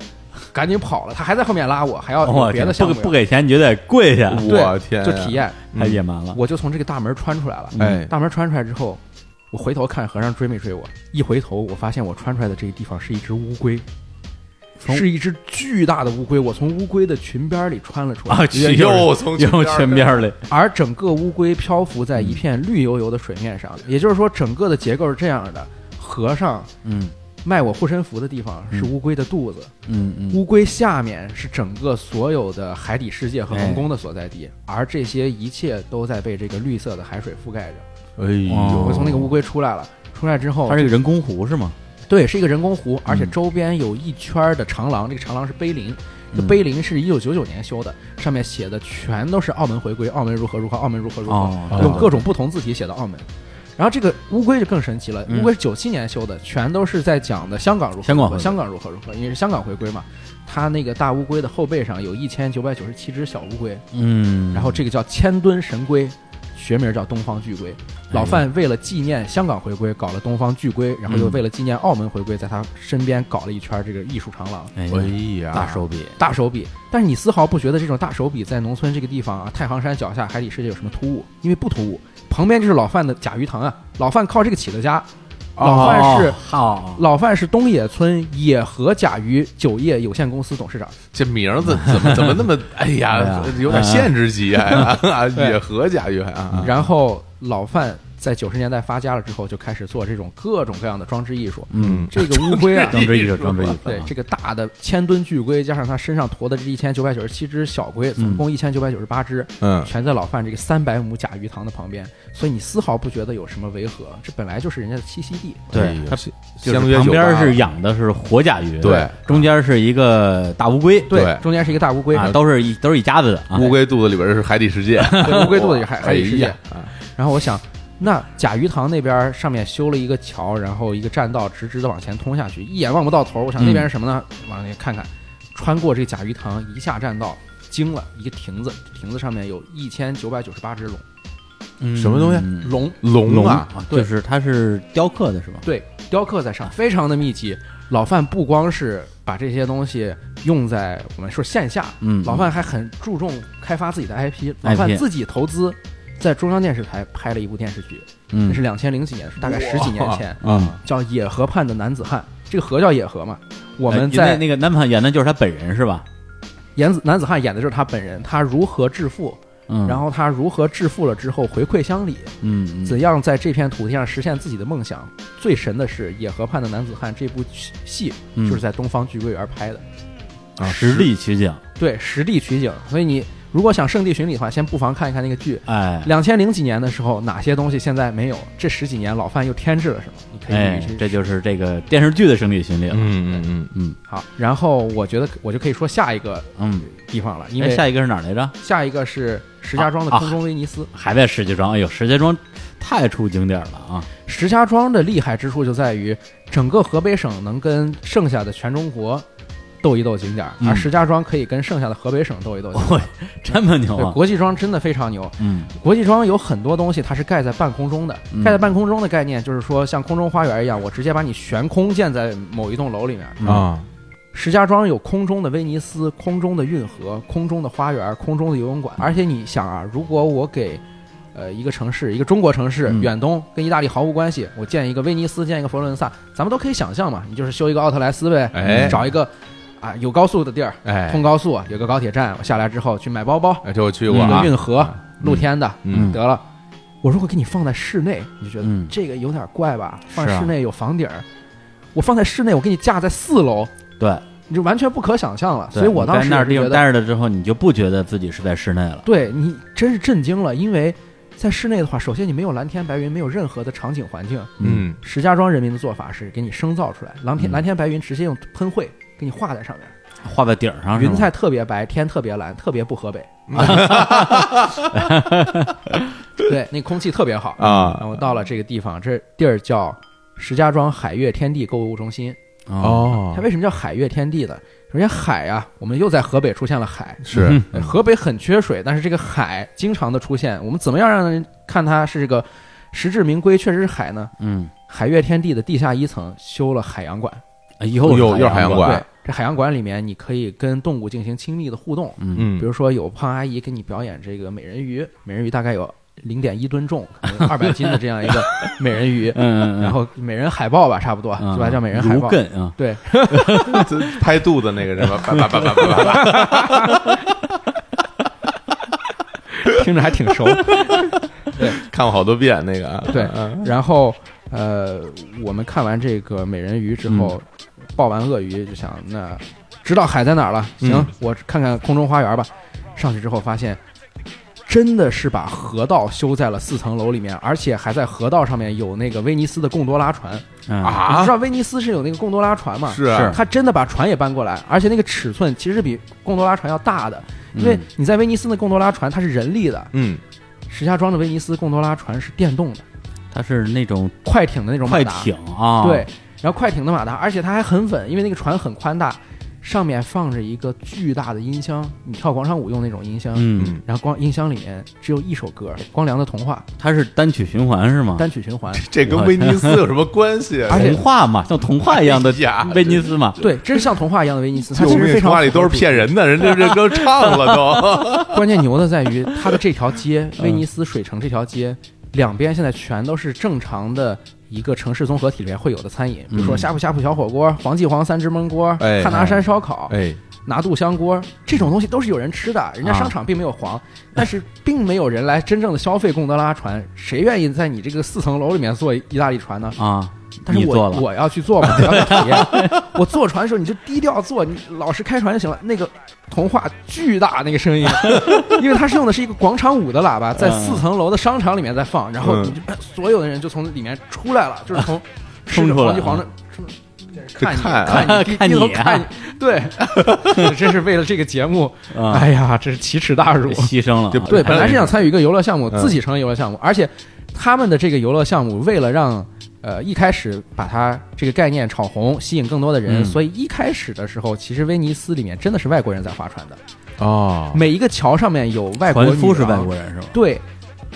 Speaker 3: 赶紧跑了。他还在后面拉我，还要有
Speaker 1: 我
Speaker 3: 别
Speaker 1: 天
Speaker 3: 的项
Speaker 1: 不
Speaker 3: 目嗯
Speaker 1: 不给钱你就得跪下，
Speaker 3: 对
Speaker 2: 啊我天呀，
Speaker 3: 就体验。
Speaker 1: 太野蛮了，
Speaker 3: 我就从这个大门穿出来
Speaker 1: 嗯
Speaker 3: 了。
Speaker 2: 哎
Speaker 3: 大门穿出来之后，我回头看和尚追没追我。一回头，我发现我穿出来的这个地方是一只乌龟，
Speaker 1: 从
Speaker 3: 是一只巨大的乌龟。我从乌龟的裙边里穿了出来，
Speaker 1: 啊，
Speaker 2: 又又从
Speaker 1: 又
Speaker 2: 前
Speaker 1: 前边里，
Speaker 3: 而整个乌龟漂浮在一片绿油油的水面上。也就是说，整个的结构是这样的：和尚
Speaker 1: 嗯
Speaker 3: 卖我护身符的地方是乌龟的肚子。
Speaker 1: 嗯嗯，
Speaker 3: 乌龟下面是整个所有的海底世界和龙宫的所在
Speaker 1: 嗯
Speaker 3: 地，而这些一切都在被这个绿色的海水覆盖着。
Speaker 2: 哎
Speaker 1: 哦
Speaker 2: 呦，
Speaker 3: 我从那个乌龟出来了，出来之后
Speaker 1: 它，是个人工湖是吗？
Speaker 3: 对，是一个人工湖，而且周边有一圈儿的长廊，这个长廊是碑林。这
Speaker 1: 嗯
Speaker 3: 碑林是一九九九年修的，上面写的全都是澳门回归，澳门如何如何，澳门如何如何，
Speaker 1: 哦
Speaker 3: 用各种不同字体写的澳门。然后这个乌龟就更神奇了，
Speaker 1: 嗯
Speaker 3: 乌龟是九七年修的，全都是在讲的香港如何
Speaker 1: 香港
Speaker 3: 如
Speaker 1: 回
Speaker 3: 何，
Speaker 1: 归
Speaker 3: 香港如何如何，因为是香港回归嘛。它那个大乌龟的后背上有一千九百九十七只小乌龟，
Speaker 1: 嗯，
Speaker 3: 然后这个叫千吨神龟，学名叫东方巨龟。老范为了纪念香港回归，搞了东方巨龟，然后又
Speaker 1: 嗯
Speaker 3: 为了纪念澳门回归，在他身边搞了一圈这个艺术长廊。
Speaker 1: 哎呀
Speaker 2: 哎呀，
Speaker 3: 啊
Speaker 1: 大手笔，
Speaker 3: 大手笔，但是你丝毫不觉得这种大手笔在农村这个地方啊，太行山脚下海底世界有什么突兀？因为不突兀，旁边就是老范的甲鱼塘啊，老范靠这个起的家，老范是、
Speaker 1: 哦好，
Speaker 3: 老范是东野村野和甲鱼酒业有限公司董事长，
Speaker 2: 这名字怎 么怎么那么哎
Speaker 1: 哎
Speaker 2: 呀
Speaker 1: 呀，
Speaker 2: 有点限制级啊！
Speaker 3: 嗯
Speaker 2: 啊野合甲鱼啊，
Speaker 3: 然后老范在九十年代发家了之后，就开始做这种各种各样的装置艺术。
Speaker 1: 嗯，
Speaker 3: 这个乌龟啊，
Speaker 1: 装置艺术，装置艺术，
Speaker 3: 对这个大的千吨巨龟，加上它身上驮的这一千九百九十七只小龟，
Speaker 1: 嗯
Speaker 3: 总共一千九百九十八只，
Speaker 2: 嗯，
Speaker 3: 全在老范这个三百亩甲鱼塘的旁边，所以你丝毫不觉得有什么违和，这本来就是人家的栖息地。
Speaker 2: 哎
Speaker 1: 对
Speaker 2: 呦
Speaker 1: 它
Speaker 2: 就
Speaker 1: 就是是
Speaker 2: 酒
Speaker 1: 旁
Speaker 2: 吧
Speaker 1: 边是养的是活甲鱼，
Speaker 2: 对，
Speaker 1: 中间是一个大乌龟，
Speaker 2: 对
Speaker 3: 中间是一个大乌龟，
Speaker 1: 啊，都是一都是一家子的啊，
Speaker 2: 乌龟肚子里边是海底世界，
Speaker 3: 对乌龟肚子里海海底世 界
Speaker 2: 哎呀啊
Speaker 3: 然后我想，那甲鱼塘那边上面修了一个桥，然后一个栈道直直的往前通下去，一眼望不到头。我想
Speaker 1: 嗯
Speaker 3: 那边是什么呢？往那看看，穿过这甲鱼塘，一下栈道，惊了一个亭子，亭子上面有一千九百九十八只龙，
Speaker 2: 什么东西
Speaker 1: 嗯
Speaker 3: 龙
Speaker 2: 龙啊，
Speaker 1: 啊
Speaker 3: 对
Speaker 1: 就是它是雕刻的是吧？
Speaker 3: 对，雕刻在上，非常的密集。老范不光是把这些东西用在我们说线下，
Speaker 1: 嗯，
Speaker 3: 老范还很注重开发自己的 IP，老
Speaker 1: IP
Speaker 3: 范自己投资在中央电视台拍了一部电视剧，
Speaker 1: 嗯
Speaker 3: 那是两千零几年的时候，大概十几年前，
Speaker 1: 啊，
Speaker 3: 叫《野河畔的男子汉》。这个河叫野河嘛？我们
Speaker 1: 哎
Speaker 3: 在
Speaker 1: 那那个男朋友演的就是他本人是吧？
Speaker 3: 男子男子汉演的就是他本人，他如何致富，
Speaker 1: 嗯，
Speaker 3: 然后他如何致富了之后回馈乡里，
Speaker 1: 嗯嗯
Speaker 3: 怎样在这片土地上实现自己的梦想。最神的是《野河畔的男子汉》这部戏，
Speaker 1: 嗯
Speaker 3: 就是在东方菊桂园拍的，
Speaker 1: 啊实地取景，
Speaker 3: 对，实地取景。所以你如果想圣地巡礼的话，先不妨看一看那个剧。
Speaker 1: 哎
Speaker 3: 两千零几年的时候，哪些东西现在没有？这十几年老范又添置了什么？你可
Speaker 1: 哎
Speaker 3: 以去，
Speaker 1: 这就是这个电视剧的生理巡礼了。
Speaker 2: 嗯嗯
Speaker 1: 嗯
Speaker 3: 好。然后我觉得我就可以说下一个
Speaker 1: 嗯，
Speaker 3: 地方了，因
Speaker 1: 哎，
Speaker 3: 为
Speaker 1: 下一个是哪儿来着？
Speaker 3: 下一个是石家庄的空中威尼斯。
Speaker 1: 还在石家庄。哎呦，石家庄太出景点了啊！
Speaker 3: 石家庄的厉害之处就在于，整个河北省能跟剩下的全中国斗一斗景点儿，
Speaker 1: 嗯
Speaker 3: 而石家庄可以跟剩下的河北省斗一斗景点儿。
Speaker 1: 喂，这么牛
Speaker 3: 对，
Speaker 1: 啊！
Speaker 3: 国际庄真的非常牛。
Speaker 1: 嗯
Speaker 3: 国际庄有很多东西它是盖在半空中的，
Speaker 1: 嗯
Speaker 3: 盖在半空中的概念就是说，像空中花园一样，我直接把你悬空建在某一栋楼里面。
Speaker 1: 嗯
Speaker 2: 嗯啊，
Speaker 3: 石家庄有空中的威尼斯、空中的运河、空中的花园、空中的游泳馆，而且你想啊，如果我给呃一个城市，一个中国城市，
Speaker 1: 嗯
Speaker 3: 远东跟意大利毫无关系，我建一个威尼斯，建一个佛罗伦萨，咱们都可以想象嘛，你就是修一个奥特莱斯呗，
Speaker 2: 哎
Speaker 3: 找一个啊有高速的地儿，
Speaker 2: 哎
Speaker 3: 通，高速，有个高铁站，我下来之后去买包包，
Speaker 2: 哎，这我去
Speaker 3: 有
Speaker 2: 过啊
Speaker 3: 个，嗯运河，露天的，
Speaker 1: 嗯
Speaker 3: 得了。我如果给你放在室内，你就觉得
Speaker 1: 嗯
Speaker 3: 这个有点怪吧？放
Speaker 1: 是啊
Speaker 3: 室内有房顶儿，我放在室内，我给你架在四楼，
Speaker 1: 对，
Speaker 3: 你就完全不可想象了。
Speaker 1: 对
Speaker 3: 所以我
Speaker 1: 你
Speaker 3: 当
Speaker 1: 在
Speaker 3: 时
Speaker 1: 那
Speaker 3: 我
Speaker 1: 儿
Speaker 3: 就
Speaker 1: 地
Speaker 3: 觉
Speaker 1: 方
Speaker 3: 得，
Speaker 1: 待着之后，你就不觉得自己是在室内了。
Speaker 3: 对你真是震惊了，因为在室内的话，首先你没有蓝天白云，没有任何的场景环境。
Speaker 2: 嗯
Speaker 3: 石家庄人民的做法是给你生造出来，蓝天、
Speaker 1: 嗯
Speaker 3: 蓝天白云直接用喷绘给你画在上面，
Speaker 1: 画在顶儿上是吗
Speaker 3: 云彩特别白，天特别蓝，特别 不河北。对，那空气特别好。然
Speaker 2: 啊，
Speaker 3: 后到了这个地方，这地儿叫石家庄海悦天地购物中心。
Speaker 1: 哦，
Speaker 2: 哦
Speaker 3: 嗯它，为什么叫海悦天地呢？首先海啊，我们又在河北出现了海。
Speaker 1: 嗯
Speaker 2: 是
Speaker 3: 呃河北很缺水，但是这个海经常的出现。我们怎么样让人看它是这个实至名归，确实是海呢？
Speaker 1: 嗯，
Speaker 3: 海悦天地的地下一层修了海洋馆，
Speaker 1: 哎又
Speaker 2: 又又是海洋馆
Speaker 3: 对，这海洋馆里面你可以跟动物进行亲密的互动，
Speaker 1: 嗯，
Speaker 2: 嗯
Speaker 3: 比如说有胖阿姨给你表演这个美人鱼，美人鱼大概有零点一吨重，二百斤的这样一个美人鱼
Speaker 1: 嗯嗯，
Speaker 3: 然后美人海豹吧，差不多
Speaker 1: 嗯
Speaker 3: 是吧？叫美人海
Speaker 1: 如
Speaker 3: 豹。
Speaker 1: 艮 啊，
Speaker 3: 对，
Speaker 2: 拍肚子那个什么，叭叭叭叭叭叭，
Speaker 3: 听着还挺熟。
Speaker 2: 看过好多遍那个啊，
Speaker 3: 对
Speaker 2: 嗯
Speaker 3: 然后，呃，我们看完这个美人鱼之
Speaker 2: 嗯
Speaker 3: 后，抱完鳄鱼就想，那知道海在哪儿了，行，
Speaker 2: 嗯
Speaker 3: 我看看空中花园吧。上去之后发现，真的是把河道修在了四层楼里面，而且还在河道上面有那个威尼斯的贡多拉船。
Speaker 1: 嗯
Speaker 3: 你
Speaker 2: 啊
Speaker 3: 知，道威尼斯是有那个贡多拉船嘛？
Speaker 2: 是啊
Speaker 3: 他真的把船也搬过来，而且那个尺寸其实是比贡多拉船要大的，因为
Speaker 1: 嗯
Speaker 3: 你在威尼斯的贡多拉船它是人力的，
Speaker 2: 嗯，
Speaker 3: 石家庄的威尼斯贡多拉船是电动的，
Speaker 1: 它是那种
Speaker 3: 快艇的那种马
Speaker 1: 快
Speaker 3: 达，
Speaker 1: 艇啊，
Speaker 3: 对，，然后快艇的马达，而且它还很稳，因为那个船很宽大，上面放着一个巨大的音箱，你跳广场舞用那种音箱。
Speaker 1: 嗯，
Speaker 3: 然后光音箱里面只有一首歌，光良的《童话
Speaker 1: 它是单曲循环是吗》？
Speaker 2: 啊
Speaker 3: 单曲循环。
Speaker 2: 这跟威尼斯有什么关系？
Speaker 3: 而且
Speaker 1: 童话嘛，像童话一样 的
Speaker 2: 哎呀
Speaker 1: 威尼斯嘛，
Speaker 3: 对，真是像童话一样的威尼斯，它
Speaker 2: 救
Speaker 3: 其实
Speaker 2: 命！
Speaker 3: 非常
Speaker 2: 话里都是
Speaker 3: 符合主题
Speaker 2: 骗人的，人家这歌唱了 都。
Speaker 3: 关键牛的在于它的这 条街，
Speaker 2: 嗯
Speaker 3: 威尼斯水城这条街两边现在全都是正常的一个城市综合体里面会有的餐饮，比如说
Speaker 1: 嗯
Speaker 3: 呷哺呷哺小火锅、黄记煌三汁焖锅、
Speaker 2: 哎
Speaker 3: 汉拿山烧烤、
Speaker 2: 哎，
Speaker 3: 拿肚香锅这种东西都是有人吃的，人家商场并没有黄，但是并没有人来真正的消费贡德拉船，谁愿意在你这个四层楼里面坐意大利船呢？
Speaker 1: 啊，
Speaker 3: 但是
Speaker 1: 你
Speaker 3: 我
Speaker 1: 做了
Speaker 3: 我要去 做嘛，我要去体验。我坐船的时候你就低调坐，你老实开船就行了。那个童话巨大那个声音， 因为它是用的是一个广场舞的喇叭，在
Speaker 1: 嗯
Speaker 3: 四层楼的商场里面在放，然后你就、所有的人就从里面出来 了，就是从
Speaker 1: 冲出来嗯
Speaker 3: 黄记黄的。看你，
Speaker 2: 看啊
Speaker 3: 看你，
Speaker 1: 看
Speaker 3: 低头
Speaker 1: 你啊
Speaker 3: 看你，对， 真是为了这个节目，
Speaker 1: 啊，
Speaker 3: 哎呀，这是奇耻大辱。
Speaker 1: 牺牲了啊，
Speaker 2: 就
Speaker 3: 对，
Speaker 2: 还
Speaker 3: 本
Speaker 2: 有
Speaker 3: 来
Speaker 2: 一
Speaker 3: 是
Speaker 2: 个
Speaker 3: 想参与一个游乐项目，
Speaker 2: 嗯
Speaker 3: 自己成了游乐项目，而且他们的这个游乐项目为了让呃一开始把它这个概念炒红，吸引更多的人，
Speaker 1: 嗯
Speaker 3: 所以一开始的时候，其实威尼斯里面真的是外国人在划船的，
Speaker 2: 哦，
Speaker 3: 每一个桥上面有外国
Speaker 1: 船夫
Speaker 3: 女啊
Speaker 1: 是
Speaker 3: 郎
Speaker 1: 外国人是吧？
Speaker 3: 对。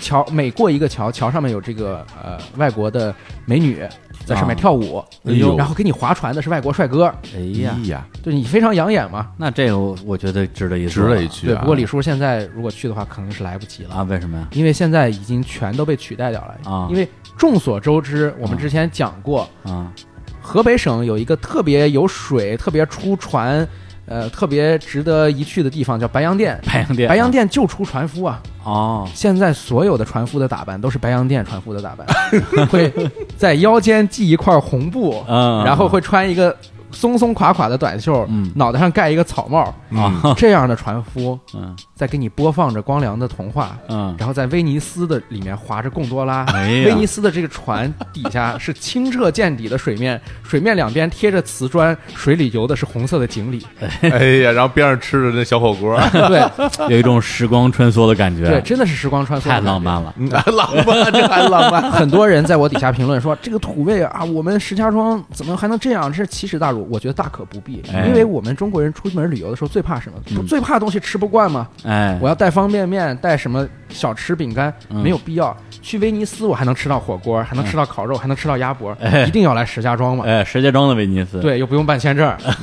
Speaker 3: 桥每过一个桥，桥上面有这个呃外国的美女在上面跳舞，
Speaker 2: 哎呦
Speaker 3: 然后给你划船的是外国帅哥，
Speaker 1: 哎呀
Speaker 4: 哎，
Speaker 3: 嗯
Speaker 4: 呀，
Speaker 3: 对你非常养眼嘛。
Speaker 1: 那这个我我觉得值得一
Speaker 4: 值
Speaker 1: 说
Speaker 4: 了一去
Speaker 3: 对，
Speaker 4: 啊。
Speaker 3: 不过李叔现在如果去的话，可能是来不及了，
Speaker 1: 啊？为什么呀？
Speaker 3: 因为现在已经全都被取代掉了。
Speaker 1: 啊
Speaker 3: 因为众所周知，我们
Speaker 1: 啊
Speaker 3: 之前讲过，
Speaker 1: 啊，
Speaker 3: 河北省有一个特别有水、特别出船，呃，特别值得一去的地方，叫白洋淀。
Speaker 1: 白洋淀，
Speaker 3: 白洋淀就出船夫啊！
Speaker 1: 哦，
Speaker 3: 现在所有的船夫的打扮都是白洋淀船夫的打扮， 会在腰间系一块红布，
Speaker 1: 嗯，
Speaker 3: 然后会穿一个松松垮垮的短袖，
Speaker 1: 嗯
Speaker 3: 脑袋上盖一个草帽。
Speaker 1: 啊，
Speaker 3: 这样的船夫
Speaker 1: 嗯
Speaker 3: 在给你播放着光良的童话，
Speaker 1: 嗯，
Speaker 3: 然后在威尼斯的里面划着贡多拉。
Speaker 1: 哎呀
Speaker 3: 威尼斯的这个船底下是清澈见底的水面， 水面两边贴着瓷砖，水里游的是红色的锦 鲤。
Speaker 2: 哎呀，然后边上吃着那小火锅，
Speaker 3: 对
Speaker 1: 有一种时光穿梭的感觉，
Speaker 3: 对，真的是时光穿梭，
Speaker 1: 太浪漫。了。
Speaker 2: 嗯浪漫，这还浪漫。
Speaker 3: 很多人在我底下评论说：“这个土味啊，我们石家庄怎么还能这样？这是奇耻大辱。”我觉得大可不必，
Speaker 1: 哎嗯
Speaker 3: 因为我们中国人出门旅游的时候最怕什么？不最怕东西吃不惯吗？
Speaker 1: 哎，
Speaker 3: 我要带方便面，带什么小吃、饼干，
Speaker 1: 嗯
Speaker 3: 没有必要。去威尼斯，我还能吃到火锅，还能吃到烤肉，还能吃到鸭脖，
Speaker 1: 哎
Speaker 3: 一定要来石家庄嘛？
Speaker 1: 哎，石家庄的威尼斯，，
Speaker 3: 对，又不用办签证儿。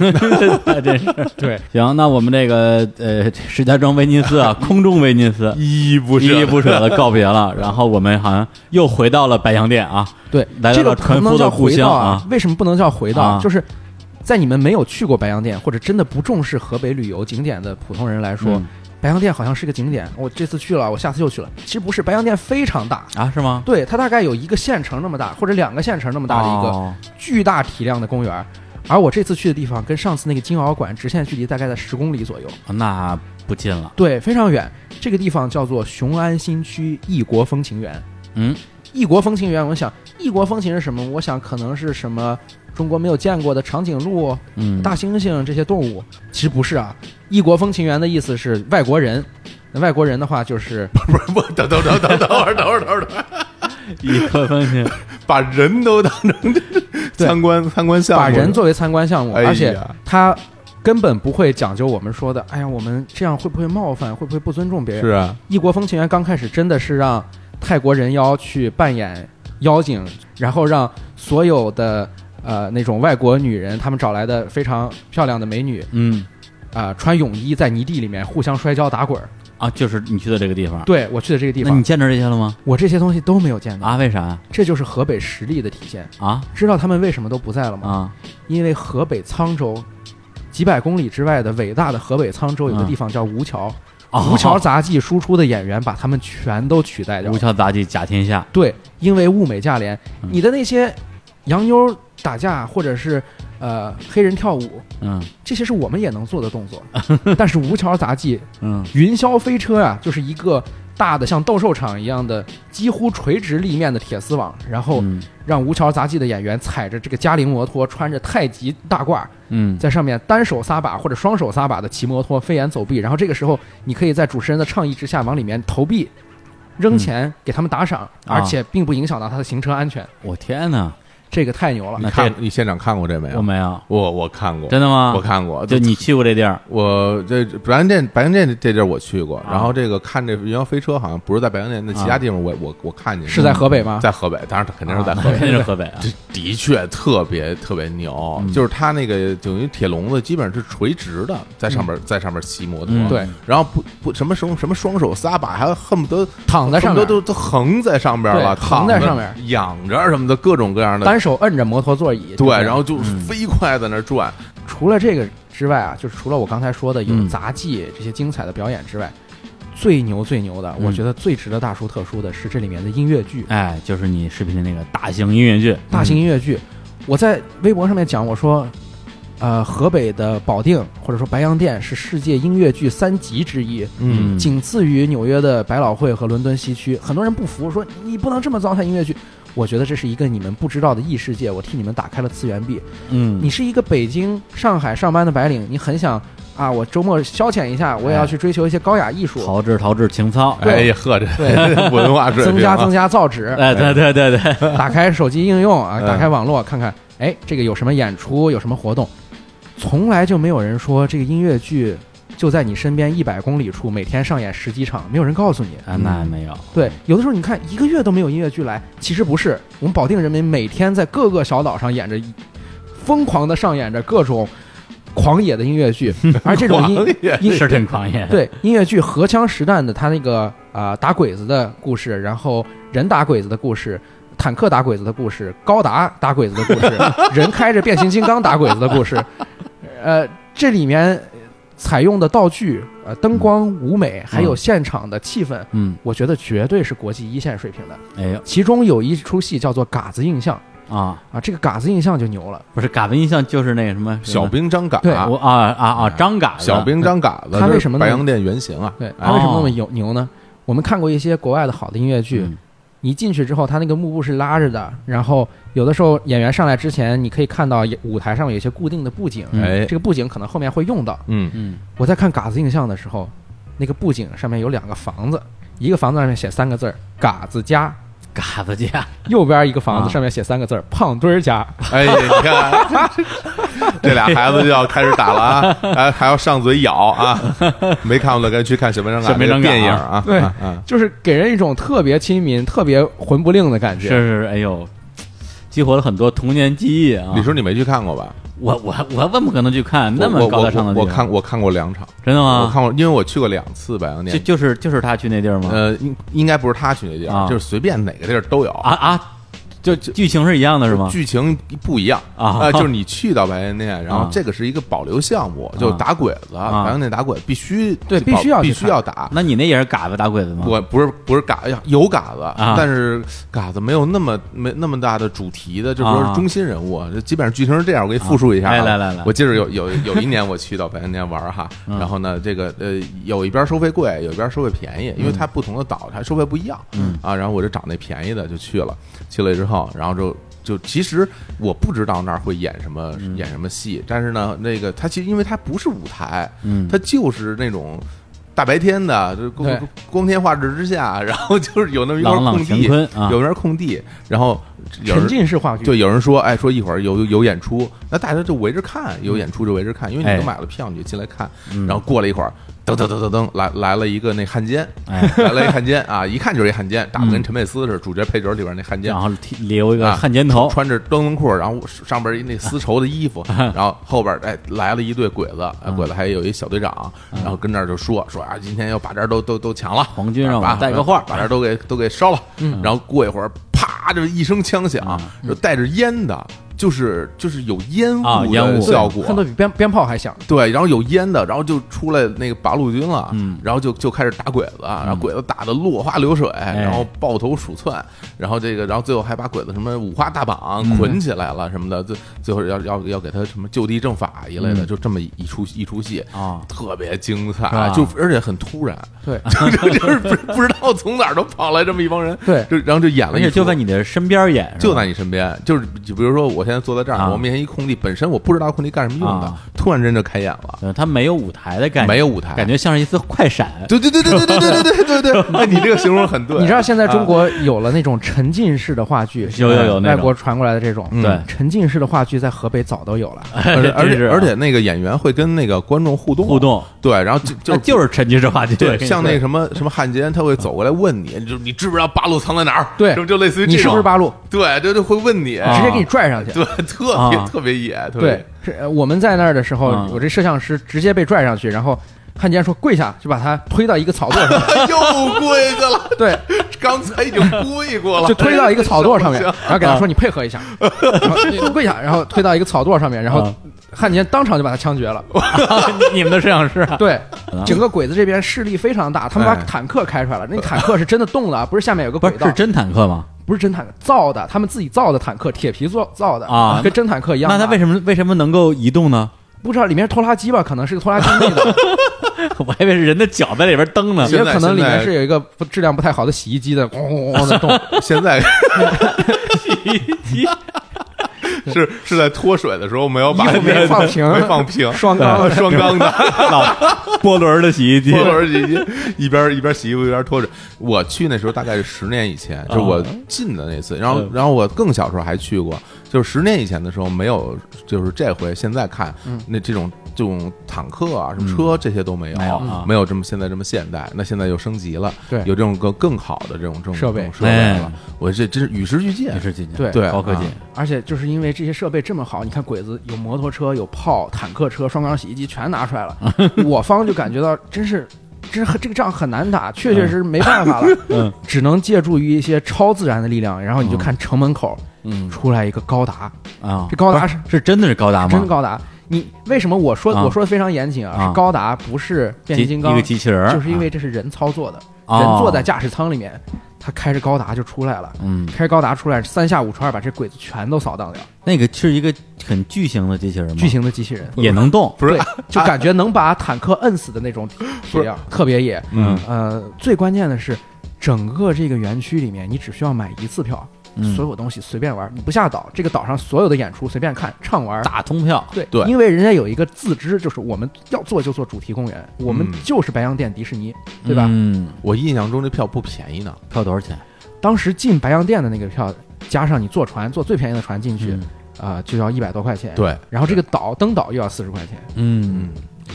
Speaker 1: 真是
Speaker 3: 对，
Speaker 1: 行。那我们这个呃，石家庄威尼斯啊，空中威尼斯，
Speaker 2: 依依不舍，
Speaker 1: 依依不舍的告别了。然后我们好像又回到了白洋淀啊，
Speaker 3: 对，
Speaker 1: 来
Speaker 3: 这
Speaker 1: 到
Speaker 3: 个
Speaker 1: 了
Speaker 3: 不
Speaker 1: 船
Speaker 3: 能
Speaker 1: 夫
Speaker 3: 叫
Speaker 1: 的故
Speaker 3: 回
Speaker 1: 乡
Speaker 3: 到啊，为什么不能叫回到？
Speaker 1: 啊
Speaker 3: 就是在你们没有去过白洋淀，或者真的不重视河北旅游景点的普通人来说，
Speaker 1: 嗯
Speaker 3: 白洋淀好像是个景点。我这次去了，我下次又去了。其实不是，白洋淀非常大。
Speaker 1: 啊，是吗？
Speaker 3: 对，它大概有一个县城那么大，或者两个县城那么大的一个
Speaker 1: 哦
Speaker 3: 巨大体量的公园。而我这次去的地方跟上次那个金鳌馆直线距离大概在十公里左右，
Speaker 1: 那不近了，
Speaker 3: 对，非常远。这个地方叫做雄安新区异国风情园。
Speaker 1: 嗯，
Speaker 3: 异国风情园，我想异国风情是什么？我想可能是什么中国没有见过的长颈鹿、
Speaker 1: 嗯，
Speaker 3: 大猩猩这些动物。其实不是啊，异国风情园的意思是外国人。那外国人的话就是
Speaker 2: 不是不是等等等等等会儿等会儿等会儿等会儿，
Speaker 1: 一颗分析，
Speaker 2: 把人都当成
Speaker 3: 对
Speaker 2: 参观参观项目，
Speaker 3: 把人作为参观项目，
Speaker 2: 哎呀
Speaker 3: 而且他根本不会讲究我们说的，哎呀，我们这样会不会冒犯，会不会不尊重别人？
Speaker 2: 是啊，
Speaker 3: 异国风情园刚开始真的是让泰国人妖去扮演妖精，然后让所有的呃那种外国女人，她们找来的非常漂亮的美女
Speaker 1: 嗯
Speaker 3: 啊、呃穿泳衣在泥地里面互相摔跤打滚儿。
Speaker 1: 啊，就是你去的这个地方，
Speaker 3: 对我去的这个地
Speaker 1: 那你
Speaker 3: 方，
Speaker 1: 见着这些了吗？
Speaker 3: 我这些东西都没有见到，
Speaker 1: 啊，为啥呀
Speaker 3: 这就是河北实力的体现。
Speaker 1: 啊
Speaker 3: 知道他们为什么都不在了吗？
Speaker 1: 啊
Speaker 3: 因为河北沧州。几百公里之外的伟大的河北沧州有个地方叫吴桥，
Speaker 1: 啊！
Speaker 3: 吴桥杂技输出的演员把他们全都取代掉了
Speaker 1: 吴。桥杂技甲天下，
Speaker 3: 对，因为物美价廉
Speaker 1: 嗯，
Speaker 3: 你的那些洋妞打架或者是呃黑人跳舞，
Speaker 1: 嗯
Speaker 3: 这些是我们也能做的 动作。但是吴桥杂技、
Speaker 1: 嗯
Speaker 3: 云霄飞车啊，就是一个大的像斗兽场一样的几乎垂直立面的铁丝网，然后
Speaker 1: 嗯
Speaker 3: 让吴桥杂技的演员踩着这个嘉陵摩托，穿着太极大褂，
Speaker 1: 嗯，
Speaker 3: 在上面单手撒把或者双手撒把的骑摩托飞檐走壁，然后这个时候你可以在主持人的倡议之下往里面投币，
Speaker 2: 嗯
Speaker 3: 扔钱给他们打赏，
Speaker 2: 啊
Speaker 3: 而且并不影响到他的行车安全，
Speaker 1: 我天哪，
Speaker 3: 这个太牛了
Speaker 2: 你。看你现场看过这没啊
Speaker 1: 我
Speaker 2: 有？
Speaker 1: 没有，
Speaker 2: 我我看过，
Speaker 1: 真的吗？
Speaker 2: 哎我看过，
Speaker 1: 就你去过这地 儿，
Speaker 2: 我这白洋淀，白洋淀这地儿我去
Speaker 3: 啊
Speaker 2: 过，然后这个看这云霄飞车好像不是在白洋淀，那其他地方我我我看见
Speaker 3: 是在河北吗？
Speaker 2: 在河北，当然肯定是 在河
Speaker 1: 肯
Speaker 2: 北。
Speaker 1: 定是河北啊
Speaker 2: 这的确特别特别牛，
Speaker 3: 嗯
Speaker 2: 就是它那个等于铁笼子基本上是垂直的，在上面在上面骑摩托
Speaker 1: 嗯，
Speaker 3: 嗯对，
Speaker 2: 然后不不什么什么什么双手撒把，还恨不得
Speaker 3: 躺在上
Speaker 2: 恨
Speaker 3: 面
Speaker 2: 不得，都都横在上边了，
Speaker 3: 对横在上面
Speaker 2: 躺着仰着什么的各种各样的，
Speaker 3: 单手摁着摩托座椅。
Speaker 2: 对，
Speaker 3: 就是
Speaker 2: 然后就
Speaker 3: 嗯
Speaker 2: 飞快在那儿转，
Speaker 3: 除了这个之外啊，就是除了我刚才说的有
Speaker 1: 嗯
Speaker 3: 杂技这些精彩的表演之外，最牛最牛的，
Speaker 1: 嗯
Speaker 3: 我觉得最值得大书特书的是这里面的音乐剧。
Speaker 1: 哎，就是你视频的那个大型音乐剧，
Speaker 3: 大型音乐剧。我在微博上面讲，我说，呃，河北的保定或者说白洋淀是世界音乐剧三极之一，
Speaker 1: 嗯
Speaker 3: 仅次于纽约的百老汇和伦敦西区。很多人不服，说你不能这么糟蹋音乐剧。我觉得这是一个你们不知道的异世界，我替你们打开了次元壁。
Speaker 1: 嗯，
Speaker 3: 你是一个北京、上海上班的白领，你很想啊，我周末消遣一下，
Speaker 1: 哎
Speaker 3: 我也要去追求一些高雅艺术，
Speaker 1: 陶制陶制情操，
Speaker 2: 哎呀呵，这
Speaker 3: 对，
Speaker 2: 文化水平
Speaker 3: 增加
Speaker 2: 啊
Speaker 3: 增加造纸，
Speaker 1: 哎，对对对对，
Speaker 3: 打开手机应用啊，
Speaker 2: 嗯
Speaker 3: 打开网络看看，哎，这个有什么演出，有什么活动，从来就没有人说这个音乐剧就在你身边一百公里处，每天上演十几场，没有人告诉你。
Speaker 1: 啊，那没有，
Speaker 3: 对，有的时候你看一个月都没有音乐剧来，其实不是，我们保定人民每天在各个小岛上演着一，疯狂的上演着各种狂野的音乐剧，而这种音 音
Speaker 1: 是挺狂野的。
Speaker 3: 对音乐剧荷枪实弹的，他那个啊、呃打鬼子的故事，然后人打鬼子的故事，坦克打鬼子的故事，高达打鬼子的故事，人开着变形金刚打鬼子的故事， 呃，这里面采用的道具、呃灯光、舞美，还有
Speaker 1: 嗯
Speaker 3: 现场的气氛，
Speaker 1: 嗯，
Speaker 3: 我觉得绝对是国际一线水平的。
Speaker 1: 哎呦
Speaker 3: 其中有一出戏叫做《嘎子印象》
Speaker 1: 啊，
Speaker 3: 啊，这个嘎子印象就牛了，
Speaker 1: 不是嘎子印象就是那个什么
Speaker 2: 小
Speaker 1: 兵
Speaker 2: 兵张嘎，
Speaker 3: 对
Speaker 1: 啊啊啊啊张嘎子
Speaker 2: 小兵张嘎子，
Speaker 3: 他为
Speaker 2: 这是
Speaker 3: 什么呢
Speaker 2: 白洋淀原型啊？
Speaker 3: 对，
Speaker 1: 哦
Speaker 3: 它为什么那么牛牛呢？我们看过一些国外的好的音乐剧，
Speaker 1: 嗯
Speaker 3: 你进去之后，它那个幕布是拉着的，然后有的时候演员上来之前，你可以看到也舞台上面有一些固定的布景，
Speaker 1: 嗯
Speaker 2: 哎，
Speaker 3: 这个布景可能后面会用到。
Speaker 2: 嗯，
Speaker 1: 嗯
Speaker 3: 我在看《嘎子印象》的时候，那个布景上面有两个房子，一个房子上面写三个字儿“嘎子家
Speaker 1: 嘎子家，”，
Speaker 3: 右边一个房
Speaker 1: 啊
Speaker 3: 子上面写三个字儿“胖墩儿家
Speaker 2: 哎，你看，这俩孩子就要开始打了啊！哎，还要上嘴咬啊！没看过的赶紧去看小兵张嘎
Speaker 1: 小兵张
Speaker 2: 的
Speaker 1: 嘎啊
Speaker 2: 电影啊”，！
Speaker 3: 对
Speaker 2: 啊，啊
Speaker 3: 就是给人一种特别亲民、特别魂不吝的感
Speaker 1: 是
Speaker 3: 觉。
Speaker 1: 是，是哎呦，激活了很多童年记忆啊！
Speaker 2: 李叔你没去看过吧？
Speaker 1: 我我我怎么可能去看嗯那么
Speaker 2: 我
Speaker 1: 高大上的啊地
Speaker 2: 我我
Speaker 1: 方？
Speaker 2: 我看我看过两场，
Speaker 1: 真的吗？
Speaker 2: 我看过，因为我去过两次白洋
Speaker 1: 就
Speaker 2: 淀。
Speaker 1: 就是就是他去那地儿吗？
Speaker 2: 呃，应应该不是他去那地
Speaker 1: 啊
Speaker 2: 儿，就是随便哪个地儿都有
Speaker 1: 啊啊，就剧情是一样的是吗？
Speaker 2: 剧情不一样
Speaker 1: 啊
Speaker 2: 呃就是你去到白洋淀，然
Speaker 1: 啊
Speaker 2: 后这个是一个保留项目，就打鬼子，
Speaker 1: 啊
Speaker 2: 白洋淀打鬼必须
Speaker 3: 对
Speaker 2: 必
Speaker 3: 必须要去
Speaker 2: 必须
Speaker 3: 看
Speaker 2: 要打。
Speaker 1: 那你那也是嘎子打鬼子吗？
Speaker 2: 啊我不是不是嘎呀，有嘎子，
Speaker 1: 啊
Speaker 2: 但是嘎子没有那么没那么大的主题的，就是说
Speaker 1: 啊
Speaker 2: 是中心人物，这基本上剧情是这样。我给你复述一下啊，
Speaker 1: 啊来来来来
Speaker 2: 我记着有有有一年我去到白洋淀玩儿哈，
Speaker 1: 嗯
Speaker 2: 然后呢，这个呃有一边收费贵，有一边收费便宜，因为它不同的岛它收费不一样，
Speaker 1: 嗯
Speaker 2: 啊，然后我就找那便宜的就去了，去了之后，然后就。就其实我不知道那儿会演什么、
Speaker 1: 嗯
Speaker 2: 演什么戏，但是呢，那个它其实因为它不是舞台，
Speaker 1: 嗯，
Speaker 2: 它就是那种大白天的，就是光
Speaker 3: 对
Speaker 2: 光天化日之下，然后就是有那么一块
Speaker 1: 朗朗
Speaker 2: 空
Speaker 1: 乾
Speaker 2: 地，
Speaker 1: 坤啊
Speaker 2: 有那儿空地，然后有
Speaker 3: 沉
Speaker 2: 人
Speaker 3: 浸式话剧，
Speaker 2: 对有人说，哎，说一会儿有有演出，那大家就围着看，有演出就围着看，因为
Speaker 1: 哎
Speaker 2: 你都买了票，你就进来看。
Speaker 1: 嗯
Speaker 2: 然后过了一会儿，噔噔噔噔噔，来来了一个那汉奸，
Speaker 1: 哎，
Speaker 2: 来了一汉奸啊，一看就是一汉奸，打的
Speaker 1: 嗯
Speaker 2: 跟陈佩斯似的，主角配角里边那汉奸
Speaker 1: 然。后剃留一个
Speaker 2: 啊
Speaker 1: 汉奸头，
Speaker 2: 穿着灯笼裤，然后上边一那丝绸的衣 服，然后后边哎来了一队鬼子，
Speaker 1: 嗯
Speaker 2: 哎鬼子还有一小队长，然后跟那儿就说说啊，今天要把这儿都都都抢了，啊
Speaker 1: 皇军让我
Speaker 2: 把
Speaker 1: 带个话嗯
Speaker 2: 把这儿都给都给烧了，然后过一会儿啪就一声枪响，就带着烟的，就是就是有烟
Speaker 1: 啊
Speaker 2: 雾
Speaker 1: 烟雾
Speaker 2: 的效果，
Speaker 3: 恨得比鞭鞭炮还响。
Speaker 2: 对，然后有烟的，然后就出来那个八路军了，
Speaker 1: 嗯
Speaker 2: 然后就就开始打鬼子，啊然后鬼子打的落花流水，
Speaker 1: 哎
Speaker 2: 然后抱头鼠窜，然后这个，然后最后还把鬼子什么五花大绑
Speaker 1: 嗯
Speaker 2: 捆起来了什么的，最、最后要要要给他什么就地正法一类的，
Speaker 1: 嗯
Speaker 2: 就这么一出一出戏。
Speaker 1: 啊，
Speaker 2: 特别精彩，
Speaker 1: 啊
Speaker 2: 就而且很 突然，
Speaker 3: 对
Speaker 2: 就就就是不不知道从哪儿都跑来这么一帮人，
Speaker 3: 对
Speaker 2: 就然后就演了
Speaker 1: 而
Speaker 2: 一出，
Speaker 1: 且就在你的身边演，是吧
Speaker 2: 就在你身边，就是就比如说我现在坐在这儿，
Speaker 1: 啊
Speaker 2: 我面前一空地，本身我不知道空地干什么用的，
Speaker 1: 啊
Speaker 2: 突然间就开演了，
Speaker 1: 对它呃没有舞台的感觉，
Speaker 2: 没有舞台，
Speaker 1: 感觉像是一次快闪，
Speaker 2: 对对对对对对对对对对对， 哎，你这个形容很对。
Speaker 3: 你知道 现在中国有了那种沉浸式的话剧，
Speaker 1: 啊
Speaker 3: 呃
Speaker 1: 有有有那种
Speaker 3: 外国传过来的这种，
Speaker 2: 嗯
Speaker 1: 对
Speaker 3: 沉浸式的话剧在河北早都有了。
Speaker 2: 而 且
Speaker 1: 真
Speaker 2: 而
Speaker 1: 是
Speaker 2: 且
Speaker 1: 啊
Speaker 2: 而且那个演员会跟那个观众互动啊
Speaker 1: 互，动，
Speaker 2: 对，然后就
Speaker 1: 那
Speaker 3: 哎
Speaker 2: 就
Speaker 1: 就是沉浸式话剧，
Speaker 2: 对，
Speaker 1: 跟你
Speaker 2: 像那
Speaker 1: 说
Speaker 2: 什么什么汉奸，他会走过来问你，就你知不知道八路藏在哪儿？
Speaker 3: 对
Speaker 2: 就就类似于
Speaker 3: 你
Speaker 2: 这
Speaker 3: 是不是
Speaker 2: 种，
Speaker 3: 八路？
Speaker 2: 对，就就会问你，
Speaker 1: 啊
Speaker 3: 直接给你拽上去。
Speaker 2: 对，特
Speaker 1: 啊
Speaker 2: 别特别野，特别
Speaker 3: 对，是呃我们在那儿的时候
Speaker 1: 啊，
Speaker 3: 我这摄像师直接被拽上去，然后汉奸说跪下，就把他推到一个草垛 上，
Speaker 2: 又跪下了，
Speaker 3: 对，
Speaker 2: 刚才已经跪过了，
Speaker 3: 就推到一个草 垛上面，
Speaker 2: 什么
Speaker 3: 然后给他说你配合一下，然后你跪下，然后推到一个草垛上面，然后
Speaker 1: 啊
Speaker 3: 汉奸当场就把他枪决了。
Speaker 1: 你们的摄像师啊，
Speaker 3: 对，
Speaker 2: 嗯
Speaker 3: 整个鬼子这边势力非常大，他们把
Speaker 2: 哎
Speaker 3: 坦克开出来了，那坦克是真的动的啊，不是下面有个
Speaker 1: 不
Speaker 3: 轨
Speaker 1: 是
Speaker 3: 道
Speaker 1: 是，真坦克吗？
Speaker 3: 不是真坦克造的，他们自己造的坦克，铁皮做造的
Speaker 1: 啊
Speaker 3: 跟真坦克一样
Speaker 1: 那
Speaker 3: 大。
Speaker 1: 它为什么为什么能够移动呢？
Speaker 3: 不知道里面是拖拉机吧？可能是个拖拉机内的，
Speaker 1: 我还以为是人的脚在里边蹬呢
Speaker 2: 现
Speaker 3: 也
Speaker 2: 在
Speaker 3: 有可能里
Speaker 2: 现
Speaker 3: 面
Speaker 2: 在
Speaker 3: 是有一个不质量不太好的洗衣机的咣咣咣咣的动。
Speaker 2: 现在是是在脱水的时候没有把
Speaker 3: 衣服没
Speaker 2: 那个
Speaker 3: 放平
Speaker 2: 没放平，
Speaker 3: 双缸
Speaker 2: 的 双缸的
Speaker 1: 波轮的洗衣机
Speaker 2: 脱水洗衣机，一边一边洗衣服一边脱水。我去那时候大概是十年以前，就是我进的那次，然后
Speaker 1: 嗯
Speaker 2: 然后我更小时候还去过。就是十年以前的时候没有，就是这回现在看
Speaker 3: 嗯
Speaker 2: 那这种这种坦克啊、什么车这些都没有，
Speaker 1: 没有啊
Speaker 2: 没有这么现在这么现代。那现在又升级了，
Speaker 3: 对
Speaker 2: 有这种更更好的这种这种
Speaker 3: 设备
Speaker 2: 这种设备了
Speaker 1: 哎。
Speaker 2: 我这真是与时俱进
Speaker 1: 也，是今年
Speaker 3: 对
Speaker 2: 对
Speaker 1: 高科技
Speaker 2: 啊
Speaker 3: 而且就是因为这些设备这么好，你看鬼子有摩托车、有炮、坦克车、双缸洗衣机全拿出来了，我方就感觉到真是。真是这个仗很难打，确确实实没办法了，
Speaker 1: 嗯
Speaker 3: 只能借助于一些超自然的力量。然后你就看城门口
Speaker 1: 嗯
Speaker 3: 出来一个高达，
Speaker 1: 啊，
Speaker 3: 这高达是
Speaker 1: 是真的是高达吗？
Speaker 3: 真高达。你为什么我说
Speaker 1: 啊
Speaker 3: 我说的非常严谨啊？
Speaker 1: 啊
Speaker 3: 是高达，不是变
Speaker 1: 机
Speaker 3: 形金刚
Speaker 1: 一个，机器人儿，
Speaker 3: 就是因为这是人操作的，
Speaker 1: 啊
Speaker 3: 人坐在驾驶舱里面，他开着高达就出来了。
Speaker 1: 嗯，
Speaker 3: 开着高达出来，三下五除二把这鬼子全都扫荡掉，
Speaker 1: 那个是一个很巨型的机器人吗？
Speaker 3: 巨型的机 器人，
Speaker 1: 也能动，
Speaker 2: 不是
Speaker 3: 对，就感觉能把坦克摁死的那种体量，特别野。
Speaker 1: 嗯
Speaker 3: 呃，最关键的是，整个这个园区里面，你只需要买一次票，
Speaker 1: 嗯
Speaker 3: 所有东西随便玩，你不下岛，这个岛上所有的演出随便看，畅玩。
Speaker 1: 大通票，
Speaker 3: 对，
Speaker 2: 对
Speaker 3: 因为人家有一个自知，就是我们要做就做主题公园，我们
Speaker 2: 嗯
Speaker 3: 就是白洋淀迪士尼，对吧？
Speaker 1: 嗯，
Speaker 2: 我印象中这票不便宜呢，
Speaker 1: 票多少钱？啊
Speaker 3: 当时进白洋淀的那个票，加上你坐船，坐最便宜的船进去，
Speaker 1: 嗯
Speaker 3: 啊、就要一百多块钱。，
Speaker 2: 对，
Speaker 3: 然后这个岛登岛又要四十块钱。
Speaker 1: 嗯
Speaker 2: 嗯，，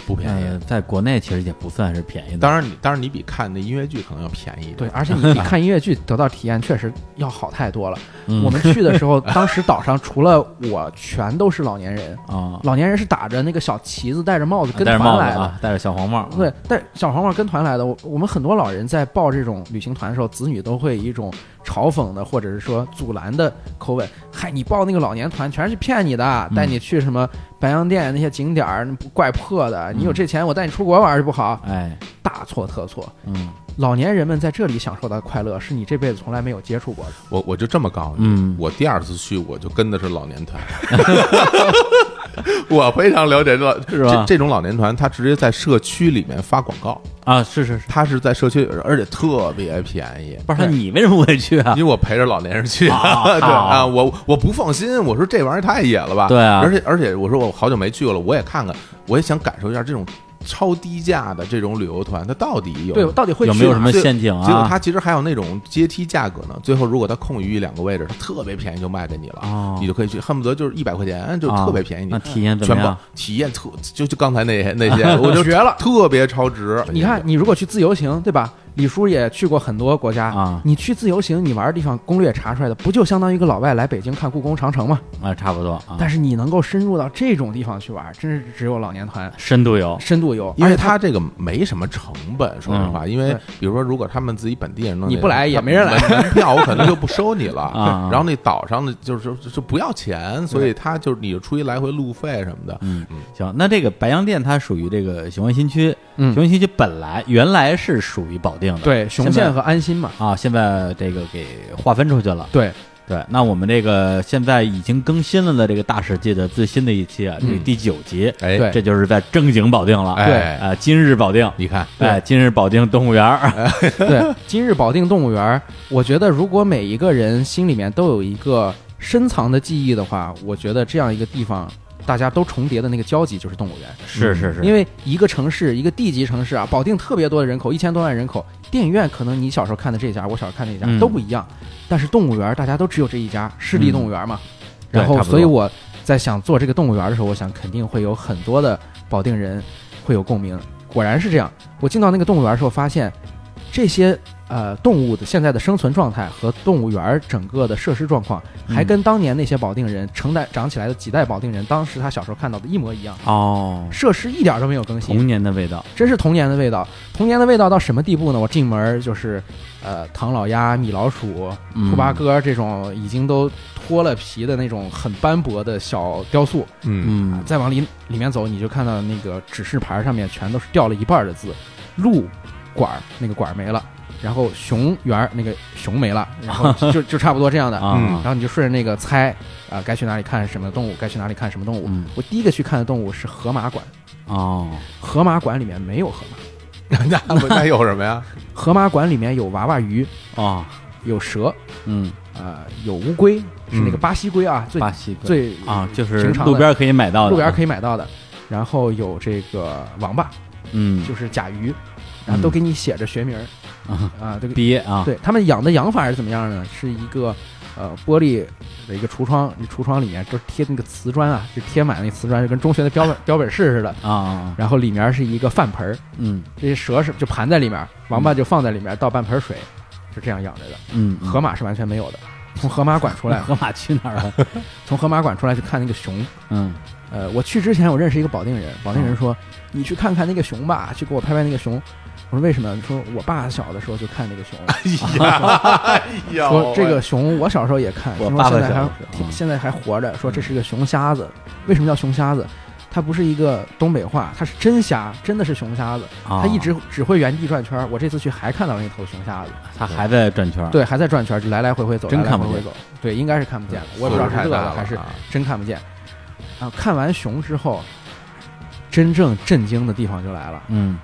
Speaker 2: 不便宜。
Speaker 1: 呃，在国内其实也不算是便宜的，
Speaker 2: 当然你当然你比看那音乐剧可能要便宜，
Speaker 1: 嗯
Speaker 3: 对，，而且 你比看音乐剧得到体验确实要好太多了。
Speaker 1: 嗯
Speaker 3: 我们去的 时候，当时岛上除了我，全都是老年人。
Speaker 1: 啊，
Speaker 3: 老年人是打着那个小旗子，戴着帽子跟
Speaker 1: 戴着
Speaker 3: 团
Speaker 1: 帽子
Speaker 3: 来的。
Speaker 1: 啊，戴着小黄帽，
Speaker 3: 对，但小黄帽跟团来的，我我们很多老人在报这种旅行团的时候，子女都会以一种嘲讽的或者是说阻拦的口吻，嗨，你报那个老年团全是骗你的，
Speaker 1: 嗯
Speaker 3: 带你去什么白洋淀那些景点儿，那不怪破的，你有
Speaker 1: 嗯
Speaker 3: 这钱我带你出国玩儿就不好，
Speaker 1: 哎，
Speaker 3: 大错特错。
Speaker 1: 嗯
Speaker 3: 老年人们在这里享受到的快乐，是你这辈子从来没有接触过的。
Speaker 2: 我我就这么告诉你，
Speaker 1: 嗯，
Speaker 2: 我第二次去我就跟的是老年 团，我非常了解这
Speaker 1: 是吧
Speaker 2: 这这种老年团，他直接在社区里面发广告，
Speaker 1: 啊，是是是，
Speaker 2: 他是在社区，而且特别便宜。
Speaker 1: 不是
Speaker 3: 对
Speaker 1: 你为什么会去啊
Speaker 2: 因？为我陪着老年人去，
Speaker 1: 啊
Speaker 2: 对
Speaker 1: 啊
Speaker 2: 啊，我我不放心，我说这玩意儿太野了吧？
Speaker 1: 对啊
Speaker 2: 而且而且我说我好久没去过了，我也看看，我也想感受一下这种超低价的这种旅游团，它到底有
Speaker 3: 对，我到底会
Speaker 1: 有啊
Speaker 3: 去
Speaker 1: 没有
Speaker 3: 哪
Speaker 1: 什
Speaker 3: 儿
Speaker 1: 么
Speaker 2: 最
Speaker 1: 陷阱
Speaker 2: 结果
Speaker 1: 啊？
Speaker 2: 它其实还有那种阶梯价格呢。最后如果它空余一两个位置，它特别便宜就卖给你了，
Speaker 1: 哦
Speaker 2: 你就可以去，恨不得就是一百块钱就
Speaker 1: 啊
Speaker 2: 特别便宜，
Speaker 3: 嗯
Speaker 1: 那体验
Speaker 2: 你
Speaker 1: 怎么
Speaker 2: 全包
Speaker 1: 样？啊
Speaker 2: 体验特就就刚才那些那些， 我就
Speaker 3: 绝了
Speaker 2: 特别超值。
Speaker 3: 你看，你如果去自由行，对吧？李叔也去过很多国家
Speaker 1: 啊
Speaker 3: 你去自由行，你玩的地方攻略查出来的，不就相当于一个老外来北京看故宫长城嘛？
Speaker 1: 啊，差不多啊，
Speaker 3: 但是你能够深入到这种地方去玩，真是只有老年团
Speaker 1: 深度游，
Speaker 3: 深度游，
Speaker 2: 因为
Speaker 3: 而且
Speaker 2: 它这个没什么成本，说实
Speaker 1: 嗯
Speaker 2: 话，因为
Speaker 3: 对
Speaker 2: 比如说，如果他们自己本地人弄那个，
Speaker 3: 你不来也
Speaker 2: 他
Speaker 3: 没人来
Speaker 2: 门门票我可能就不收你了。
Speaker 1: 啊
Speaker 2: 然后那岛上的就是就就不要钱，所以他就是你就出一来回路费什么的。
Speaker 1: 嗯，行，那这个白洋淀它属于这个雄安新区，
Speaker 3: 嗯
Speaker 1: 雄安新区本来原来是属于保定的，
Speaker 3: 对雄
Speaker 1: 现在
Speaker 3: 县和安新嘛，
Speaker 1: 啊，现在这个给划分出去了。
Speaker 3: 对，
Speaker 1: 对，那我们这个现在已经更新了的这个大史记的最新的一期啊，
Speaker 3: 嗯
Speaker 1: 这个第九集，
Speaker 2: 哎，
Speaker 3: 对
Speaker 1: 这就是在正经保定了，
Speaker 3: 对
Speaker 2: 哎，
Speaker 1: 啊，今日保定，
Speaker 2: 你看，
Speaker 3: 对哎
Speaker 1: 哎，今日保定动物园儿，
Speaker 3: 对，今日保定动物园儿，我觉得如果每一个人心里面都有一个深藏的记忆的话，我觉得这样一个地方，大家都重叠的那个交集就是动物园。
Speaker 1: 是是是，
Speaker 3: 因
Speaker 1: 为
Speaker 3: 为一个城市，一个地级城市啊，保定特别多的人口，一千多万人口，电影院可能你小时候看的这家，我小时候看那家、
Speaker 1: 嗯
Speaker 3: 都不一样，但是动物园儿大家都只有这一家，市立
Speaker 1: 嗯
Speaker 3: 动物园嘛。
Speaker 1: 对
Speaker 3: 然
Speaker 1: 差
Speaker 3: 后，
Speaker 1: 不
Speaker 3: 所以
Speaker 1: 多
Speaker 3: 我在想做这个动物园儿的时候，我想肯定会有很多的保定人会有共鸣。果然是这样，我进到那个动物园儿的时候，发现这些呃动物的现在的生存状态和动物园儿整个的设施状况，还
Speaker 1: 嗯
Speaker 3: 跟当年那些保定人成代长起来的几代保定人当时他小时候看到的一模一样。
Speaker 1: 哦，
Speaker 3: 设施一点儿都没有更新，
Speaker 1: 童年的味道，
Speaker 3: 真是童年的味道。童年的味道到什么地步呢？我进门儿就是，呃，唐老鸭、米老鼠、
Speaker 1: 嗯
Speaker 3: 兔八哥这种已经都脱了皮的那种很斑驳的小雕塑，
Speaker 2: 嗯，
Speaker 1: 嗯
Speaker 3: 再往里里面走，你就看到那个指示牌上面全都是掉了一半儿的字，鹿馆儿那个馆儿没了，然后熊园儿那个熊没了，然后就就就差不多这样的。
Speaker 1: 啊
Speaker 3: 然，后你就顺着那个猜，啊、该去哪里看什么动物，该去哪里看什么动物。
Speaker 1: 嗯
Speaker 3: 我第一个去看的动物是河马馆，
Speaker 1: 哦，
Speaker 3: 河马馆里面没有河马。
Speaker 2: 那不那有什么呀？
Speaker 3: 河马馆里面有娃娃鱼，
Speaker 1: 哦，
Speaker 3: 有蛇，
Speaker 1: 嗯，
Speaker 3: 呃，有乌龟，是那个
Speaker 2: 嗯
Speaker 3: 巴西龟啊，最
Speaker 1: 巴西龟
Speaker 3: 最
Speaker 1: 啊，就是
Speaker 3: 平常的
Speaker 1: 路边可以买到的，
Speaker 3: 路边可
Speaker 1: 以，
Speaker 3: 以买到的。然后有这个王八，
Speaker 1: 嗯，
Speaker 3: 就是甲鱼，然后都给你写着学名儿
Speaker 1: 啊
Speaker 3: 啊，这个
Speaker 1: 鳖啊，
Speaker 3: 对他们养的养法是怎么样呢？是一个呃玻璃的一个橱窗，那橱窗里面都贴那个瓷砖啊，就贴满那瓷砖，就跟中学的标本标本室似的。
Speaker 1: 啊，
Speaker 3: 然后里面是一个饭盆儿，
Speaker 1: 嗯
Speaker 3: 这些蛇是就盘在里面，王八就放在里面倒半盆水，就这样养着的。
Speaker 1: 嗯，
Speaker 3: 河马是完全没有的，从河马馆出来，
Speaker 1: 河马去哪儿了？
Speaker 3: 从河马馆出来去看那个熊。
Speaker 1: 嗯
Speaker 3: 呃，我去之前我认识一个保定人，保定人说你去看看那个熊吧，去给我拍拍那个熊。我说为什么？说我爸小的时候就看那个熊，
Speaker 2: 哎呀
Speaker 3: 说这个熊我小时候也看，
Speaker 1: 哦我
Speaker 3: 听说
Speaker 1: 爸爸
Speaker 3: 现在
Speaker 1: 小
Speaker 3: 还
Speaker 1: 的时候
Speaker 3: 听
Speaker 1: 嗯
Speaker 3: 现在还活着，说这是一个熊瞎子。为什么叫熊瞎子？它不是一个东北话，它是真瞎，真的是熊瞎子。
Speaker 1: 啊，
Speaker 3: 它一直只会原地转圈儿。我这次去还看到了那头熊瞎子。
Speaker 1: 他还在转圈，，
Speaker 3: 对，还在转圈，就来来回回走，
Speaker 1: 啊真
Speaker 3: 来来
Speaker 1: 看不
Speaker 3: 回回
Speaker 1: 见
Speaker 3: 走。对，应该是看不见了，我也不
Speaker 2: 岁
Speaker 3: 知
Speaker 2: 数
Speaker 3: 道是
Speaker 2: 太
Speaker 3: 热
Speaker 2: 大
Speaker 3: 的
Speaker 2: 了
Speaker 3: 还是
Speaker 2: 啊
Speaker 3: 真看不见。啊，看完熊之后，真正震惊的地方就来了。
Speaker 1: 嗯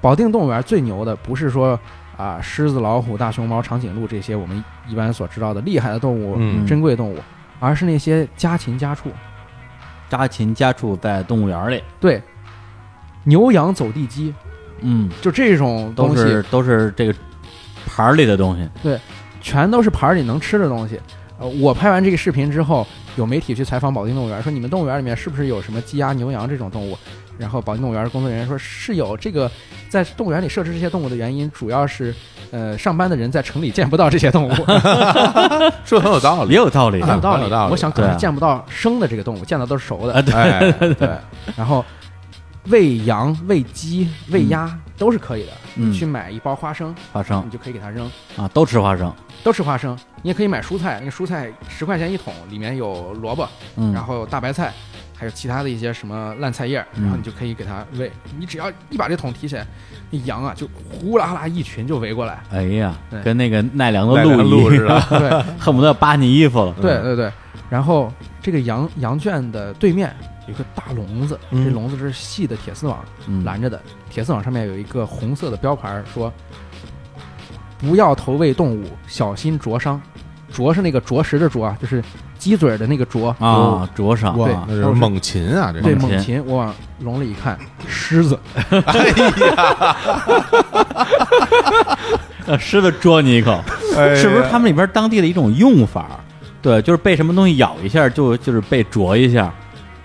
Speaker 3: 保定动物园最牛的不是说啊狮子、老虎、大熊猫、长颈鹿这些我们一般所知道的厉害的动物、
Speaker 2: 嗯
Speaker 3: 珍贵动物，而是那些家禽家畜。
Speaker 1: 家禽家畜在动物园里，
Speaker 3: 对，牛羊走地鸡，
Speaker 1: 嗯，
Speaker 3: 就这种
Speaker 1: 都
Speaker 3: 东西
Speaker 1: 是都是这个盘儿里的东西，
Speaker 3: 全都是盘儿里能吃的东西。呃，我拍完这个视频之后，有媒体去采访保定动物园，说你们动物园里面是不是有什么鸡鸭牛羊这种动物？然后保定动物园工作人员说是有这个，在动物园里设置这些动物的原因，主要是呃上班的人在城里见 不到这些 动物，
Speaker 2: 说得很有道理
Speaker 1: 也，有道理
Speaker 3: 有
Speaker 1: 的。
Speaker 3: 道理。
Speaker 2: 有道理
Speaker 3: 我想可能
Speaker 1: 对啊
Speaker 3: 见不到生的这个动物，见到都是熟的。
Speaker 1: 啊，对，
Speaker 2: 哎，
Speaker 3: 对，然后喂羊、喂鸡、喂鸭、都是可以的。
Speaker 1: 嗯
Speaker 3: 你去买一包花生，
Speaker 1: 花生
Speaker 3: 你就可以给它扔。
Speaker 1: 啊，都吃花生，
Speaker 3: 都吃花生，你也可以买蔬菜，那个蔬菜十块钱一桶，里面有萝卜，
Speaker 1: 嗯，
Speaker 3: 然后大白菜，还有其他的一些什么烂菜叶儿，
Speaker 1: 嗯
Speaker 3: 然后你就可以给它喂。你只要一把这桶提起来，那羊啊就呼啦啦一群就围过 来。
Speaker 1: 哎呀
Speaker 3: 对，
Speaker 1: 跟那个奈良的
Speaker 2: 带着
Speaker 1: 鹿
Speaker 2: 鹿
Speaker 1: 一
Speaker 2: 似
Speaker 1: 样，
Speaker 2: 的，
Speaker 3: 对
Speaker 1: 恨不得扒你衣服了。
Speaker 3: 对对对，然后这个羊羊圈的对面有个大笼子，
Speaker 2: 嗯
Speaker 3: 这笼子是细的铁丝网
Speaker 1: 嗯，
Speaker 3: 拦着的，铁丝网上面有一个红色的标牌儿说。不要投喂动物，小心灼伤。灼是那个啄食的啄啊，就是鸡嘴儿的那个啄
Speaker 1: 啊，灼伤，
Speaker 3: 对
Speaker 2: 那是猛禽啊，这
Speaker 3: 对
Speaker 2: 是
Speaker 1: 猛
Speaker 3: 猛
Speaker 1: 禽
Speaker 3: 禽，我往笼里一看，狮子，
Speaker 1: 呃狮子啄你一口，是不是他们那边当地的一种用法儿？对，就是被什么东西咬一下，就就是被啄一下。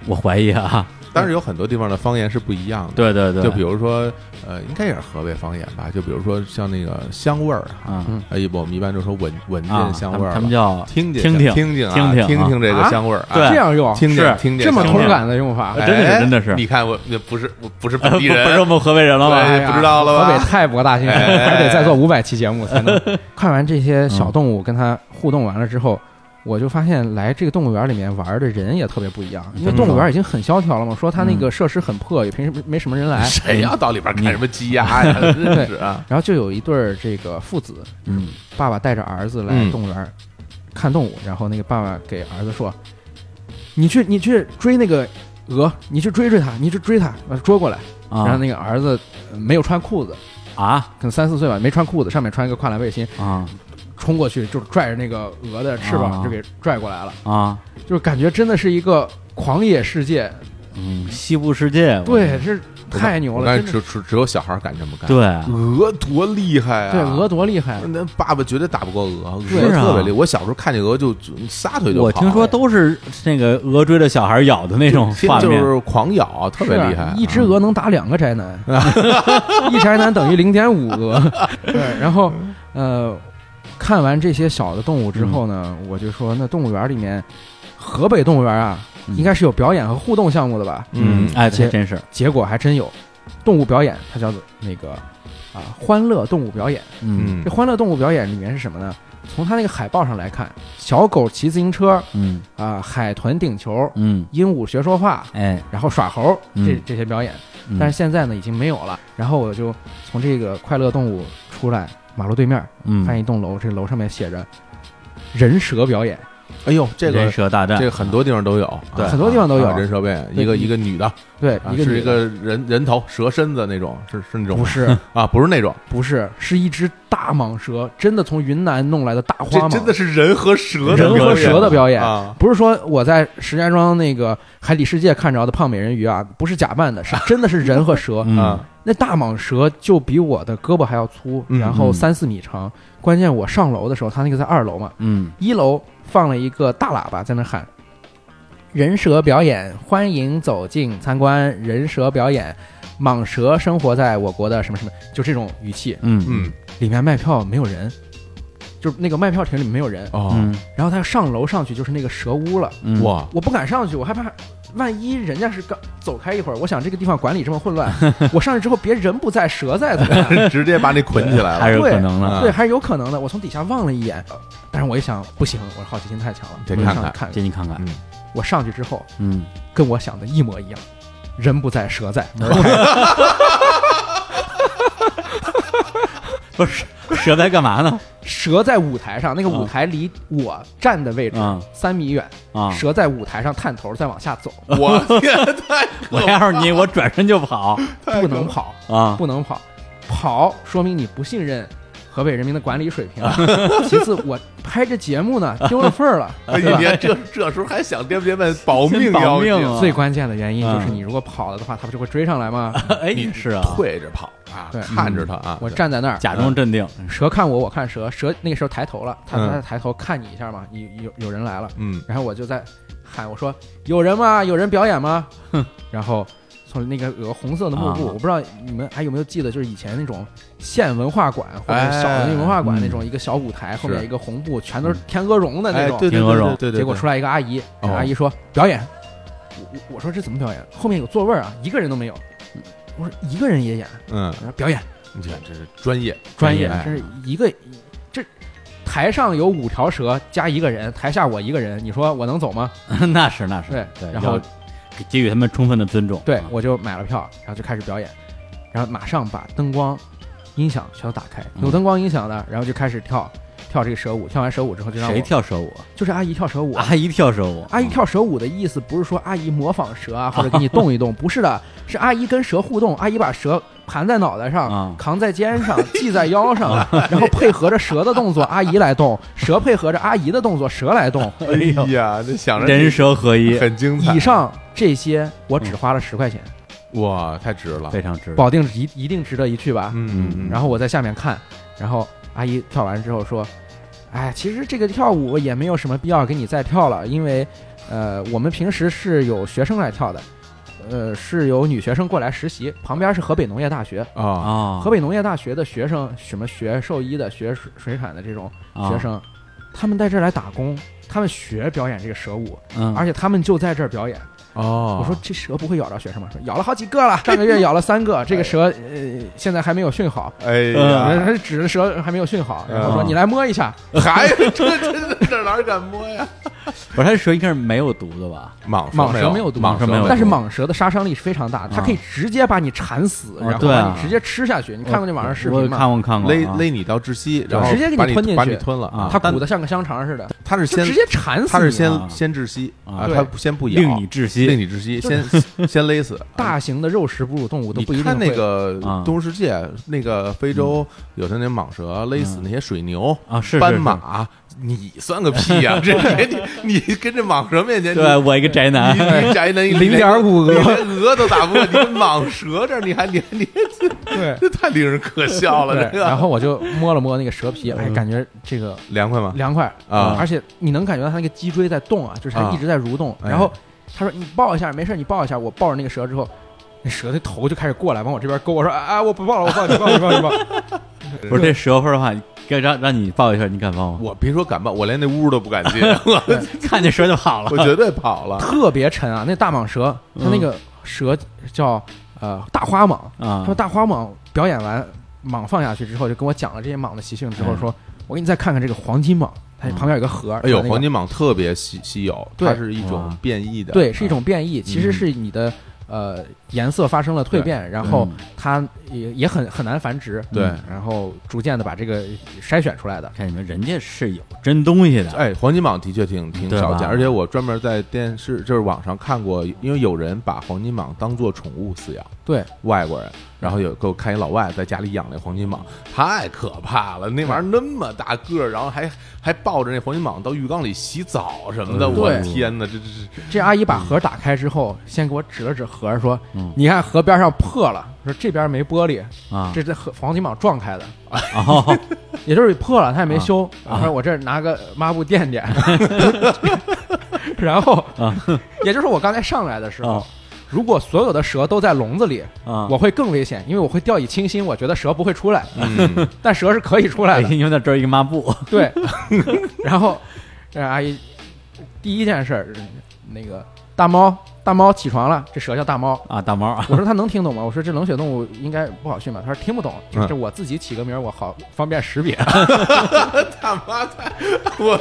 Speaker 1: 我怀疑啊，
Speaker 2: 但是有很多地方的方言是不一样的。
Speaker 1: 对对对，
Speaker 2: 就比如说，呃，应该也是河北方言吧？就比如说像那个香味儿哈，
Speaker 1: 啊
Speaker 2: 哎，我们一般就说闻闻
Speaker 1: 啊，他
Speaker 2: 见香
Speaker 1: 们
Speaker 2: 味儿了，
Speaker 1: 他们叫
Speaker 2: 听见
Speaker 1: 听听
Speaker 2: 听听见啊
Speaker 1: 听听啊
Speaker 2: 听听这个
Speaker 3: 啊
Speaker 2: 香味儿，
Speaker 1: 对
Speaker 2: 啊
Speaker 3: 这样用，
Speaker 2: 听
Speaker 1: 是
Speaker 2: 见听见
Speaker 3: 这么
Speaker 2: 香味
Speaker 3: 同
Speaker 2: 儿
Speaker 3: 感的用法，
Speaker 1: 哎真的是
Speaker 2: 哎
Speaker 1: 真的是
Speaker 2: 你看我那不是我不是本
Speaker 1: 呃不
Speaker 2: 地
Speaker 1: 不
Speaker 2: 人
Speaker 1: 是我，们河北人了
Speaker 2: 对
Speaker 1: 吗？
Speaker 3: 哎呀
Speaker 2: 不知道了吧
Speaker 3: 河北太博大精 深，
Speaker 2: 哎
Speaker 3: 还得再做五百期节目 才能看完这
Speaker 1: 嗯
Speaker 3: 些小动物，跟它互动完了之后。我就发现来这个动物园里面玩的人也特别不一样，因为
Speaker 1: 嗯
Speaker 3: 动物园已经很萧条了嘛。说它那个设施很破，也平时没没什么人来。
Speaker 2: 谁
Speaker 3: 嗯
Speaker 2: 要到里边看什么鸡鸭 呀？真是啊！
Speaker 3: 然后就有一对儿这个父子，
Speaker 1: 嗯，
Speaker 3: 爸爸带着儿子来
Speaker 2: 嗯
Speaker 3: 动物园儿看动物，然后那个爸爸给儿子说：“你去，你去追那个鹅，你去追追它，你去追它，把它捉过来。”然后
Speaker 1: 啊
Speaker 3: 那个儿子呃没有穿裤子，
Speaker 1: 啊
Speaker 3: 可能三四岁吧，没穿裤子，上面穿一个跨栏背心，
Speaker 1: 啊
Speaker 3: 冲过去就拽着那个鹅的翅膀
Speaker 1: 啊
Speaker 3: 就给拽过来了，
Speaker 1: 啊，
Speaker 3: 就是感觉真的是一个狂野世界，
Speaker 1: 嗯，西部世界，我
Speaker 3: 对，是太牛
Speaker 2: 我
Speaker 3: 了，
Speaker 2: 感
Speaker 3: 真
Speaker 2: 觉
Speaker 3: 的
Speaker 2: 只只只有小孩敢这么干。，
Speaker 1: 对，
Speaker 2: 鹅多厉害啊！
Speaker 3: 对鹅多厉害，
Speaker 2: 那爸爸绝对打不过鹅，鹅
Speaker 3: 对
Speaker 1: 啊
Speaker 2: 特别厉害。我小时候看见鹅就就撒腿就跑。
Speaker 1: 我听说都是那个鹅追着小孩咬的那种
Speaker 2: 心
Speaker 1: 画
Speaker 2: 就
Speaker 1: 面，嗯
Speaker 2: 是狂咬，特别
Speaker 3: 是啊
Speaker 2: 厉害。
Speaker 3: 一只鹅能打两个 宅男，一宅男等于零点五鹅。对，然后呃，看完这些小的动物之后呢，
Speaker 2: 嗯
Speaker 3: 我就说，那动物园里面，河北动物园啊，
Speaker 1: 嗯
Speaker 3: 应该是有表演和互动项目的吧？
Speaker 1: 嗯
Speaker 2: 嗯，
Speaker 1: 哎，
Speaker 3: 且
Speaker 1: 这真是，
Speaker 3: 结果还真有，动物表演，它叫做那个啊，欢乐动物表演。
Speaker 1: 嗯
Speaker 2: 嗯
Speaker 3: 这，欢乐动物表演里面是什么呢？从它那个海报上来看，小狗骑自行车
Speaker 1: 嗯
Speaker 3: 啊，海豚顶球，
Speaker 1: 嗯，
Speaker 3: 鹦鹉学说话，
Speaker 1: 哎，
Speaker 3: 然后耍猴，这
Speaker 1: 嗯
Speaker 3: 这些表演。
Speaker 1: 嗯
Speaker 3: 但是现在呢已经没有了。然后我就从这个快乐动物出来，马路对面看
Speaker 1: 嗯，
Speaker 3: 一栋楼，这楼上面写着人蛇表演，
Speaker 2: 哎呦，这
Speaker 1: 人
Speaker 2: 个
Speaker 1: 蛇大战
Speaker 2: 这个很多地方都有，
Speaker 1: 对
Speaker 2: 啊
Speaker 3: 很多地方都有
Speaker 2: 啊人蛇表演，一个
Speaker 3: 对
Speaker 2: 一个女的，
Speaker 3: 对
Speaker 2: 啊，
Speaker 3: 一个
Speaker 2: 是一
Speaker 3: 女的
Speaker 2: 个人人头蛇身子那种，是是那种
Speaker 3: 不
Speaker 2: 吗
Speaker 3: 是
Speaker 2: 啊，不是那种，
Speaker 3: 不是是一只大蟒蛇，真的从云南弄来的大花
Speaker 2: 这
Speaker 3: 蟒，
Speaker 2: 真的是人和蛇的
Speaker 3: 人
Speaker 2: 表
Speaker 3: 和
Speaker 2: 演
Speaker 3: 蛇的表演。
Speaker 2: 啊，
Speaker 3: 不是说我在石家庄那个海底世界看着的胖美人鱼啊，不是假扮的，是真的是人和蛇。
Speaker 1: 嗯
Speaker 2: 啊
Speaker 3: 那大蟒蛇就比我的胳膊还要粗，
Speaker 1: 嗯
Speaker 3: 然后
Speaker 1: 嗯
Speaker 3: 三四米长。关键我上楼的时候，它那个在二楼嘛，
Speaker 1: 嗯
Speaker 3: 一楼放了一个大喇叭在那喊：“人蛇表演，欢迎走进参观。人蛇表演，蟒蛇生活在我国的什么什么，就这种语气。
Speaker 1: 嗯
Speaker 2: 嗯，
Speaker 3: 里面卖票没有人，就是那个卖票亭里面没有人。
Speaker 2: 哦，
Speaker 1: 嗯
Speaker 3: 然后他上楼上去就是那个蛇屋了，
Speaker 1: 嗯
Speaker 2: 哇，
Speaker 3: 我不敢上去，我害怕。万一人家是刚走开一会儿，我想这个地方管理这么 混乱，我上去之后别人不在蛇在怎么办？
Speaker 2: 直接把你捆起来
Speaker 1: 还
Speaker 2: 了，
Speaker 1: 是有可能的。
Speaker 3: 对，还是有可能的。我从底下望了一眼，但是我一想不行，我好奇心太强了，
Speaker 2: 得
Speaker 3: 我就
Speaker 2: 看
Speaker 3: 上
Speaker 2: 看
Speaker 3: 去看
Speaker 1: 进去看看，
Speaker 3: 我上去之后，
Speaker 1: 嗯，
Speaker 3: 跟我想的一模一样，人不在蛇在，
Speaker 1: 嗯不是蛇在干嘛呢？
Speaker 3: 蛇在舞台上，那个舞台离我站的位置
Speaker 1: 嗯
Speaker 3: 三米远，
Speaker 1: 啊，
Speaker 3: 蛇在舞台上探头再往下走，
Speaker 2: 我天，太
Speaker 1: 我
Speaker 2: 可怕
Speaker 1: 要是你，我转身就跑
Speaker 2: 太
Speaker 3: 不
Speaker 2: 可
Speaker 3: 能
Speaker 2: 怕
Speaker 3: 跑，
Speaker 1: 啊！
Speaker 3: 不能跑，跑说明你不信任河北人民的管理水 平。其次，我拍这节目呢，丢了份儿了。
Speaker 2: 哎你别这这时候还想颠不颠问保
Speaker 1: 先
Speaker 2: 命
Speaker 1: 保
Speaker 2: 要
Speaker 1: 命
Speaker 2: 紧，
Speaker 1: 啊
Speaker 3: 最关键的原因就是，
Speaker 1: 嗯
Speaker 3: 你如果跑了的话，他不就会追上来吗？
Speaker 1: 哎，
Speaker 2: 你
Speaker 1: 是啊，
Speaker 2: 退着跑啊，
Speaker 3: 对嗯
Speaker 2: 看着他啊，
Speaker 1: 嗯
Speaker 3: 我站在那儿，
Speaker 1: 假装
Speaker 2: 哎
Speaker 1: 镇定，
Speaker 3: 蛇看我，我看蛇，蛇那个时候抬头了，他
Speaker 2: 嗯
Speaker 3: 他抬头看你一下嘛，你有有人来了，
Speaker 2: 嗯，
Speaker 3: 然后我就在喊我说有人吗？有人表演吗？然后从那个有个红色的幕
Speaker 1: 啊
Speaker 3: 布，我不知道你们还有没有记得，就是以前那种县文化馆或者小的那文化馆
Speaker 1: 哎
Speaker 3: 那种一个小舞台，后面
Speaker 2: 是
Speaker 3: 一个红布，全都是天鹅绒的那
Speaker 2: 哎，
Speaker 3: 种。
Speaker 2: 对对
Speaker 1: 天鹅
Speaker 2: 对
Speaker 1: 绒
Speaker 2: 对对，对
Speaker 3: 结果出来一个阿姨，
Speaker 2: 哦
Speaker 3: 阿姨说表演，我我我说这怎么表演？后面有座位啊，一个人都没有。我说一个人也演，
Speaker 2: 嗯，
Speaker 3: 我说表演
Speaker 2: 你看这是专业，
Speaker 3: 专
Speaker 1: 业
Speaker 3: 业，
Speaker 2: 哎
Speaker 3: 这是一个这台上有五条蛇加一个人，台下我一个人，你说我能走吗？
Speaker 1: 那是那是，
Speaker 3: 对
Speaker 1: 对，
Speaker 3: 然后
Speaker 1: 要给予他们充分的尊重。
Speaker 3: 对
Speaker 1: 啊，
Speaker 3: 我就买了票，然后就开始表演，然后马上把灯光、音响全都打开，
Speaker 1: 嗯
Speaker 3: 有灯光、音响的，然后就开始跳跳这个蛇舞。跳完蛇舞之后，就让
Speaker 1: 谁
Speaker 3: 我
Speaker 1: 跳啊蛇舞？
Speaker 3: 就是阿姨跳蛇舞。啊
Speaker 1: 阿姨跳蛇舞，
Speaker 3: 阿姨跳蛇舞的意思不是说阿姨模仿蛇啊，或者给你动一动， 不是的，是阿姨跟蛇互动，阿姨把蛇盘在脑袋
Speaker 1: 啊
Speaker 3: 上，扛在肩 上，系在腰上，然后配合着蛇的动作，阿姨来动，蛇配合着阿姨的动作，蛇来动。
Speaker 2: 哎 呀，这想着
Speaker 1: 人蛇合一，
Speaker 2: 很精彩，
Speaker 3: 以上这些我只花了十块钱，
Speaker 2: 哇，太值了，
Speaker 1: 非常值得。
Speaker 3: 保定一一定值得一去吧？
Speaker 2: 嗯嗯，
Speaker 3: 然后我在下面看，然后阿姨跳完之后说：“哎，其实这个跳舞也没有什么必要给你再跳了，因为，呃，我们平时是有学生来跳的，呃，是有女学生过来实习，旁边是河北农业大学，
Speaker 2: 啊，
Speaker 1: 啊，
Speaker 3: 河北农业大学的学生，什么学兽医的、学水水产的这种
Speaker 1: 啊
Speaker 3: 学，生，他们在这儿来打工，他们学表演这个蛇舞，
Speaker 1: 嗯，啊
Speaker 3: 而且他们就在这儿表演。
Speaker 2: 哦，
Speaker 3: 我说这蛇不会咬着学生吗？说咬了好几个了，上个月咬了三个，这个蛇呃现在还没有训好。”
Speaker 2: 哎
Speaker 1: 呃
Speaker 2: 呀，
Speaker 3: 他指着蛇还没有训好，然后说：“
Speaker 1: 嗯
Speaker 3: 你来摸一下。
Speaker 2: 还 这这这哪敢摸呀？
Speaker 1: 不是，他蛇应该是没有毒的吧？
Speaker 2: 蟒
Speaker 3: 蟒蛇没
Speaker 2: 没
Speaker 3: 有毒啊
Speaker 2: 蟒蛇
Speaker 1: 蟒蛇没有
Speaker 2: 毒
Speaker 1: 毒
Speaker 3: 但是蟒蛇的杀伤力是非常大的，它
Speaker 1: 嗯
Speaker 3: 可以直接把你缠死，
Speaker 1: 哦
Speaker 3: 然后
Speaker 1: 对啊
Speaker 3: 把你直接吃下去。你看过那网上视
Speaker 1: 我
Speaker 3: 频吗？
Speaker 1: 看过看过，
Speaker 2: 勒
Speaker 1: 啊
Speaker 2: 勒你到窒息，然后
Speaker 3: 直接给你
Speaker 2: 把你
Speaker 3: 吞进去
Speaker 2: 把你吞了
Speaker 1: 啊
Speaker 3: 它
Speaker 2: 但
Speaker 3: 鼓得像个香肠似的，
Speaker 2: 它是
Speaker 3: 就
Speaker 2: 先
Speaker 3: 直接缠死
Speaker 2: 它是
Speaker 3: 你。
Speaker 2: 先
Speaker 1: 啊
Speaker 2: 先窒息啊，
Speaker 1: 啊
Speaker 2: 它先不咬，
Speaker 1: 令你窒息，
Speaker 2: 令你窒息，先先勒死。
Speaker 3: 大型的肉食哺乳动物都
Speaker 2: 你
Speaker 3: 不一定
Speaker 2: 看那
Speaker 3: 会。嗯
Speaker 2: 个
Speaker 1: 啊
Speaker 2: 《动物世界》，那个非洲有的那蟒蛇勒死那些水牛
Speaker 1: 啊是是
Speaker 2: 斑马，你算个屁 呀！这你你跟这蟒蛇面前，你
Speaker 1: 对我一个宅男
Speaker 2: 你，你宅男
Speaker 3: 零点五
Speaker 2: 你
Speaker 3: 个
Speaker 2: 连鹅都打不过，你跟蟒蛇这儿你还连你
Speaker 3: 对
Speaker 2: 这太令人可笑 了，这
Speaker 3: 对，
Speaker 2: 个
Speaker 3: 然后我就摸了摸那个蛇皮，哎，感觉这个
Speaker 2: 凉快吗？
Speaker 3: 凉快
Speaker 2: 啊
Speaker 3: 而且你能感觉到它那个脊椎在动啊，就是它
Speaker 2: 啊
Speaker 3: 一直在蠕动。
Speaker 2: 哎
Speaker 3: 然后他说：“你抱一下，没事，你抱一下。”我抱着那个蛇之后，那蛇的头就开始过来往我这边勾。我说：“啊，啊我不抱了，我抱你，抱你，抱你，抱 你。
Speaker 1: 不是这蛇会儿的话，该让让你抱一下，你敢抱吗？
Speaker 2: 我别说感冒，我连那屋都不敢 进，我
Speaker 1: 看见蛇就跑
Speaker 2: 我
Speaker 1: 了，
Speaker 2: 绝对跑”了。
Speaker 3: 特别沉啊，那大蟒蛇，它那个蛇叫呃大花蟒。
Speaker 1: 啊
Speaker 2: 嗯
Speaker 3: 他说大花蟒表演完蟒放下去之后，就跟我讲了这些蟒的习性之后
Speaker 1: 嗯，
Speaker 3: 说：“我给你再看看这个黄金蟒，它
Speaker 1: 嗯
Speaker 3: 旁边有个核。
Speaker 2: 哎呦，
Speaker 3: 那个
Speaker 2: 黄金蟒特别稀稀有，它
Speaker 3: 对
Speaker 2: 是一种
Speaker 1: 哇
Speaker 2: 变异的，
Speaker 3: 对，是一
Speaker 1: 啊
Speaker 3: 种变异，
Speaker 1: 嗯
Speaker 3: 其实是你的呃颜色发生了蜕变，然后它也也很很难繁殖，
Speaker 2: 对
Speaker 3: 嗯然后逐渐的把这个筛选出来的。
Speaker 1: 看你们人家是有真东西的，
Speaker 2: 哎，黄金蟒的确挺挺
Speaker 1: 对吧
Speaker 2: 少见，而且我专门在电视就是网上看过，因为有人把黄金蟒当做宠物饲养，
Speaker 3: 对，
Speaker 2: 外国人，然后有给我看一老外在家里养那黄金蟒，太可怕了，那玩意儿那么大个儿，然后还还抱着那黄金蟒到浴缸里洗澡什么的，
Speaker 1: 嗯
Speaker 2: 我
Speaker 3: 对
Speaker 2: 天哪，这这这
Speaker 3: 这阿姨把盒打开之后，先给我指了指盒，说：“你看盒边上破了，说这边没玻璃，
Speaker 1: 嗯啊，
Speaker 3: 这这盒黄金蟒撞开的，
Speaker 1: 哦，
Speaker 3: 也就是破了，他也
Speaker 1: 啊
Speaker 3: 没修。然后我这儿拿个抹布垫 垫，然后
Speaker 1: 啊，
Speaker 3: 也就是我刚才上来的时候
Speaker 1: 啊，
Speaker 3: 如果所有的蛇都在笼子里，
Speaker 1: 啊
Speaker 3: 我会更危险，因为我会掉以轻心，我觉得蛇不会出来，
Speaker 2: 嗯，
Speaker 3: 但蛇是可以出来
Speaker 1: 哎，
Speaker 3: 的。
Speaker 1: 因为那这儿一个抹布，
Speaker 3: 对， 然后这阿姨第一件事儿，那个大猫大猫起床了，这蛇叫大猫。
Speaker 1: 啊，大猫啊，
Speaker 3: 我说它能听懂吗？我说这冷血动物应该不好训吧？他说听不懂，就
Speaker 2: 嗯
Speaker 3: 是我自己起个名儿，我好方便识别。
Speaker 2: 大妈太，我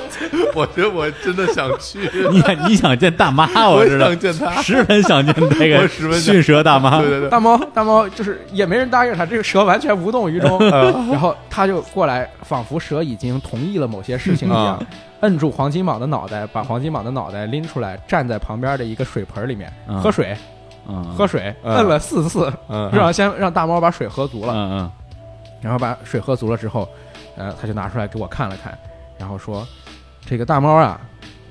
Speaker 2: 我觉得我真的想去，
Speaker 1: 你想你想见大妈，我知道
Speaker 2: 想，见 他，
Speaker 1: 十分想见这
Speaker 2: 我
Speaker 1: 个
Speaker 2: 十分想
Speaker 1: 驯蛇大妈，
Speaker 2: 对 对对，
Speaker 3: 大猫大猫就是也没人答应它，这个蛇完全无动 于衷。
Speaker 1: 嗯
Speaker 3: 然后它就过来，仿佛蛇已经同意了某些事情一样，
Speaker 1: 嗯
Speaker 3: 摁住黄金蟒的脑袋，把黄金蟒的脑袋拎出来，站在旁边的一个水盆里面
Speaker 1: 嗯
Speaker 3: 喝水，
Speaker 1: 嗯，
Speaker 3: 喝水，
Speaker 2: 嗯
Speaker 3: 摁了四次，
Speaker 2: 嗯
Speaker 3: 让先让大猫把水喝足了。
Speaker 1: 嗯
Speaker 3: 然后把水喝足了之后，呃，他就拿出来给我看了看，然后说：“这个大猫啊，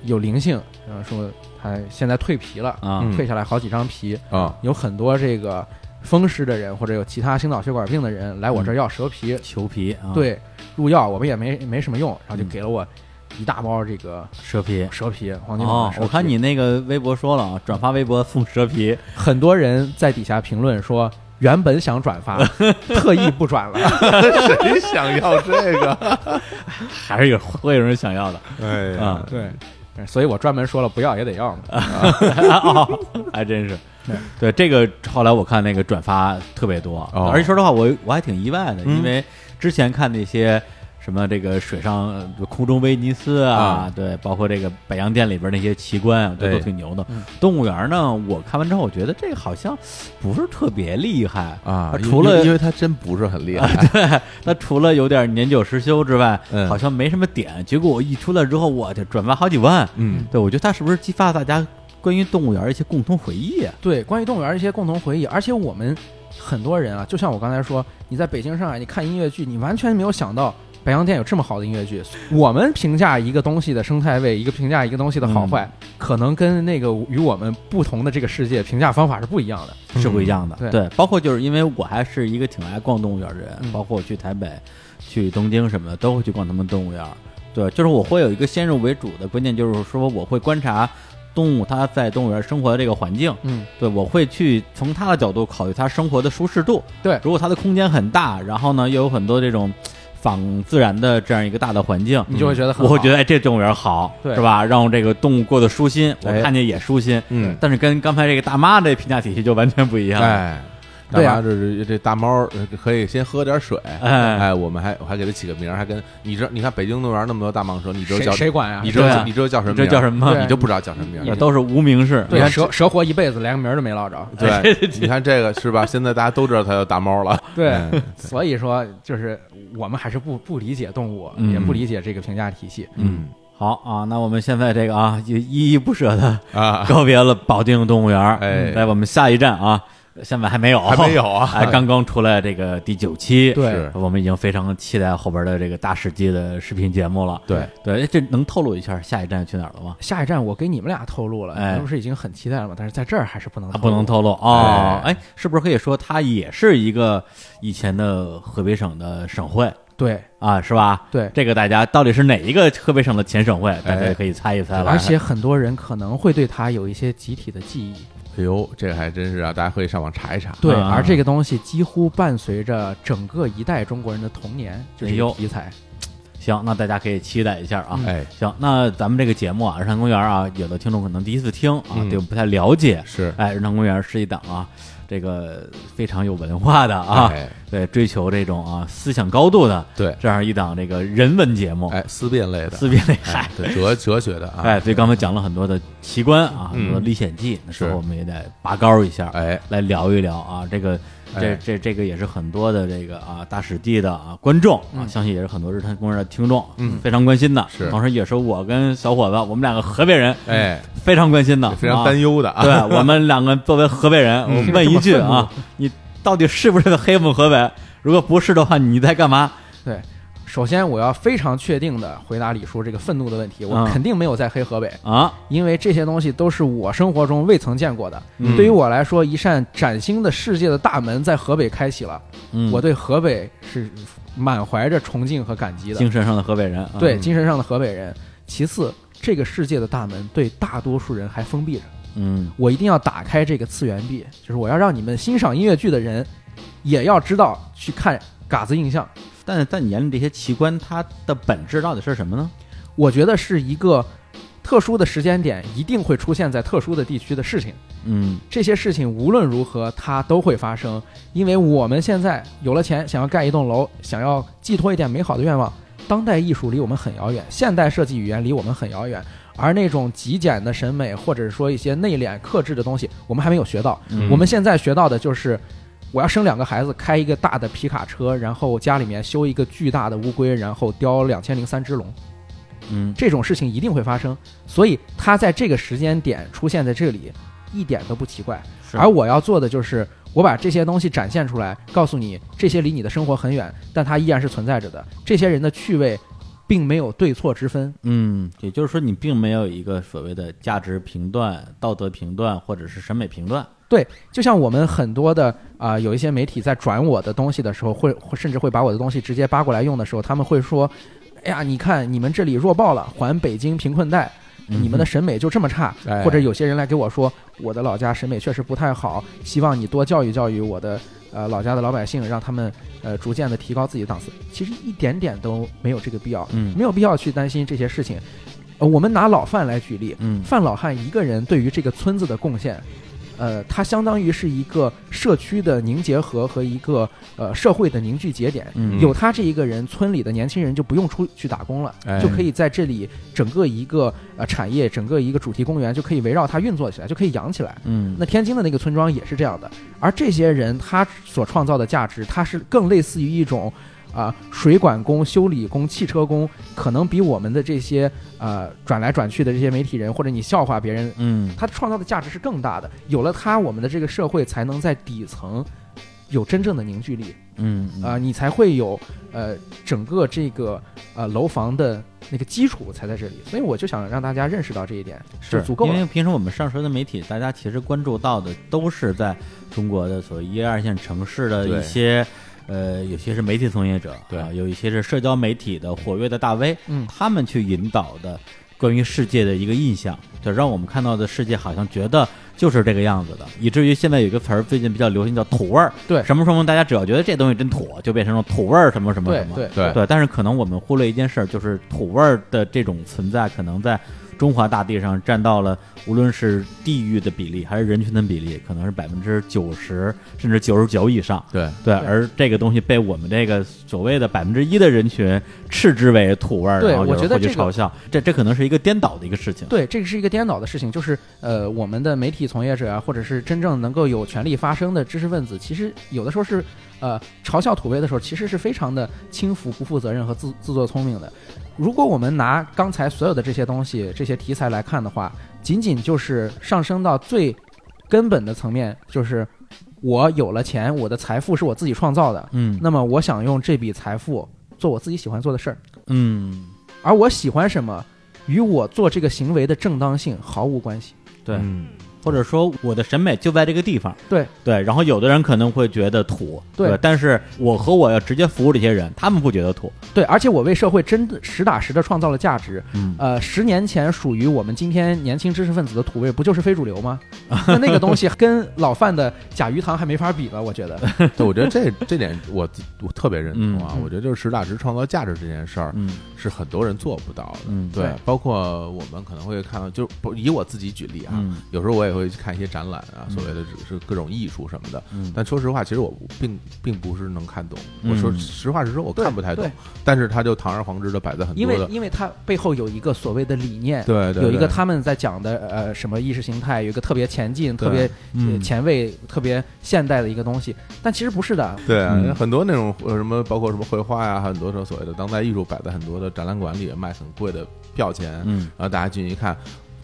Speaker 3: 有灵性。”然后说它现在蜕皮了，
Speaker 1: 嗯
Speaker 3: 蜕下来好几张皮，
Speaker 2: 啊，
Speaker 3: 有很多这个风湿的人或者有其他心脑血管病的人来我这儿要蛇皮，
Speaker 1: 裘皮嗯啊，，
Speaker 3: 对，入药我们也没没什么用，然后就
Speaker 1: 嗯
Speaker 3: 给了我一大包这个
Speaker 1: 蛇皮。
Speaker 3: 蛇皮，黄金蟒
Speaker 1: 哦
Speaker 3: 的蛇，皮。
Speaker 1: 我看你那个微博说了啊，转发微博送蛇皮，
Speaker 3: 很多人在底下评论说。原本想转发， 特意不转了。，
Speaker 2: 谁想要这个？
Speaker 1: 还是有会有人想要的
Speaker 2: 哎呀
Speaker 1: 啊
Speaker 3: 对，所以我专门说了，不要也得要嘛。
Speaker 1: 哦， 还真是。对这个，后来我看那个转发特别多，
Speaker 2: 哦
Speaker 1: 而且说实话，我我还挺意外的，
Speaker 2: 嗯
Speaker 1: 因为之前看那些什么这个水上呃空中威尼斯啊，对，包括这个北洋店里边那些奇观啊，都
Speaker 2: 对嗯
Speaker 1: 都挺牛的。动物园呢，我看完之后，我觉得这个好像不是特别厉害
Speaker 2: 啊，
Speaker 1: 除了
Speaker 2: 因为他真不是很厉害，
Speaker 1: 那除了有点年久失修之外，
Speaker 2: 嗯
Speaker 1: 好像没什么点。结果我一出来之后，我去转发好几万。
Speaker 2: 嗯，
Speaker 1: 对，我觉得它是不是激发大家关于动物园一些共同回忆啊？
Speaker 3: 对，关于动物园儿一些共同回忆，而且我们很多人啊，就像我刚才说，你在北京、上海，你看音乐剧，你完全没有想到白洋淀有这么好的音乐剧。 我们评价一个东西的生态位，一个评价一个东西的好坏，可能跟那个与我们不同的这个世界评价方法是不一样的。
Speaker 1: 是不一样的。
Speaker 3: 嗯对
Speaker 1: 包括就是因为我还是一个挺爱逛动物园的人，
Speaker 3: 嗯
Speaker 1: 包括我去台北、去东京什么的，都会去逛他们动物园。对，就是我会有一个先入为主的观念，就是说我会观察动物它在动物园生活的这个环境，
Speaker 3: 嗯，
Speaker 1: 对我会去从它的角度考虑它生活的舒适度。
Speaker 3: 对
Speaker 1: 如果它的空间很大，然后呢又有很多这种仿自然的这样一个大的环境，
Speaker 3: 你就会觉得很
Speaker 1: 我会
Speaker 3: 好
Speaker 1: 觉得哎这动物园好，
Speaker 3: 对
Speaker 1: 是吧？让这个动物过得舒心，我
Speaker 2: 哎
Speaker 1: 看见也舒心。
Speaker 2: 嗯，
Speaker 1: 但是跟刚才这个大妈这评价体系就完全不一样了。
Speaker 2: 哎。大
Speaker 3: 对啊
Speaker 2: 妈这这这大猫呃可以先喝点水，
Speaker 1: 哎
Speaker 2: 哎，我们还我还给它起个名儿，还跟你知道你看北京动物园那么多大蟒蛇，你知道
Speaker 3: 谁
Speaker 2: 叫
Speaker 3: 谁管呀、
Speaker 2: 你知道、
Speaker 1: 对啊
Speaker 2: 你知道叫什么
Speaker 1: 这
Speaker 2: 名儿？
Speaker 1: 叫什么
Speaker 3: 对
Speaker 2: 你就不知道叫什么名
Speaker 3: 你
Speaker 1: 也
Speaker 2: 儿？
Speaker 1: 都是无名氏。哎
Speaker 3: 对
Speaker 1: 你
Speaker 3: 呀，
Speaker 1: 看
Speaker 3: 蛇蛇活一辈子，连个名儿都没落着。
Speaker 2: 嗯对，你看这个是吧？现在大家都知道它叫大猫了。
Speaker 3: 对
Speaker 2: 嗯，
Speaker 3: 所以说就是我们还是不不理解动物，
Speaker 1: 嗯
Speaker 3: 也不理解这个评价体系。
Speaker 2: 嗯
Speaker 1: 好啊，那我们现在这个啊，也依依不舍的
Speaker 2: 啊，
Speaker 1: 告别了保定动物园儿。嗯
Speaker 2: 哎
Speaker 1: 来我们下一站啊，现在还没有，
Speaker 2: 还没有啊
Speaker 1: 哎，刚刚出来这个第九期，
Speaker 3: 对
Speaker 2: 是
Speaker 1: 我们已经非常期待后边的这个大世纪的视频节目了。
Speaker 2: 对，
Speaker 1: 对，哎这能透露一下下一站去哪儿了吗？
Speaker 3: 下一站我给你们俩透露了，
Speaker 1: 哎
Speaker 3: 你们不是已经很期待了吗？但是在这儿还是不能
Speaker 1: 啊，不能透露哦。哎，是不是可以说它也是一个以前的河北省的省会
Speaker 3: 对
Speaker 1: 啊，是吧？
Speaker 3: 对，
Speaker 1: 这个大家到底是哪一个河北省的前省会，大家
Speaker 2: 哎
Speaker 1: 可以猜一猜了。
Speaker 3: 而且很多人可能会对它有一些集体的记忆。
Speaker 2: 哎呦，这个还真是啊，大家可以上网查一查。
Speaker 3: 对，
Speaker 1: 啊
Speaker 3: 而这个东西几乎伴随着整个一代中国人的童年，就是
Speaker 1: 哎
Speaker 3: 一个
Speaker 1: 呦
Speaker 3: 题材。
Speaker 1: 行，那大家可以期待一下啊。
Speaker 3: 嗯
Speaker 2: 哎，
Speaker 1: 行，那咱们这个节目啊，日坛公园啊，有的听众可能第一次听啊，
Speaker 2: 嗯
Speaker 1: 对我们不太了解。
Speaker 2: 是
Speaker 1: 哎，日坛公园是一档啊，这个非常有文化的啊，
Speaker 2: 哎
Speaker 1: 对，追求这种啊思想高度的
Speaker 2: 对，
Speaker 1: 这样一档这个人文节目，
Speaker 2: 哎，思辨类的，哎
Speaker 1: 思辨类嗨。
Speaker 2: 对哲哲学的啊，
Speaker 1: 哎，所以刚才讲了很多的奇观啊，
Speaker 2: 嗯
Speaker 1: 很多历险记，那时
Speaker 2: 是
Speaker 1: 候我们也得拔高一下，
Speaker 2: 哎，
Speaker 1: 来聊一聊啊，这个这
Speaker 2: 哎
Speaker 1: 这这个也是很多的这个啊大史地的啊观众啊，
Speaker 3: 嗯
Speaker 1: 相信也是很多日坛公园的听众，
Speaker 2: 嗯
Speaker 1: 非常关心的。
Speaker 2: 是
Speaker 1: 同时也是我跟小伙子，我们两个河北人，
Speaker 2: 哎，
Speaker 3: 啊
Speaker 1: 非常关心的，
Speaker 2: 非常担
Speaker 1: 忧。
Speaker 2: 忧的啊。
Speaker 1: 对我们两个作为河北人，
Speaker 2: 嗯
Speaker 1: 我问一句啊，你到底是不是黑姆河北？如果不是的话，你在干嘛？
Speaker 3: 对，首先我要非常确定的回答李叔这个愤怒的问题，我
Speaker 1: 嗯
Speaker 3: 肯定没有在黑河北，
Speaker 1: 啊，
Speaker 3: 因为这些东西都是我生活中未曾见过的。
Speaker 1: 嗯
Speaker 3: 对于我来说，一扇崭新的世界的大门在河北开启了。
Speaker 1: 嗯
Speaker 3: 我对河北是满怀着崇敬和感激的
Speaker 1: 精，神上的河北人，啊
Speaker 3: 对，精神上的河北人。其次，这个世界的大门对大多数人还封闭着，
Speaker 1: 嗯
Speaker 3: 我一定要打开这个次元壁，就是我要让你们欣赏音乐剧的人，也要知道去看嘎子印象。
Speaker 1: 但在你眼里，这些奇观它的本质到底是什么呢？
Speaker 3: 我觉得是一个特殊的时间点一定会出现在特殊的地区的事情。
Speaker 1: 嗯
Speaker 3: 这些事情无论如何它都会发生，因为我们现在有了钱，想要盖一栋楼，想要寄托一点美好的愿望，当代艺术离我们很遥远，现代设计语言离我们很遥远，而那种极简的审美或者说一些内敛克制的东西，我们还没有学到。
Speaker 1: 嗯
Speaker 3: 我们现在学到的就是。我要生两个孩子，开一个大的皮卡车，然后家里面修一个巨大的乌龟，然后雕两千零三只龙。
Speaker 1: 嗯
Speaker 3: 这种事情一定会发生，所以它在这个时间点出现在这里，一点都不奇怪。
Speaker 1: 是
Speaker 3: 而我要做的就是，我把这些东西展现出来，告诉你这些离你的生活很远，但它依然是存在着的。这些人的趣味，并没有对错之分。
Speaker 1: 嗯，也就是说，你并没有一个所谓的价值评断、道德评断或者是审美评断。
Speaker 3: 对，就像我们很多的啊、有一些媒体在转我的东西的时候，会会甚至会把我的东西直接扒过来用的时候，他们会说：“哎呀，你看你们这里弱爆了，还北京贫困带。”
Speaker 1: 嗯
Speaker 3: 你们的审美就这么差，
Speaker 2: 哎
Speaker 3: 或者有些人来给我说，我的老家审美确实不太好，希望你多教育教育我的呃老家的老百姓，让他们呃逐渐的提高自己的档次。其实一点点都没有这个必要，
Speaker 1: 嗯
Speaker 3: 没有必要去担心这些事情。呃，我们拿老范来举例，
Speaker 1: 嗯
Speaker 3: 范老汉一个人对于这个村子的贡献，呃，他相当于是一个社区的凝结核和一个呃社会的凝聚节点。
Speaker 1: 嗯
Speaker 3: 有他这一个人，村里的年轻人就不用出去打工了，
Speaker 2: 哎
Speaker 3: 就可以在这里整个一个呃产业，整个一个主题公园就可以围绕他运作起来，就可以养起来。
Speaker 1: 嗯
Speaker 3: 那天津的那个村庄也是这样的，而这些人他所创造的价值，它是更类似于一种啊、水管工、修理工、汽车工，可能比我们的这些呃转来转去的这些媒体人或者你笑话别人，
Speaker 1: 嗯
Speaker 3: 他创造的价值是更大的。有了他，我们的这个社会才能在底层有真正的凝聚力
Speaker 1: 嗯
Speaker 3: 啊、你才会有呃整个这个呃楼房的那个基础才在这里。所以我就想让大家认识到这一点，就是足够
Speaker 1: 因
Speaker 3: 了
Speaker 1: 为。平时我们上学的媒体，大家其实关注到的都是在中国的所谓一二线城市的
Speaker 2: 对
Speaker 1: 一些。呃，有些是媒体从业者，
Speaker 2: 对
Speaker 1: 啊有一些是社交媒体的活跃的大 V，
Speaker 3: 嗯
Speaker 1: 他们去引导的关于世界的一个印象，就让我们看到的世界好像觉得就是这个样子的，以至于现在有一个词儿最近比较流行叫土味儿，
Speaker 3: 对
Speaker 1: 什么什么，大家只要觉得这东西真土，就变成了土味儿什么什么什
Speaker 3: 对
Speaker 1: 么，
Speaker 3: 对
Speaker 2: 对
Speaker 1: 对，但是可能我们忽略一件事儿，就是土味儿的这种存在，可能在中华大地上占到了无论是地域的比例还是人群的比例，可能是百分之九十甚至九十九以上。
Speaker 2: 对，
Speaker 1: 对，
Speaker 3: 对
Speaker 1: 而这个东西被我们这个所谓的百分之一的人群斥之为土味儿，
Speaker 3: 对
Speaker 1: 然后有
Speaker 3: 我觉
Speaker 1: 人
Speaker 3: 得
Speaker 1: 会去
Speaker 3: 这个
Speaker 1: 嘲笑，这这可能是一个颠倒的一个事情。
Speaker 3: 对，这个是一个颠倒的事情，就是呃，我们的媒体从业者啊，或者是真正能够有权利发声的知识分子，其实有的时候是呃嘲笑土味的时候，其实是非常的轻浮、不负责任和自自作聪明的。如果我们拿刚才所有的这些东西、这些题材来看的话，仅仅就是上升到最根本的层面，就是我有了钱，我的财富是我自己创造的，
Speaker 1: 嗯
Speaker 3: 那么我想用这笔财富做我自己喜欢做的事儿。
Speaker 1: 嗯，
Speaker 3: 而我喜欢什么，与我做这个行为的正当性毫无关系。
Speaker 1: 对，
Speaker 2: 嗯
Speaker 1: 或者说我的审美就在这个地方。
Speaker 3: 对
Speaker 1: 对，然后有的人可能会觉得土，
Speaker 3: 对
Speaker 1: 吧但是我和我要直接服务这些人，他们不觉得土。
Speaker 3: 对，而且我为社会真的实打实的创造了价值。
Speaker 1: 嗯
Speaker 3: 呃，十年前属于我们今天年轻知识分子的土味，不就是非主流吗？那那个东西跟老范的假鱼塘还没法比了，我觉 得。
Speaker 2: 对，我觉得这这点我我特别认同啊
Speaker 1: 嗯，
Speaker 2: 我觉得就是实打实创造价值这件事儿
Speaker 1: 嗯
Speaker 2: 是很多人做不到的。
Speaker 1: 嗯
Speaker 2: 对
Speaker 3: 对，
Speaker 2: 包括我们可能会看到，就是不以我自己举例啊，
Speaker 1: 嗯
Speaker 2: 有时候我也会去看一些展览啊，
Speaker 1: 嗯
Speaker 2: 所谓的只是各种艺术什么的。
Speaker 1: 嗯
Speaker 2: 但说实话，其实我并并不是能看懂。
Speaker 1: 嗯
Speaker 2: 我说实话实说，我看不太懂
Speaker 3: 对。
Speaker 2: 但是它就堂而皇之的摆在很
Speaker 3: 因
Speaker 2: 多
Speaker 3: 为
Speaker 2: 的，
Speaker 3: 因为它背后有一个所谓的理念，
Speaker 2: 对对，
Speaker 3: 有一
Speaker 2: 对
Speaker 3: 个他们在讲的呃什么意识形态，有一个特别前进、特
Speaker 2: 对
Speaker 3: 别、
Speaker 1: 嗯
Speaker 3: 呃前卫、特别现代的一个东西，但其实不是的。
Speaker 2: 对啊
Speaker 1: 嗯，
Speaker 2: 很多那种呃什么，包括什么绘画呀，很多时候所谓的当代艺术摆在很多的展览馆里，卖很贵的票钱，
Speaker 1: 嗯
Speaker 2: 然后大家进去一看，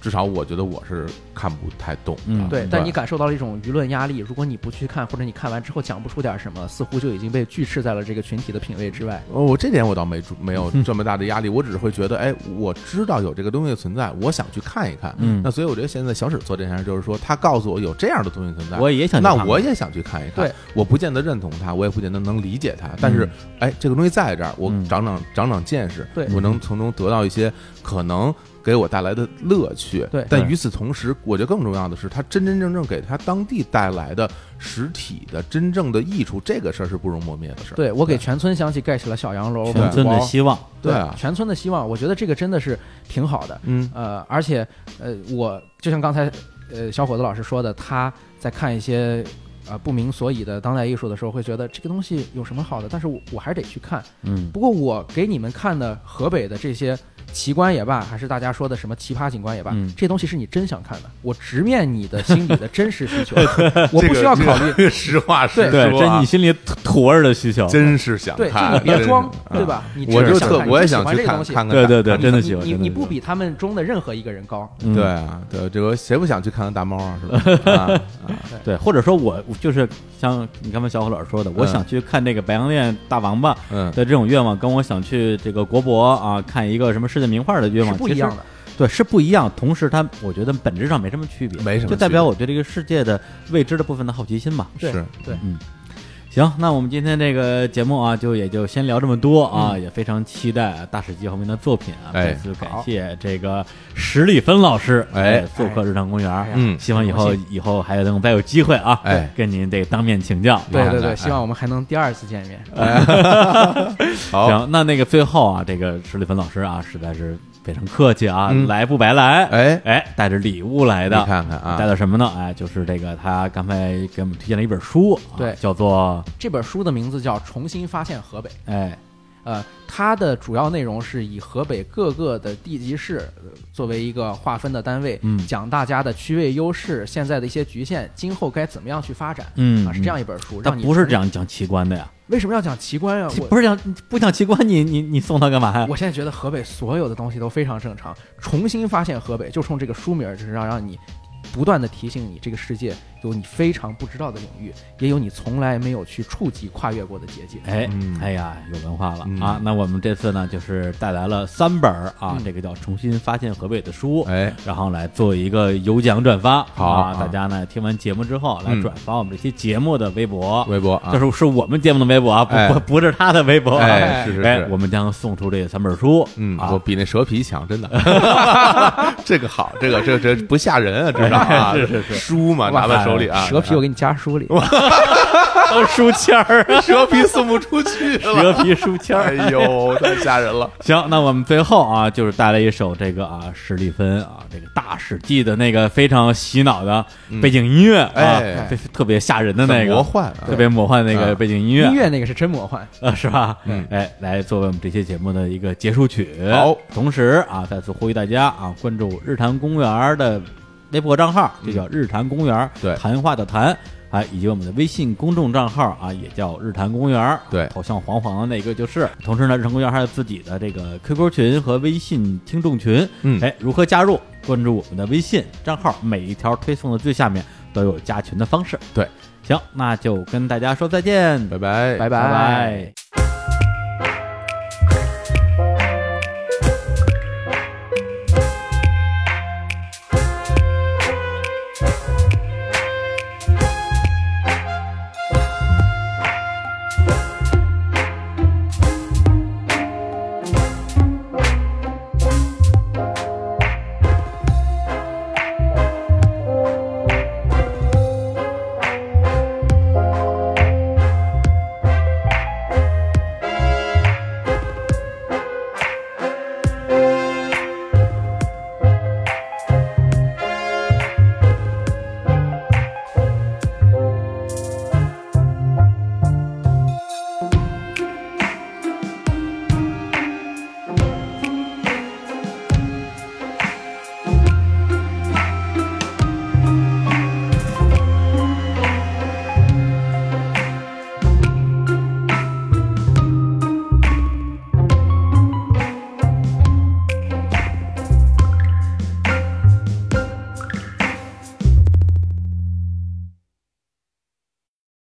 Speaker 2: 至少我觉得我是看不太懂的。
Speaker 1: 嗯
Speaker 3: 对，但你感受到了一种舆论压力。如果你不去看，或者你看完之后讲不出点什么，似乎就已经被拒斥在了这个群体的品味之外。
Speaker 2: 哦，我这点我倒没注没 有这么大的压力，我只是会觉得，哎，我知道有这个东西存在，我想去看一看。
Speaker 1: 嗯
Speaker 2: 那所以我觉得现在小史做这件事，就是说他告诉我有这样的东西存在，
Speaker 1: 我也想去
Speaker 2: 啊那
Speaker 1: 看看
Speaker 2: 我也想去看一看。
Speaker 3: 对，嗯
Speaker 2: 我不见得认同他，我也不见得能理解他，但是，哎，这个东西在这儿，我
Speaker 1: 嗯
Speaker 2: 长长长长见识，
Speaker 3: 对
Speaker 2: 我能从中得到一些可能。给我带来的乐趣，
Speaker 3: 对
Speaker 2: 但
Speaker 1: 对
Speaker 2: 与此同时，我觉得更重要的是，它真真正正给他当地带来的实体的真正的益处，这个事儿是不容磨灭的事儿。
Speaker 3: 对我给全村想起盖起了小洋楼，
Speaker 1: 全村的
Speaker 3: 王
Speaker 1: 希望，
Speaker 2: 对啊
Speaker 3: 全村的希望，我觉得这个真的是挺好的。
Speaker 2: 嗯，
Speaker 3: 呃，而且呃，我就像刚才呃小伙子老师说的，他在看一些呃不明所以的当代艺术的时候，会觉得这个东西有什么好的？但是我我还是得去看。
Speaker 1: 嗯
Speaker 3: 不过我给你们看的河北的这些奇观也罢，还是大家说的什么奇葩景观也罢，
Speaker 1: 嗯
Speaker 3: 这东西是你真想看的，我直面你的心里的真实需求，我不需要考虑。
Speaker 2: 虑。 实话实
Speaker 1: 对，
Speaker 2: 说
Speaker 1: 这
Speaker 2: 啊
Speaker 1: 你，心里土土味儿的需求，
Speaker 2: 真是想
Speaker 3: 对，就
Speaker 2: 看，
Speaker 3: 你别装
Speaker 2: 真是，
Speaker 3: 对？吧？你
Speaker 2: 我就
Speaker 3: 真的想
Speaker 2: 特
Speaker 3: 看，
Speaker 2: 我也
Speaker 3: 你
Speaker 2: 想
Speaker 3: 喜欢
Speaker 2: 去
Speaker 3: 这个
Speaker 2: 看
Speaker 3: 东西啊
Speaker 2: 看看。
Speaker 1: 对对对，
Speaker 2: 看看
Speaker 1: 真的
Speaker 3: 你
Speaker 1: 喜欢，真
Speaker 3: 你
Speaker 1: 的
Speaker 3: 你
Speaker 1: 喜
Speaker 3: 不
Speaker 1: 欢
Speaker 3: 比他们中的任何一个人高，
Speaker 1: 嗯
Speaker 2: 对啊，对，这个谁不想去看看大猫啊？是 吧？啊啊
Speaker 1: 对，或者说我就是像你刚才小伙老师说的，我
Speaker 2: 嗯
Speaker 1: 想去看这个白洋淀大王八
Speaker 2: 嗯，
Speaker 1: 的这种愿望，跟我想去这个国博啊看一个什么世界名画的愿
Speaker 3: 是
Speaker 1: 望
Speaker 3: 不一样的。。
Speaker 1: 其实对，是不一样。同时它，我觉得本质上没什么区别，
Speaker 2: 没什么
Speaker 1: 就代表
Speaker 2: 区别
Speaker 1: 我对这个世界的未知的部分的好奇心嘛。
Speaker 3: 对
Speaker 2: 是
Speaker 3: 对，
Speaker 1: 行，那我们今天这个节目啊，就也就先聊这么多啊，也非常期待大使季后面的作品啊。
Speaker 2: 嗯
Speaker 1: 再
Speaker 2: 哎
Speaker 1: 次感谢这个史立芬老师，
Speaker 2: 哎
Speaker 1: 做客日常公园，
Speaker 3: 呀
Speaker 2: 嗯
Speaker 1: 希望以后
Speaker 3: 很
Speaker 1: 以后还有能再有机会啊，
Speaker 2: 哎
Speaker 1: 跟您这个当面请教。
Speaker 3: 对对
Speaker 2: 看
Speaker 3: 对，
Speaker 2: 看
Speaker 3: 希望我们还能第二次见面。
Speaker 2: 好，
Speaker 1: 行，那那个最后啊，这个史立芬老师啊，实在是非常客气啊，
Speaker 2: 嗯
Speaker 1: 来不白来，
Speaker 2: 哎
Speaker 1: 哎，带着礼物来
Speaker 2: 你
Speaker 1: 的，
Speaker 2: 看看
Speaker 1: 带
Speaker 2: 啊，
Speaker 1: 了什么呢？哎，就是这个他刚才给我们推荐了一本书，啊、
Speaker 3: 对
Speaker 1: 叫做
Speaker 3: 这本书的名字叫《重新发现河北》，
Speaker 1: 哎，
Speaker 3: 呃，它的主要内容是以河北各个的地级市呃作为一个划分的单位，
Speaker 1: 嗯
Speaker 3: 讲大家的区位优势、现在的一些局限，今后该怎么样去发展。
Speaker 1: 嗯
Speaker 3: 啊，是这样一本书，
Speaker 1: 他
Speaker 3: 让你
Speaker 1: 不是
Speaker 3: 从
Speaker 1: 讲讲奇观的呀。
Speaker 3: 为什么要讲奇观啊？我
Speaker 1: 不是讲不讲奇观，你你你送他干嘛呀？
Speaker 3: 我现在觉得河北所有的东西都非常正常。重新发现河北，就冲这个书名儿，就是要让你不断的提醒你，这个世界有你非常不知道的领域，也有你从来没有去触及、跨越过的结界。
Speaker 1: 哎
Speaker 2: 嗯，
Speaker 1: 哎呀，有文化了
Speaker 2: 嗯
Speaker 1: 啊！那我们这次呢，就是带来了三本儿啊
Speaker 3: 嗯，
Speaker 1: 这个叫《重新发现河北》的书，
Speaker 2: 哎，
Speaker 1: 然后来做一个有奖转发。
Speaker 2: 好
Speaker 1: 啊
Speaker 2: 啊
Speaker 1: 大家呢听完节目之后来
Speaker 2: 嗯
Speaker 1: 转发我们这期节目的微博，
Speaker 2: 微博啊
Speaker 1: 这，是是我们节目的微博啊，
Speaker 2: 哎
Speaker 1: 不不不是他的微博啊。
Speaker 2: 哎是是
Speaker 1: 哎
Speaker 2: 是
Speaker 1: 我们将送出这三本书。
Speaker 2: 嗯，
Speaker 1: 啊
Speaker 2: 我比那蛇皮强，真 的， 这个好，这个这这不吓人啊，知道啊？
Speaker 1: 哎是是是
Speaker 2: 书嘛，拿在手里啊，
Speaker 3: 蛇皮我给你夹书里，
Speaker 1: 当书签儿，啊
Speaker 2: 蛇皮送不出去了，
Speaker 1: 蛇皮书签儿。
Speaker 2: 哎呦，太吓人了，
Speaker 1: 行，那我们最后啊，就是带来一首这个啊，史蒂芬啊，这个大史记的那个非常洗脑的背景音乐、啊，
Speaker 2: 哎
Speaker 1: 非特别吓人的那
Speaker 2: 很
Speaker 1: 个
Speaker 2: 魔幻啊
Speaker 1: 特别魔幻的那个
Speaker 2: 啊
Speaker 1: 背景音乐，
Speaker 3: 音乐那个是真魔幻。
Speaker 1: 呃，是吧？
Speaker 2: 嗯
Speaker 1: 哎，来作为我们这期节目的一个结束曲。
Speaker 2: 好，
Speaker 1: 同时啊，再次呼吁大家啊，关注日坛公园的微博账号，就叫日坛公园，
Speaker 2: 嗯对
Speaker 1: 谈话的谈。啊，以及我们的微信公众账号啊，也叫日坛公园，
Speaker 2: 对
Speaker 1: 头像黄黄的那个就是。同时呢，日坛公园还有自己的这个 QQ 群和微信听众群，
Speaker 2: 嗯
Speaker 1: 哎，如何加入？关注我们的微信账号，每一条推送的最下面都有加群的方式。
Speaker 2: 对，
Speaker 1: 行，那就跟大家说再见，
Speaker 2: 拜拜，
Speaker 3: 拜
Speaker 1: 拜拜